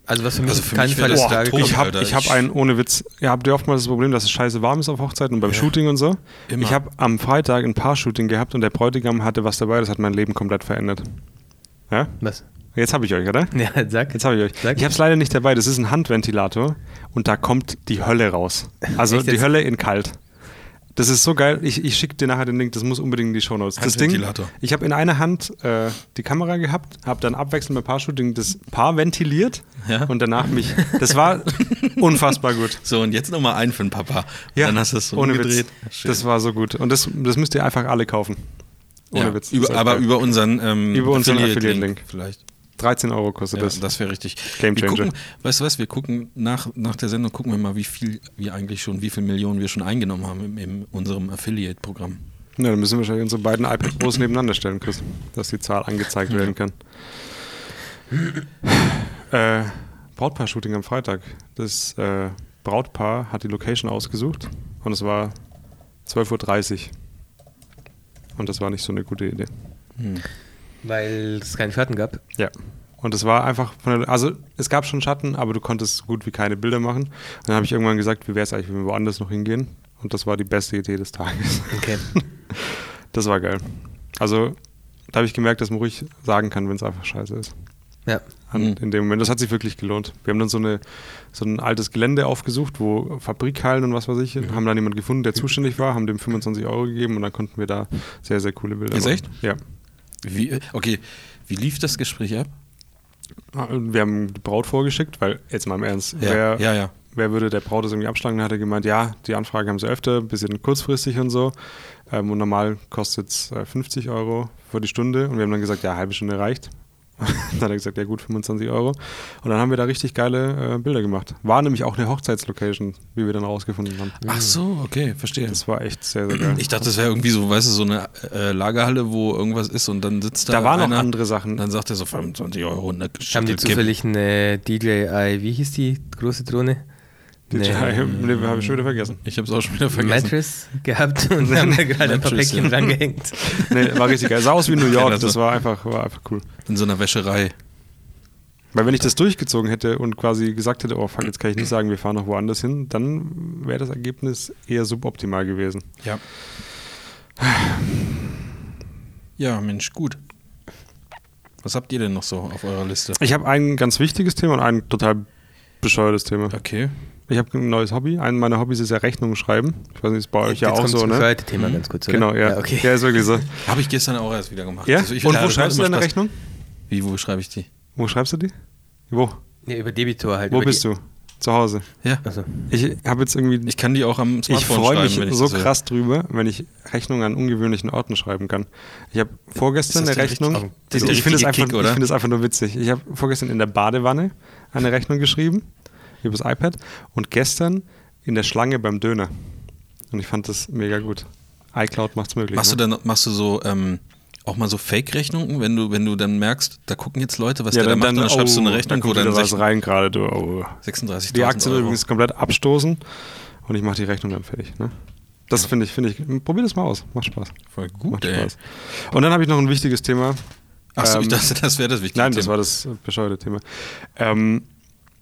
S2: Also was für mich
S1: Also
S2: auf
S1: für
S2: keinen
S1: mich
S2: Fall
S1: wäre
S2: das
S1: das
S2: Frage
S1: tot.
S2: kommt.
S3: Ich habe
S1: Alter,
S3: ich hab
S1: ich-
S3: einen, ohne Witz, ihr habt ja oftmals das Problem, dass es scheiße warm ist auf Hochzeiten und beim Shooting und so.
S1: Immer.
S3: Ich habe am Freitag ein paar Shooting gehabt und der Bräutigam hatte was dabei, das hat mein Leben komplett verändert. Ja?
S2: Was?
S3: Jetzt habe ich euch, oder?
S2: Ja, sag.
S3: Jetzt habe ich euch.
S2: Sag.
S3: Ich habe es leider nicht dabei, das ist ein Handventilator und da kommt die Hölle raus. Also
S2: Echt
S3: die
S2: jetzt?
S3: Hölle in kalt. Das ist so geil. Ich, ich schicke dir nachher den Link, das muss unbedingt in die Shownotes. Das Ding,
S1: Handventilator.
S3: ich habe in einer Hand äh, die Kamera gehabt, habe dann abwechselnd mit Paar-Shooting das Paar ventiliert
S1: Ja.
S3: und danach mich. Das war unfassbar gut.
S1: So, und jetzt nochmal einen für den Papa. Und Dann hast du es so
S3: ohne
S1: umgedreht.
S3: Witz.
S1: Schön.
S3: Das war so gut. Und das, das müsst ihr einfach alle kaufen. Ohne
S1: ja,
S3: Witz.
S1: Über,
S3: Das ist halt
S1: aber
S3: geil.
S1: über unseren, ähm,
S3: Über unseren
S1: Affiliate-Link
S3: Affiliate-Link.
S1: Vielleicht.
S3: 13 Euro kostet
S1: Ja,
S3: das.
S1: das wäre richtig.
S3: Game
S1: wir
S3: Changer.
S1: gucken, weißt du was, wir gucken nach, nach der Sendung, gucken wir mal, wie viel wir eigentlich schon, wie viel Millionen wir schon eingenommen haben in, in unserem Affiliate-Programm.
S3: Na, dann müssen wir wahrscheinlich unsere beiden iPad Pros nebeneinander stellen, Chris, dass die Zahl angezeigt werden kann. Äh, Brautpaar-Shooting am Freitag. Das äh, Brautpaar hat die Location ausgesucht und es war 12.30 Uhr. Und das war nicht so eine gute Idee.
S2: Weil es keinen Schatten gab.
S3: Ja. Und es war einfach von der, also es gab schon Schatten, aber du konntest so gut wie keine Bilder machen. Und dann habe ich irgendwann gesagt, wie wäre es eigentlich, wenn wir woanders noch hingehen? Und das war die beste Idee des Tages.
S2: Okay.
S3: Das war geil. Also, da habe ich gemerkt, dass man ruhig sagen kann, wenn es einfach scheiße ist.
S2: Ja.
S3: An,
S1: Mhm.
S3: In dem Moment. Das hat sich wirklich gelohnt. Wir haben dann so, eine, so ein altes Gelände aufgesucht, wo Fabrikhallen und was weiß ich, haben dann jemanden gefunden, der zuständig war, haben dem 25 Euro gegeben und dann konnten wir da sehr, sehr coole Bilder
S1: Ist
S3: machen.
S1: echt?
S3: Ja.
S1: Wie, okay, wie lief das Gespräch ab?
S3: Ah, und Wir haben die Braut vorgeschickt, weil, jetzt mal im Ernst, wer,
S1: ja, ja.
S3: wer würde der Braut das irgendwie abschlagen? Dann hat er gemeint, ja, die Anfragen haben sie öfter, ein bisschen kurzfristig und so. Ähm, und normal kostet es äh, 50 Euro für die Stunde. Und wir haben dann gesagt, ja, halbe Stunde reicht. dann hat er gesagt, ja gut, 25 Euro. Und dann haben wir da richtig geile äh, Bilder gemacht. War nämlich auch eine Hochzeitslocation, wie wir dann rausgefunden haben.
S1: Ach so, okay, verstehe.
S3: Das war echt sehr, sehr geil.
S1: Ich dachte, das wäre irgendwie so, weißt du, so eine äh, Lagerhalle, wo irgendwas ist und dann sitzt da.
S3: Da waren noch
S1: einer,
S3: andere Sachen.
S1: Dann sagt er so 25 Euro ne, und dann
S2: Haben die
S1: schüttelt Kipp.
S2: zufällig eine DJI, wie hieß die große Drohne?
S3: Die nee. habe ich schon wieder vergessen.
S1: Ich habe es auch schon wieder vergessen.
S2: Mattress gehabt und haben da gerade ein paar
S1: Mattress,
S2: Päckchen
S1: ja.
S2: drangehängt.
S3: Nee, war richtig geil. Sah aus wie New
S1: Ja,
S3: York.
S1: das
S3: Das war einfach, war einfach cool.
S1: In so einer Wäscherei.
S3: Weil wenn ich das durchgezogen hätte und quasi gesagt hätte, oh fuck, jetzt kann ich nicht sagen, wir fahren noch woanders hin, dann wäre das Ergebnis eher suboptimal gewesen.
S1: Ja. Ja, Mensch, gut. Was habt ihr denn noch so auf eurer Liste?
S3: Ich habe ein ganz wichtiges Thema und ein total bescheuertes Thema.
S1: Okay.
S3: Ich habe ein neues Hobby. Ein meiner Hobbys ist ja Rechnungen schreiben. Ich weiß nicht, ist bei euch ja
S2: Jetzt
S3: auch
S2: kommt
S3: so,
S2: zum
S3: ne?
S2: zweiten Thema ganz kurz, oder?
S3: Genau, ja.
S2: ja okay.
S3: Ja, ist wirklich so.
S1: Habe ich gestern auch erst wieder gemacht.
S3: Ja?
S1: Also ich-
S3: und
S1: klar,
S3: wo
S1: das macht
S3: schreibst du
S1: immer
S3: deine
S1: Spaß.
S3: Rechnung?
S1: Wie, wo schreibe ich die?
S3: Wo schreibst du die? Wo?
S2: Ja, über Debitor halt.
S3: Wo bist Hm. du? Zu Hause.
S1: Ja.
S2: Also,
S3: Ich habe jetzt irgendwie
S1: Ich kann die auch am
S3: Ich
S1: Smartphone
S3: freue
S1: schreiben,
S3: mich
S1: wenn ich
S3: so
S1: das will.
S3: krass drüber, wenn ich Rechnungen an ungewöhnlichen Orten schreiben kann. Ich habe vorgestern
S1: Ist das
S3: eine
S1: der
S3: Rechnung.
S1: richtige- das ist
S3: also
S1: der
S3: ich finde es
S1: richtige
S3: einfach,
S1: Kick, oder?
S3: ich finde es einfach nur witzig. Ich habe vorgestern in der Badewanne eine Rechnung geschrieben über das iPad und gestern in der Schlange beim Döner. Und ich fand das mega gut. iCloud macht's möglich.
S1: Machst du
S3: ne?
S1: dann machst du so ähm, auch mal so Fake-Rechnungen, wenn du, wenn du dann merkst, da gucken jetzt Leute, was
S3: ja,
S1: der
S3: dann,
S1: da macht,
S3: dann,
S1: und dann schreibst
S3: oh,
S1: du eine
S3: da
S1: Rechnung, wo
S3: kommt
S1: dann
S3: wieder was
S1: sech-
S3: rein gerade. Du, oh.
S1: 36.000
S3: Die Aktien
S1: Euro.
S3: übrigens komplett abstoßen und ich mache die Rechnung dann fertig. Ne? Das finde ich, finde ich. Probier das mal aus. Macht Spaß.
S1: Voll
S3: Macht
S1: gut, ey.
S3: Spaß. Und dann habe ich noch ein wichtiges Thema.
S1: Achso, ich
S3: Ähm,
S1: dachte, das wäre das Wichtigste.
S3: Nein, das war das äh, bescheuerte Thema. Ähm,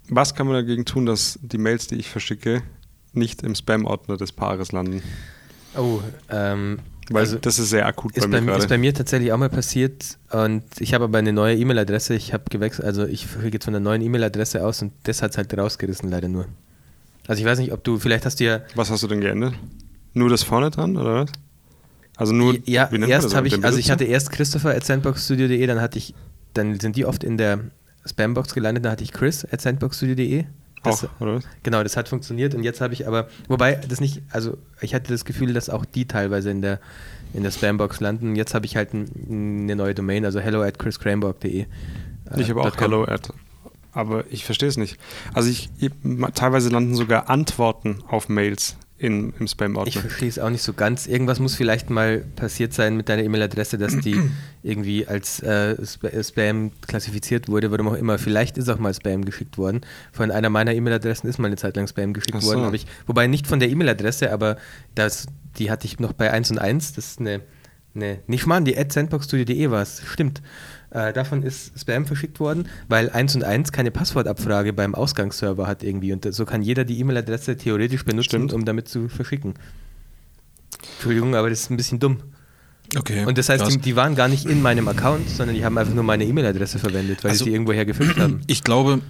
S3: was kann man dagegen tun, dass die Mails, die ich verschicke, nicht im Spam-Ordner des Paares landen?
S2: oh, ähm,
S3: Weil
S2: also
S3: das ist sehr akut bei
S2: ist bei,
S3: mir
S2: mir ist bei
S3: gerade.
S2: mir tatsächlich auch mal passiert und ich habe aber eine neue E-Mail-Adresse. Ich habe gewechselt, also ich kriege jetzt von der neuen E-Mail-Adresse aus und das hat es halt rausgerissen, leider nur. Also ich weiß nicht, ob du, vielleicht hast du ja
S3: Was hast du denn geändert? Nur das vorne dran, oder was? Also nur,
S2: Ja,
S3: wie nennt man das?
S2: erst habe
S3: Den
S2: ich, also ich
S3: Benutzer?
S2: hatte erst Christopher at sandboxstudio.de, dann hatte ich, dann sind die oft in der Spambox gelandet, dann hatte ich Chris at sandboxstudio.de. Das-
S3: Auch, oder was?
S2: Genau, das hat funktioniert und jetzt habe ich aber, wobei das nicht, also ich hatte das Gefühl, dass auch die teilweise in der, in der Spambox landen. Jetzt habe ich halt n- eine neue Domain, also hello at chriscranborg.de. äh,
S3: Ich habe auch
S2: .com.
S3: Hello Ad. Aber ich verstehe es nicht. Also ich, ich ma- teilweise landen sogar Antworten auf Mails in, im
S2: Ich
S3: Spam-Ordner.
S2: verstehe es auch nicht so ganz. Irgendwas muss vielleicht mal passiert sein mit deiner E-Mail-Adresse, dass die irgendwie als äh, Sp Spam klassifiziert wurde, warum auch immer. Vielleicht ist auch mal Spam geschickt worden. Von einer meiner E-Mail-Adressen ist mal eine Zeit lang Spam geschickt
S3: Ach so.
S2: worden. Hab ich, wobei nicht von der E-Mail-Adresse, aber das, die hatte ich noch bei 1 und 1. Das ist eine, eine nicht mal die at sandboxstudio.de war es. Stimmt. Äh, davon ist Spam verschickt worden, weil 1 und 1 keine Passwortabfrage beim Ausgangsserver hat irgendwie. Und so kann jeder die E-Mail-Adresse theoretisch benutzen,
S3: Stimmt.
S2: um damit zu verschicken. Entschuldigung, aber das ist ein bisschen dumm.
S1: okay.
S2: Und das heißt,
S1: krass.
S2: die, die waren gar nicht in meinem Account, sondern die haben einfach nur meine E-Mail-Adresse verwendet, weil
S1: Also-
S2: sie die irgendwoher gefischt haben.
S1: Ich glaube,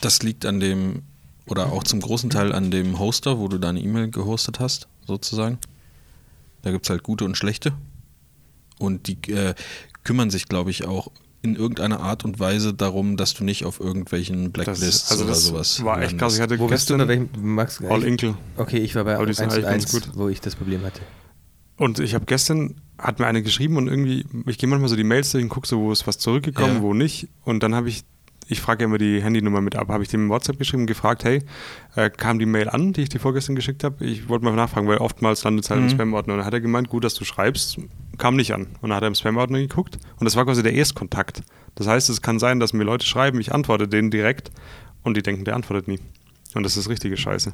S1: das liegt an dem, oder auch zum großen Teil an dem Hoster, wo du deine E-Mail gehostet hast, sozusagen. Da gibt es halt gute und schlechte. Und die äh, kümmern sich, glaube ich, auch in irgendeiner Art und Weise darum, dass du nicht auf irgendwelchen
S3: Das,
S1: Blacklists
S3: also
S1: oder
S3: das
S1: sowas
S3: war echt krass. Ich
S1: landest.
S3: hatte
S2: Wo bist du?
S3: gestern
S2: Bei welchem Max?
S3: All Inkle.
S2: okay, ich war bei
S3: Aber die
S2: 1
S3: sind
S2: und
S3: eigentlich ganz
S2: 1, wo ich das Problem hatte.
S3: Und ich habe gestern, hat mir eine geschrieben und irgendwie, ich gehe manchmal so die Mails durch und gucke so, wo ist was zurückgekommen,
S1: Ja.
S3: wo nicht. Und dann habe ich, ich frage ja immer die Handynummer mit ab, habe ich dem WhatsApp geschrieben und gefragt, hey, äh, kam die Mail an, die ich dir vorgestern geschickt habe? Ich wollte mal nachfragen, weil oftmals landet es halt im Spam-Ordner. Und dann hat er gemeint, gut, dass du schreibst, kam nicht an. Und dann hat er im Spam-Ordner geguckt und das war quasi der Erstkontakt. Das heißt, es kann sein, dass mir Leute schreiben, ich antworte denen direkt und die denken, der antwortet nie. Und das ist richtige Scheiße.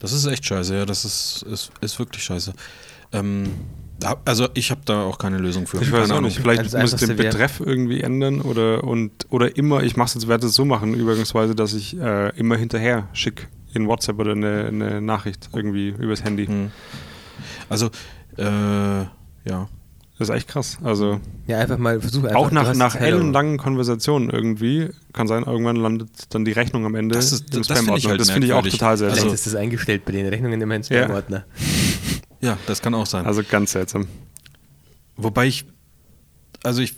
S1: Das ist echt scheiße, ja. Das ist, ist, ist wirklich scheiße. Ähm, da- also ich habe da auch keine Lösung für.
S3: Ich weiß
S1: Keine
S3: auch
S1: Ahnung.
S3: nicht. Vielleicht
S2: Also
S3: muss ich den
S2: einfachste wäre-
S3: Betreff irgendwie ändern oder und oder immer, ich mache es jetzt, werde es so machen, übrigens, dass ich äh, immer hinterher schicke in WhatsApp oder eine, eine Nachricht irgendwie übers Handy.
S1: Hm. Also, äh, ja.
S3: Das ist echt krass. Also
S2: Ja, einfach mal versuch einfach.
S3: auch
S2: Also du
S3: nach,
S2: hast halt
S3: nach
S2: Hello.
S3: ellenlangen Konversationen irgendwie, kann sein, irgendwann landet dann die Rechnung am Ende
S1: Das ist-
S3: im
S1: das finde ich
S3: Spam-Ordner.
S1: halt
S3: Das finde ich auch
S1: merkwürdig.
S3: total
S2: Vielleicht
S3: seltsam.
S1: Also-
S2: ist das eingestellt bei den Rechnungen immer ins
S3: Ja.
S2: Spam-Ordner.
S1: Ja, das kann auch sein.
S3: Also ganz seltsam.
S1: Wobei ich also ich,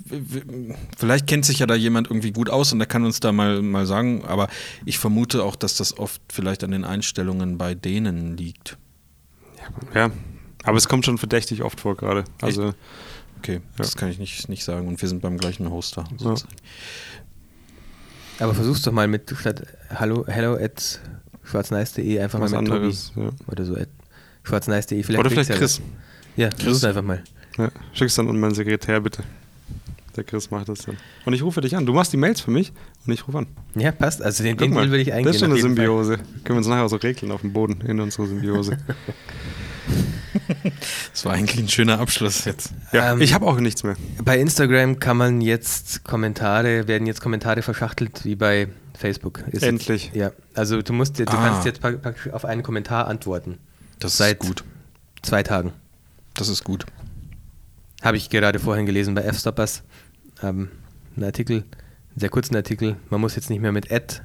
S1: vielleicht kennt sich ja da jemand irgendwie gut aus und der kann uns da mal, mal sagen, aber ich vermute auch, dass das oft vielleicht an den Einstellungen bei denen liegt.
S3: Ja, aber es kommt schon verdächtig oft vor gerade. Also
S1: Okay, das kann ich nicht, nicht sagen und wir sind beim gleichen Hoster.
S3: Ja.
S2: Aber versuch's doch mal mit statt hallo, hello at schwarzneiß.de einfach
S3: was
S2: mal mit
S3: anderes. Ja.
S2: Tobi oder so at schwarzneiß.de. Vielleicht
S3: Oder
S2: kriegt's
S3: vielleicht Chris.
S2: Ja, was. ja versuch's einfach mal.
S3: Ja. Schick's dann an meinen Sekretär, bitte. Der Chris macht das dann. Und ich rufe dich an. Du machst die Mails für mich und ich rufe an.
S2: Ja, passt. Also den, den Deal würde ich eingehen.
S3: das ist schon
S2: auf
S3: eine
S2: jeden Fall.
S3: Symbiose. Können wir uns nachher so regeln auf dem Boden in unserer Symbiose.
S1: Das war eigentlich ein schöner Abschluss jetzt.
S3: ja,
S2: Ähm,
S3: ich habe auch nichts mehr.
S2: Bei Instagram kann man jetzt Kommentare, werden jetzt Kommentare verschachtelt wie bei Facebook. Ist
S3: Endlich.
S2: Jetzt, ja, also du musst, dir- du
S1: Ah.
S2: kannst jetzt pra- praktisch auf einen Kommentar antworten.
S1: Das
S2: Seit-
S1: ist gut.
S2: Zwei Tagen.
S1: Das ist gut.
S2: Habe ich gerade vorhin gelesen bei F-Stoppers. Ähm, einen Artikel, einen sehr kurzen Artikel. Man muss jetzt nicht mehr mit Ad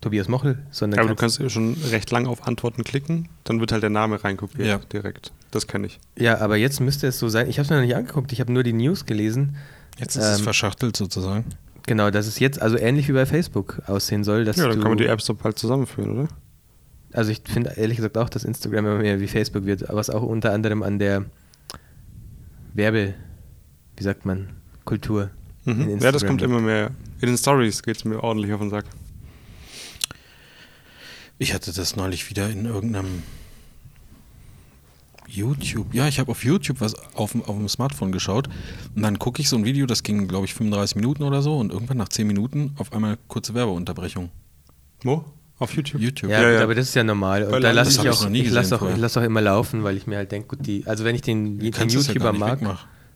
S2: Tobias Mochel, sondern
S3: Aber du kannst schon recht lang auf Antworten klicken, dann wird halt der Name reinkopiert
S1: Ja.
S3: direkt. Das kenne ich.
S2: Ja, aber jetzt müsste es so sein. Ich habe es mir noch nicht angeguckt, ich habe nur die News gelesen.
S1: Jetzt ist es
S2: Ähm,
S1: verschachtelt sozusagen.
S2: Genau, dass es jetzt also ähnlich wie bei Facebook aussehen soll. Dass
S3: Ja, dann
S2: du,
S3: kann man die Apps doch bald zusammenführen, oder?
S2: Also ich finde ehrlich gesagt auch, dass Instagram immer mehr wie Facebook wird, was auch unter anderem an der Werbe, wie sagt man, Kultur. in
S3: Mhm. Ja, das
S2: Instagram
S3: kommt
S2: liegt.
S3: immer mehr. In den Stories geht es mir ordentlich auf den Sack.
S1: Ich hatte das neulich wieder in irgendeinem YouTube. Ja, ich habe auf YouTube was auf, dem- auf dem Smartphone geschaut und dann gucke ich so ein Video, das ging, glaube ich, 35 Minuten oder so und irgendwann nach 10 Minuten auf einmal kurze Werbeunterbrechung.
S3: Wo? Auf YouTube?
S1: YouTube.
S2: Ja,
S3: Ja,
S2: gut,
S3: ja.
S2: aber das ist ja normal.
S3: Weil
S2: Und da
S3: das
S2: lasse ich
S1: hab ich
S2: auch,
S1: noch nie
S2: ich, lass
S1: gesehen
S2: auch, ich
S1: vorher.
S2: lass auch immer laufen, weil ich mir halt denke, gut, die, also wenn ich den,
S1: Du
S2: den
S1: kannst es ja
S2: YouTuber
S1: gar nicht
S2: mag,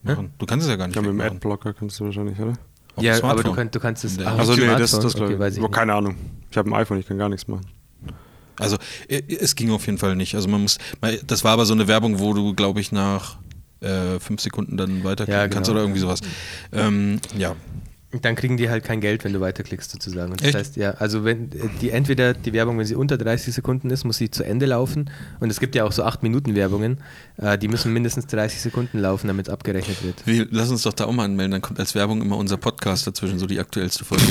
S1: wegmach- machen. Du kannst es ja gar nicht
S3: Ja, mit dem
S1: wegmachen.
S3: Adblocker kannst du wahrscheinlich, oder?
S1: Auf
S2: ja,
S1: dem
S2: aber
S1: Smartphone.
S2: du, kannst du kannst es.
S1: Nee.
S2: auch
S1: Also,
S3: Also
S2: auf dem
S3: nee, das,
S2: Smartphone.
S3: das glaube
S2: okay, weiß
S3: ich.
S2: ich
S3: Boah,
S2: nicht.
S3: keine Ahnung. Ich habe ein iPhone, ich kann gar nichts machen.
S1: Also äh, es ging auf jeden Fall nicht. Also man muss, man- das war aber so eine Werbung, wo du, glaube ich, nach äh, fünf Sekunden dann weiterklicken
S2: Ja,
S1: kannst
S2: genau.
S1: oder irgendwie sowas. Ähm, ja,
S2: Und dann kriegen die halt kein Geld, wenn du weiterklickst sozusagen. Und das
S1: Echt?
S2: heißt, ja, also wenn äh, die entweder die Werbung, wenn sie unter 30 Sekunden ist, muss sie zu Ende laufen. Und es gibt ja auch so 8 Minuten Werbungen, äh, die müssen mindestens 30 Sekunden laufen, damit es abgerechnet wird.
S1: wir lassen uns doch da auch mal anmelden. Dann kommt als Werbung immer unser Podcast dazwischen, so die aktuellste Folge.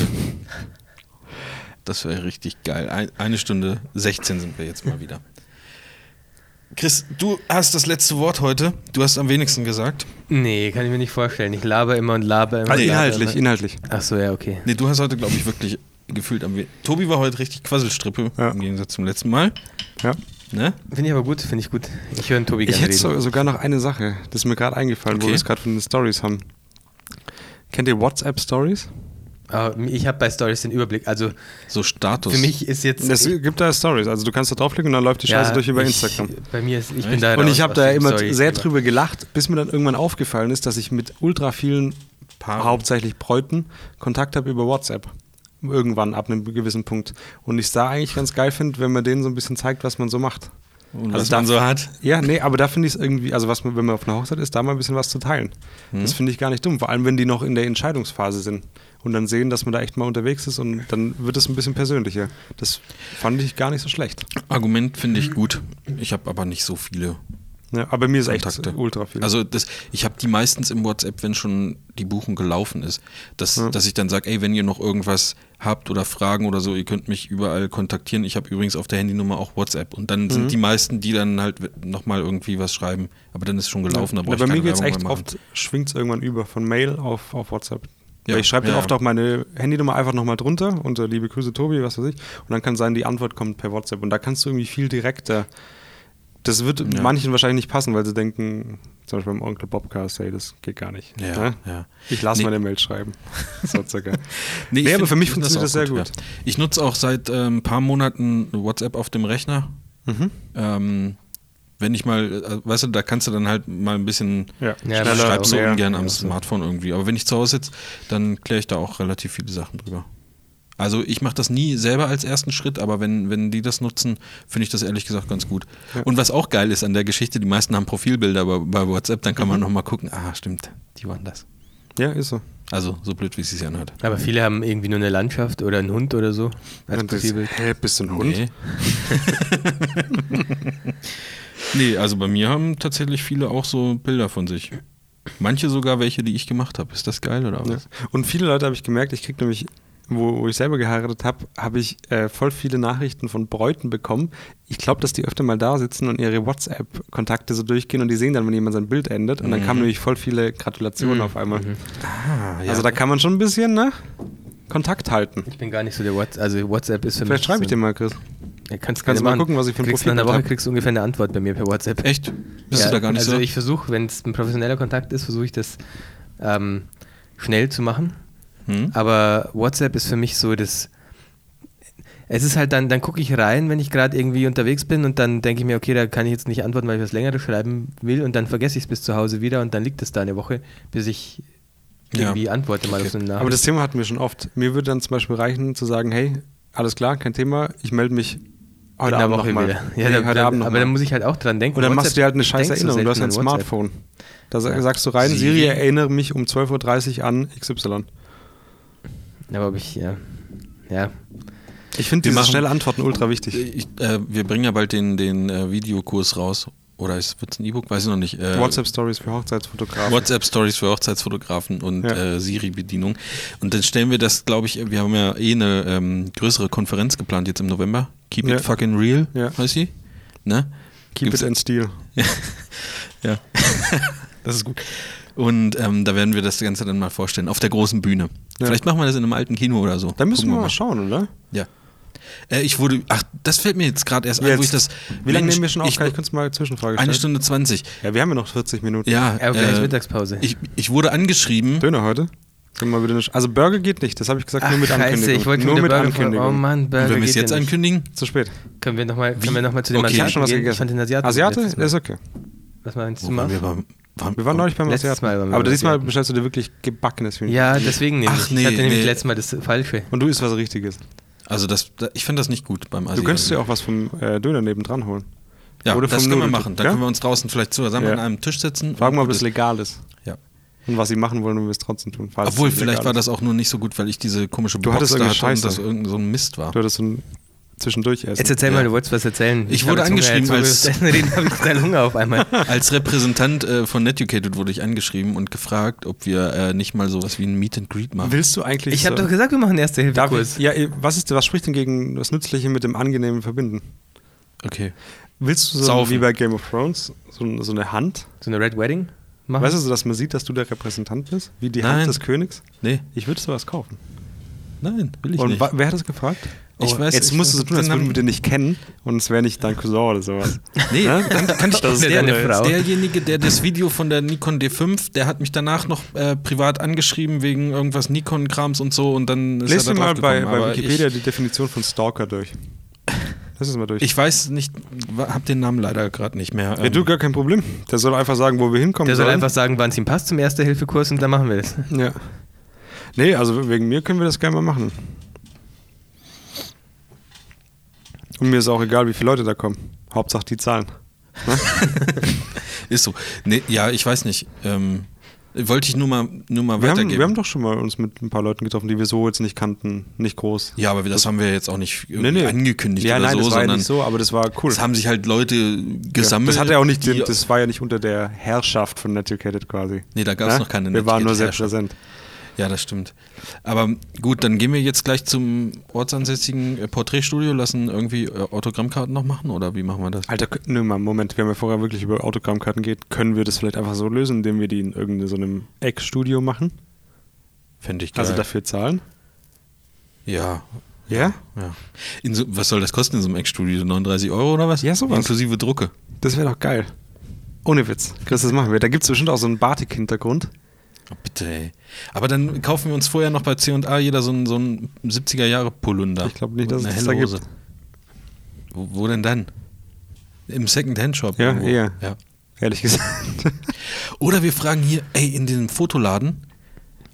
S1: Das wäre richtig geil. Ein, eine Stunde 16 sind wir jetzt mal wieder. Chris, du hast das letzte Wort heute. Du hast am wenigsten gesagt.
S2: Nee, kann ich mir nicht vorstellen. Ich laber immer und laber immer.
S3: Also
S2: und laber
S3: inhaltlich,
S2: immer.
S3: inhaltlich.
S2: Ach so, ja, okay.
S1: Nee, du hast heute, glaube ich, wirklich gefühlt am wenigsten. Tobi war heute richtig Quasselstrippe
S3: Ja.
S1: im Gegensatz zum letzten Mal.
S3: Ja.
S1: Ne?
S2: Finde ich aber gut, finde ich gut. Ich höre den Tobi
S3: Ich
S2: gerne
S3: hätte
S2: reden.
S3: so, sogar noch eine Sache, das ist mir gerade eingefallen, wo
S1: Okay.
S3: wir es gerade von den Stories haben. Kennt ihr WhatsApp-Stories?
S2: Aber ich habe bei Stories den Überblick. Also
S1: So Status.
S2: für mich ist jetzt.
S3: Es gibt da Stories, also du kannst da draufklicken und dann läuft die Scheiße also durch über
S2: ich,
S3: Instagram.
S2: Bei mir ist, ich bin
S1: Echt?
S2: da
S3: Und
S2: raus
S3: ich habe
S2: aus
S3: da
S2: dem
S3: immer
S2: Story-
S3: sehr drüber gelacht, bis mir dann irgendwann aufgefallen ist, dass ich mit ultra vielen
S1: Paaren.
S3: hauptsächlich Bräuten Kontakt habe über WhatsApp. Irgendwann ab einem gewissen Punkt. Und ich da eigentlich ganz geil finde, wenn man denen so ein bisschen zeigt, was man so macht.
S1: Und
S3: Also
S1: was
S3: da-
S1: man so hat.
S3: Ja, nee, aber da finde ich es irgendwie, also was man, wenn man auf einer Hochzeit ist, da mal ein bisschen was zu teilen.
S1: Mhm.
S3: Das finde ich gar nicht dumm, vor allem wenn die noch in der Entscheidungsphase sind und dann sehen, dass man da echt mal unterwegs ist und dann wird es ein bisschen persönlicher. Das fand ich gar nicht so schlecht.
S1: Argument finde ich gut. Ich habe aber nicht so viele
S3: Ja, aber mir ist echt
S1: Kontakte.
S3: ultra viel.
S1: Also das, ich habe die meistens im WhatsApp, wenn schon die Buchung gelaufen ist, dass, dass ich dann sage, ey, wenn ihr noch irgendwas habt oder Fragen oder so, ihr könnt mich überall kontaktieren. Ich habe übrigens auf der Handynummer auch WhatsApp. Und dann
S3: Mhm.
S1: sind die meisten, die dann halt nochmal irgendwie was schreiben. Aber dann ist schon gelaufen. Da brauch
S3: Na,
S1: ich
S3: bei mir
S1: keine
S3: geht es
S1: Werbung
S3: echt
S1: mehr machen.
S3: oft, schwingt es irgendwann über von Mail auf, auf WhatsApp.
S1: Ja,
S3: Weil ich schreibe
S1: ja,
S3: dann oft
S1: ja.
S3: auch meine Handynummer einfach nochmal drunter unter liebe Grüße Tobi, was weiß ich. Und dann kann sein, die Antwort kommt per WhatsApp. Und da kannst du irgendwie viel direkter. Das wird
S1: Ja.
S3: manchen wahrscheinlich nicht passen, weil sie denken, zum Beispiel beim Onkel Bobcast, hey, das geht gar nicht.
S1: Ja,
S3: Ne?
S1: ja.
S3: Ich lasse
S1: Nee.
S3: meine Mail schreiben. so circa.
S1: Nee, ich
S3: nee, aber
S1: find-
S3: für mich
S1: ich find
S3: funktioniert das sehr
S1: auch
S3: gut.
S1: ja. Ich nutze auch seit äh, ein paar Monaten WhatsApp auf dem Rechner.
S3: Mhm.
S1: Ähm, wenn ich mal, äh, weißt du, da kannst du dann halt mal ein bisschen
S3: Ja.
S2: Ja,
S1: schneller
S2: das stimmt.
S1: schreibst du
S3: Ja.
S1: ungern am
S3: Ja, so.
S1: Smartphone irgendwie. Aber wenn ich zu Hause sitze, dann kläre ich da auch relativ viele Sachen drüber. Also ich mache das nie selber als ersten Schritt, aber wenn, wenn die das nutzen, finde ich das ehrlich gesagt ganz gut. Und was auch geil ist an der Geschichte, die meisten haben Profilbilder bei, bei WhatsApp, dann kann man
S3: Mhm.
S1: nochmal gucken, ah stimmt, die waren das.
S3: Ja, ist so.
S1: Also so blöd, wie es sich anhört.
S2: Aber viele haben irgendwie nur eine Landschaft oder einen Hund oder so als
S3: Und das-
S2: Profilbild.
S3: Hä, bist du ein Hund?
S1: Nee. nee, also bei mir haben tatsächlich viele auch so Bilder von sich. Manche sogar welche, die ich gemacht habe. Ist das geil oder
S3: Ja.
S1: was?
S3: Und viele Leute habe ich gemerkt, ich kriege nämlich, wo, wo ich selber geheiratet habe, habe ich äh, voll viele Nachrichten von Bräuten bekommen. Ich glaube, dass die öfter mal da sitzen und ihre WhatsApp-Kontakte so durchgehen und die sehen dann, wenn jemand sein Bild endet. Und dann kamen
S2: Mhm.
S3: nämlich voll viele Gratulationen auf einmal. Also da kann man schon ein bisschen ne, Kontakt halten.
S2: Ich bin gar nicht so der WhatsApp. Also WhatsApp ist für
S3: Vielleicht
S2: mich.
S3: schreibe ich
S2: so-
S3: dir mal, Chris.
S2: Ja, kannst
S3: Kannst
S2: gerne
S3: mal
S2: machen.
S3: gucken, was ich für ein
S2: kriegst
S3: Profilbild
S2: Nach einer Woche
S3: hab.
S2: kriegst du ungefähr eine Antwort bei mir per WhatsApp.
S1: Echt? Bist
S2: Ja,
S1: du da gar nicht
S2: also
S1: so?
S2: ich versuche, wenn es ein professioneller Kontakt ist, versuche ich das ähm, schnell zu machen.
S1: Hm?
S3: Ah.
S2: Aber WhatsApp ist für mich so das. Es ist halt dann, dann gucke ich rein, wenn ich gerade irgendwie unterwegs bin und dann denke ich mir, okay, da kann ich jetzt nicht antworten, weil ich was längeres schreiben will und dann vergesse ich es bis zu Hause wieder und dann liegt es da eine Woche, bis ich
S1: Ja.
S2: irgendwie antworte mal auf so eine Nachricht.
S3: Aber das Thema hatten wir schon oft. Mir würde dann zum Beispiel reichen, zu sagen: Hey, alles klar, kein Thema, ich melde mich heute
S2: in der
S3: Abend
S2: Woche
S3: nochmal.
S2: wieder. Ja,
S3: nee,
S2: dann,
S3: heute
S2: dann,
S3: Abend noch
S2: aber dann
S3: mal.
S2: muss ich halt auch dran denken.
S3: Und dann
S2: WhatsApp
S3: machst du dir halt eine scheiß
S2: denkst du
S3: Erinnerung. Du hast ja ein
S2: selten an WhatsApp.
S3: Smartphone. Da sa-
S2: Ja.
S3: sagst du rein, Siri,
S1: Siri.
S3: erinnere mich um 12.30 Uhr an XY.
S2: Aber ob ich, ja. Ja.
S3: Ich finde
S1: Wir
S3: diese
S1: machen-
S3: schnelle Antworten ultra wichtig.
S1: Ich, äh, wir bringen ja bald den, den äh, Videokurs raus. Oder wird es ein E-Book? Weiß ich noch nicht. Äh,
S3: WhatsApp-Stories für Hochzeitsfotografen.
S1: WhatsApp-Stories für Hochzeitsfotografen und
S3: Ja.
S1: äh, Siri-Bedienung. Und dann stellen wir das, glaube ich, wir haben ja eh eine ähm, größere Konferenz geplant jetzt im November. Keep
S3: Ja.
S1: it fucking real,
S3: Ja.
S1: heißt sie. Ne?
S3: Keep
S1: Gibt's-
S3: it in Stil.
S1: Ja. das ist gut. Und ähm, da werden wir das Ganze dann mal vorstellen, auf der großen Bühne.
S3: Ja.
S1: Vielleicht machen wir das in einem alten Kino oder so.
S3: Da müssen
S1: Gucken
S3: wir mal schauen, oder?
S1: Ja. Äh, ich wurde, ach, das fällt mir jetzt gerade erst ein, wo ich das.
S3: Wie lange
S1: Mensch,
S3: nehmen wir schon auf?
S1: Ich,
S3: Kann ich kurz mal eine Zwischenfrage stellen?
S1: eine Stunde zwanzig.
S3: Ja, wir haben ja noch 40 Minuten.
S1: Ja, äh,
S2: Ja, okay, ist Mittagspause.
S1: Ich, ich wurde angeschrieben.
S3: Döner heute. Können wir bitte eine Sch- also Burger geht nicht, das habe ich gesagt, nur mit Ankündigung.
S2: ich wollte
S3: nur
S2: schon
S3: mit
S2: wieder Burger
S3: Ankündigung.
S2: Vor. Oh Mann, Burger
S1: Wenn wir es
S2: geht
S1: jetzt
S2: ja nicht.
S1: ankündigen,
S3: Zu spät.
S2: Können wir nochmal noch mal zu den
S1: Okay. Ich
S3: Ich
S1: hab
S3: habe
S2: Asiaten
S3: schon was
S2: gehen?
S3: gegessen.
S2: Ich fand den Asiaten
S3: Asiate? Also-
S2: letztes Mal.
S3: Ist okay.
S2: Was meinst du
S1: Wo waren
S2: mal?
S1: wir, beim, waren,
S3: Wir waren neulich beim
S2: Letztes
S3: Asiaten.
S2: Mal waren wir
S3: Aber
S2: beim
S3: diesmal
S2: Asiaten.
S3: bestellst du dir wirklich gebackenes Hühnchen.
S2: Ja, deswegen nämlich.
S1: Ach,
S2: ich hatte
S1: nee,
S2: nämlich
S1: nee.
S2: letztes Mal das Falsche.
S3: Und du isst was Richtiges.
S1: Also das, da, ich fand das nicht gut beim Asiaten.
S3: Du könntest dir auch was vom äh, Döner nebendran holen.
S1: ja,
S3: oder
S1: das
S3: vom
S1: können wir
S3: Nudeln-
S1: machen. Dann
S3: Ja?
S1: können wir uns draußen vielleicht zusammen
S3: Ja.
S1: an einem Tisch setzen.
S3: Fragen wir, ob das
S1: Und-
S3: legal ist.
S1: ja.
S3: Und was sie machen wollen, wenn wir es trotzdem tun. falls
S1: Obwohl,
S3: es
S1: vielleicht
S3: legal
S1: war
S3: ist.
S1: das auch nur nicht so gut, weil ich diese komische
S3: Du
S1: Box
S3: hattest
S1: da
S3: irgendwie
S1: hatte und
S3: Scheiße.
S1: das irgend so ein Mist war.
S3: Du hattest so ein Zwischendurch essen.
S2: Jetzt erzähl mal,
S1: Ja.
S2: du wolltest was erzählen.
S1: Ich wurde
S2: hab jetzt
S1: angeschrieben,
S2: Hunger,
S1: als-
S2: jetzt, als... Reden habe ich total Hunger auf einmal.
S1: Als Repräsentant äh, von Netucated wurde ich angeschrieben und gefragt, ob wir äh, nicht mal sowas wie ein Meet and Greet machen.
S3: Willst du eigentlich.
S2: Ich habe doch gesagt, wir machen
S3: Darf ich-
S2: Erste-Hilfe-Kurs.
S3: ja, eh, was, ist, was spricht denn gegen das Nützliche mit dem Angenehmen verbinden?
S1: Okay.
S3: Willst du so
S1: Saufen.
S3: wie bei Game of Thrones so, so eine Hand?
S2: So eine Red Wedding machen?
S3: Weißt du, so, dass man sieht, dass du der Repräsentant bist? Wie die
S1: Nein.
S3: Hand des Königs?
S1: Nee,
S3: Ich würde sowas kaufen.
S1: nein, will ich
S3: und
S1: nicht.
S3: wa- wer hat das gefragt? Oh,
S1: Ich weiß-
S3: jetzt
S1: ich
S3: musst du
S1: weiß-
S3: so tun, als
S1: den
S3: würden
S1: haben-
S3: wir den nicht kennen und es wäre nicht dein Cousin oder sowas.
S1: Nee,
S3: Ne?
S1: dann kann ich
S2: Das
S1: das
S2: ist
S1: der,
S2: deine Frau.
S1: derjenige, der das Video von der Nikon D5, der hat mich danach noch äh, privat angeschrieben wegen irgendwas Nikon-Krams und so und dann ist
S3: Lest
S1: er
S3: dir
S1: da
S3: mal bei,
S1: draufgekommen.
S3: bei
S1: Aber
S3: Wikipedia die Definition von Stalker durch. Lass es mal durch.
S1: Ich, ich weiß nicht, wa- hab den Namen leider gerade nicht mehr.
S3: ja,
S1: ähm,
S3: du, gar kein Problem. Der soll einfach sagen, wo wir hinkommen
S2: Der soll
S3: sollen.
S2: einfach sagen, wann es ihm passt zum Erste-Hilfe-Kurs und dann machen wir das.
S3: Ja. Nee, also wegen mir können wir das gerne mal machen. Und mir ist auch egal, wie viele Leute da kommen. Hauptsache die Zahlen.
S1: Ist so. Nee, ja, ich weiß nicht. Ähm, wollte ich nur mal, nur mal
S3: Wir haben,
S1: weitergeben.
S3: wir haben doch schon mal uns mit ein paar Leuten getroffen, die wir so jetzt nicht kannten. Nicht groß.
S1: ja, aber das, haben wir jetzt auch nicht irgendwie angekündigt
S3: ja,
S1: oder
S3: nein,
S1: so,
S3: das war ja
S1: sondern
S3: nicht so, aber das war cool.
S1: es haben sich halt Leute gesammelt.
S3: das, hat ja auch nicht den,
S1: die-
S3: das war ja nicht unter der Herrschaft von Netucated quasi.
S1: Nee, da gab's
S3: Ja?
S1: noch keine
S3: Wir waren nur sehr
S1: Netiquette-Herrschaft.
S3: präsent.
S1: Ja, das stimmt. Aber gut, dann gehen wir jetzt gleich zum ortsansässigen äh, Porträtstudio, lassen irgendwie äh, Autogrammkarten noch machen oder wie machen wir das?
S3: Alter, k- nö, mal, Moment, wir haben ja vorher wirklich über Autogrammkarten geht. Können wir das vielleicht einfach so lösen, indem wir die in irgendeinem so einem Eckstudio machen?
S1: Fände ich geil.
S3: Also dafür zahlen?
S1: ja.
S3: Ja?
S1: Ja. In so, was soll das kosten in so einem Eckstudio? 39 Euro oder was?
S3: Ja, sowas.
S1: Inklusive Drucke.
S3: Das wäre doch geil. Ohne Witz. Chris, das machen wir. Da gibt es bestimmt auch so einen Batik-Hintergrund.
S1: Oh, bitte, ey. Aber dann kaufen wir uns vorher noch bei C&A jeder so einen, so einen 70er-Jahre-Polunder.
S3: Ich glaub nicht,
S1: Und
S3: dass
S1: eine
S3: es das
S1: helle
S3: da gibt.
S1: Hose. Wo, wo denn dann? Im Second-Hand-Shop.
S3: Ja,
S1: irgendwo.
S3: eher.
S1: Ja.
S3: Ehrlich gesagt.
S1: Oder wir fragen hier, ey, in diesem Fotoladen,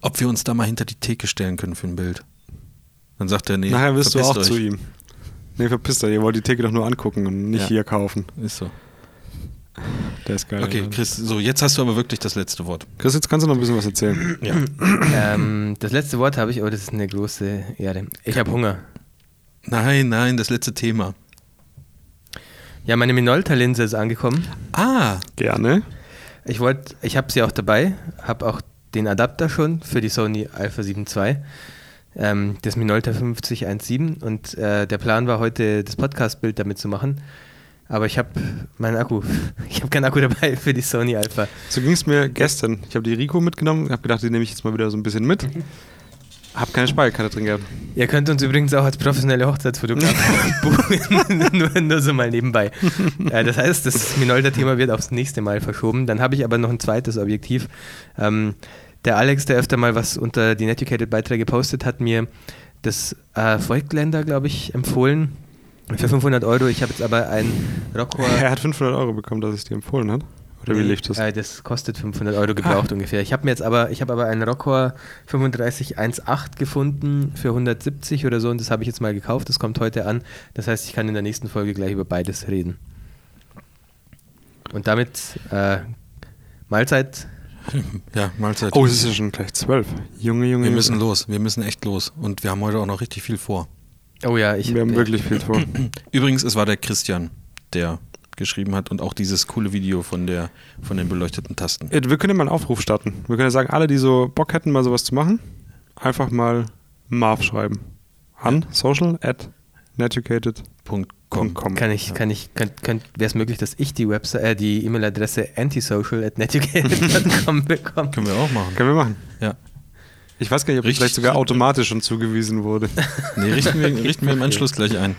S1: ob wir uns da mal hinter die Theke stellen können für ein Bild. Dann sagt er, nee.
S3: Nachher wirst du auch
S1: verpisst euch.
S3: zu ihm. Nee, verpisst euch. Ihr wollt die Theke doch nur angucken und nicht
S1: Ja.
S3: hier kaufen.
S1: Ist so.
S3: Der ist geil.
S1: Okay,
S3: Ja. genau.
S1: Chris, so, jetzt hast du aber wirklich das letzte Wort.
S3: Chris, jetzt kannst du noch ein bisschen was erzählen.
S1: Ja.
S2: ähm, das letzte Wort habe ich, aber das ist eine große Ehre. Ich habe Hunger.
S1: Nein, nein, das letzte Thema.
S2: Ja, meine Minolta-Linse ist angekommen.
S1: Ah,
S3: Gerne.
S2: ich wollte, ich habe sie auch dabei, habe auch den Adapter schon für die Sony Alpha 7 II, ähm, das Minolta 5017 und äh, der Plan war heute das Podcast-Bild damit zu machen, aber ich habe meinen Akku, ich habe keinen Akku dabei für die Sony Alpha.
S3: So ging es mir gestern. Ich habe die Rico mitgenommen, habe gedacht, die nehme ich jetzt mal wieder so ein bisschen mit. Habe keine Speicherkarte drin gehabt.
S2: Ihr könnt uns übrigens auch als professionelle Hochzeitsfotografen buchen, nur, nur so mal nebenbei. Äh, das heißt, das Minolta-Thema wird aufs nächste Mal verschoben. Dann habe ich aber noch ein zweites Objektiv. Ähm, der Alex, der öfter mal was unter die Netucated-Beiträge postet, hat mir das äh, Volkländer, glaube ich, empfohlen. Für 500 Euro. Ich habe jetzt aber ein Rockhor.
S3: Er hat 500 Euro bekommen, dass ich dir empfohlen habe. Oder wie
S2: Nee,
S3: lief das? Oh, Ah.
S2: Äh, das kostet 500 Euro gebraucht ungefähr. Ich habe mir jetzt aber, ich habe aber einen Rockhor 3518 gefunden für 170 oder so und das habe ich jetzt mal gekauft. Das kommt heute an. Das heißt, ich kann in der nächsten Folge gleich über beides reden. Und damit äh, Mahlzeit.
S1: Ja, Mahlzeit.
S3: Oh, es ist ja schon gleich zwölf. Junge, Junge,
S1: wir
S3: Junge.
S1: müssen los, wir müssen echt los. Und wir haben heute auch noch richtig viel vor.
S2: Oh ja, ich
S3: Wir haben wirklich viel vor.
S1: Übrigens, es war der Christian, der geschrieben hat und auch dieses coole Video von der von den beleuchteten Tasten.
S3: Ed, Wir können ja mal einen Aufruf starten. Wir können ja sagen, alle, die so Bock hätten, mal sowas zu machen, einfach mal Marv schreiben. An social at netucated.com.
S1: Punkt com.
S2: Kann ich, kann ich, könnt, könnt, wäre es möglich, dass ich die Website, äh, die E-Mail-Adresse antisocial.netugated.com bekomme?
S1: Können wir auch machen.
S3: Können wir machen.
S1: Ja.
S3: Ich weiß gar nicht, ob das
S1: Richtig.
S3: vielleicht sogar automatisch schon zugewiesen wurde.
S1: Nee, richten wir, richten wir im Anschluss gleich ein.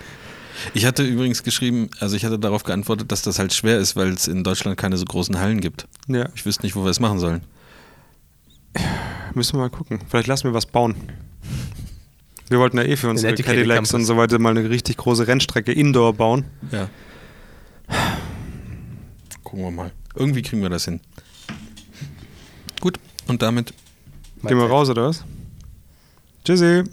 S1: Ich hatte übrigens geschrieben, also ich hatte darauf geantwortet, dass das halt schwer ist, weil es in Deutschland keine so großen Hallen gibt.
S3: ja,
S1: Ich wüsste nicht, wo wir es machen sollen.
S3: müssen wir mal gucken. Vielleicht lassen wir was bauen. Wir wollten ja eh für unsere
S2: Netucated
S3: Cadillacs
S2: Campus.
S3: und so weiter mal eine richtig große Rennstrecke indoor bauen.
S1: Ja. Gucken wir mal. Irgendwie kriegen wir das hin. Gut, und damit
S3: Gehen wir raus, oder was? Tschüssi.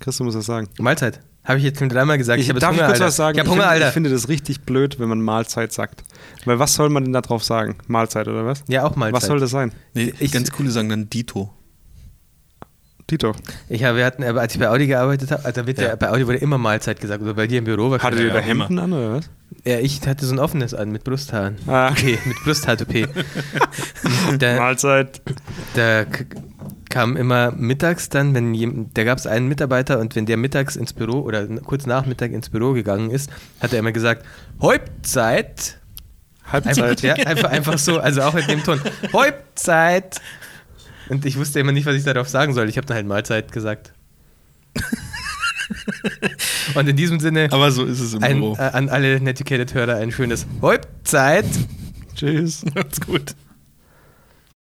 S3: Christo muss was sagen.
S2: Mahlzeit. Habe ich jetzt schon dreimal gesagt.
S3: Ich,
S2: hab jetzt
S3: darf ich
S2: Hunger,
S3: kurz
S2: Alter.
S3: was sagen?
S2: Ich habe Hunger,
S3: ich, finde,
S2: Alter.
S3: ich finde das richtig blöd, wenn man Mahlzeit sagt. Weil was soll man denn da drauf sagen? Mahlzeit oder was?
S2: Ja, auch Mahlzeit.
S3: Was soll das sein?
S1: Nee,
S2: Ich-
S1: ganz coole sagen dann Dito.
S3: Tito,
S2: Ich hab, wir hatten, aber als ich bei Audi gearbeitet habe, also da wird ja.
S1: Ja.
S2: bei Audi wurde immer Mahlzeit gesagt, oder bei dir im Büro
S3: hattet ihr
S2: wahrscheinlich.
S3: da
S1: ja auch
S3: Hemden Äh, an oder was?
S2: auch. Ja, ich hatte so ein offenes an mit Brusthaaren.
S3: Ah,
S2: Okay, mit Brusthaar-Toupet. da,
S3: Mahlzeit.
S2: da k- kam immer mittags dann, wenn jem- da gab es einen Mitarbeiter und wenn der mittags ins Büro oder n- kurz nach Mittag ins Büro gegangen ist, hat er immer gesagt, Halbzeit. Einfach,
S3: Halbzeit.
S2: ja, einfach, einfach so, also auch mit dem Ton. Halbzeit. Und ich wusste immer nicht, was ich darauf sagen soll. Ich habe dann halt Mahlzeit gesagt. Und in diesem Sinne
S1: Aber so ist es im
S2: ein,
S1: Büro.
S2: äh, an alle Netiquette-Hörer ein schönes Halbzeit.
S3: Tschüss.
S1: Macht's gut.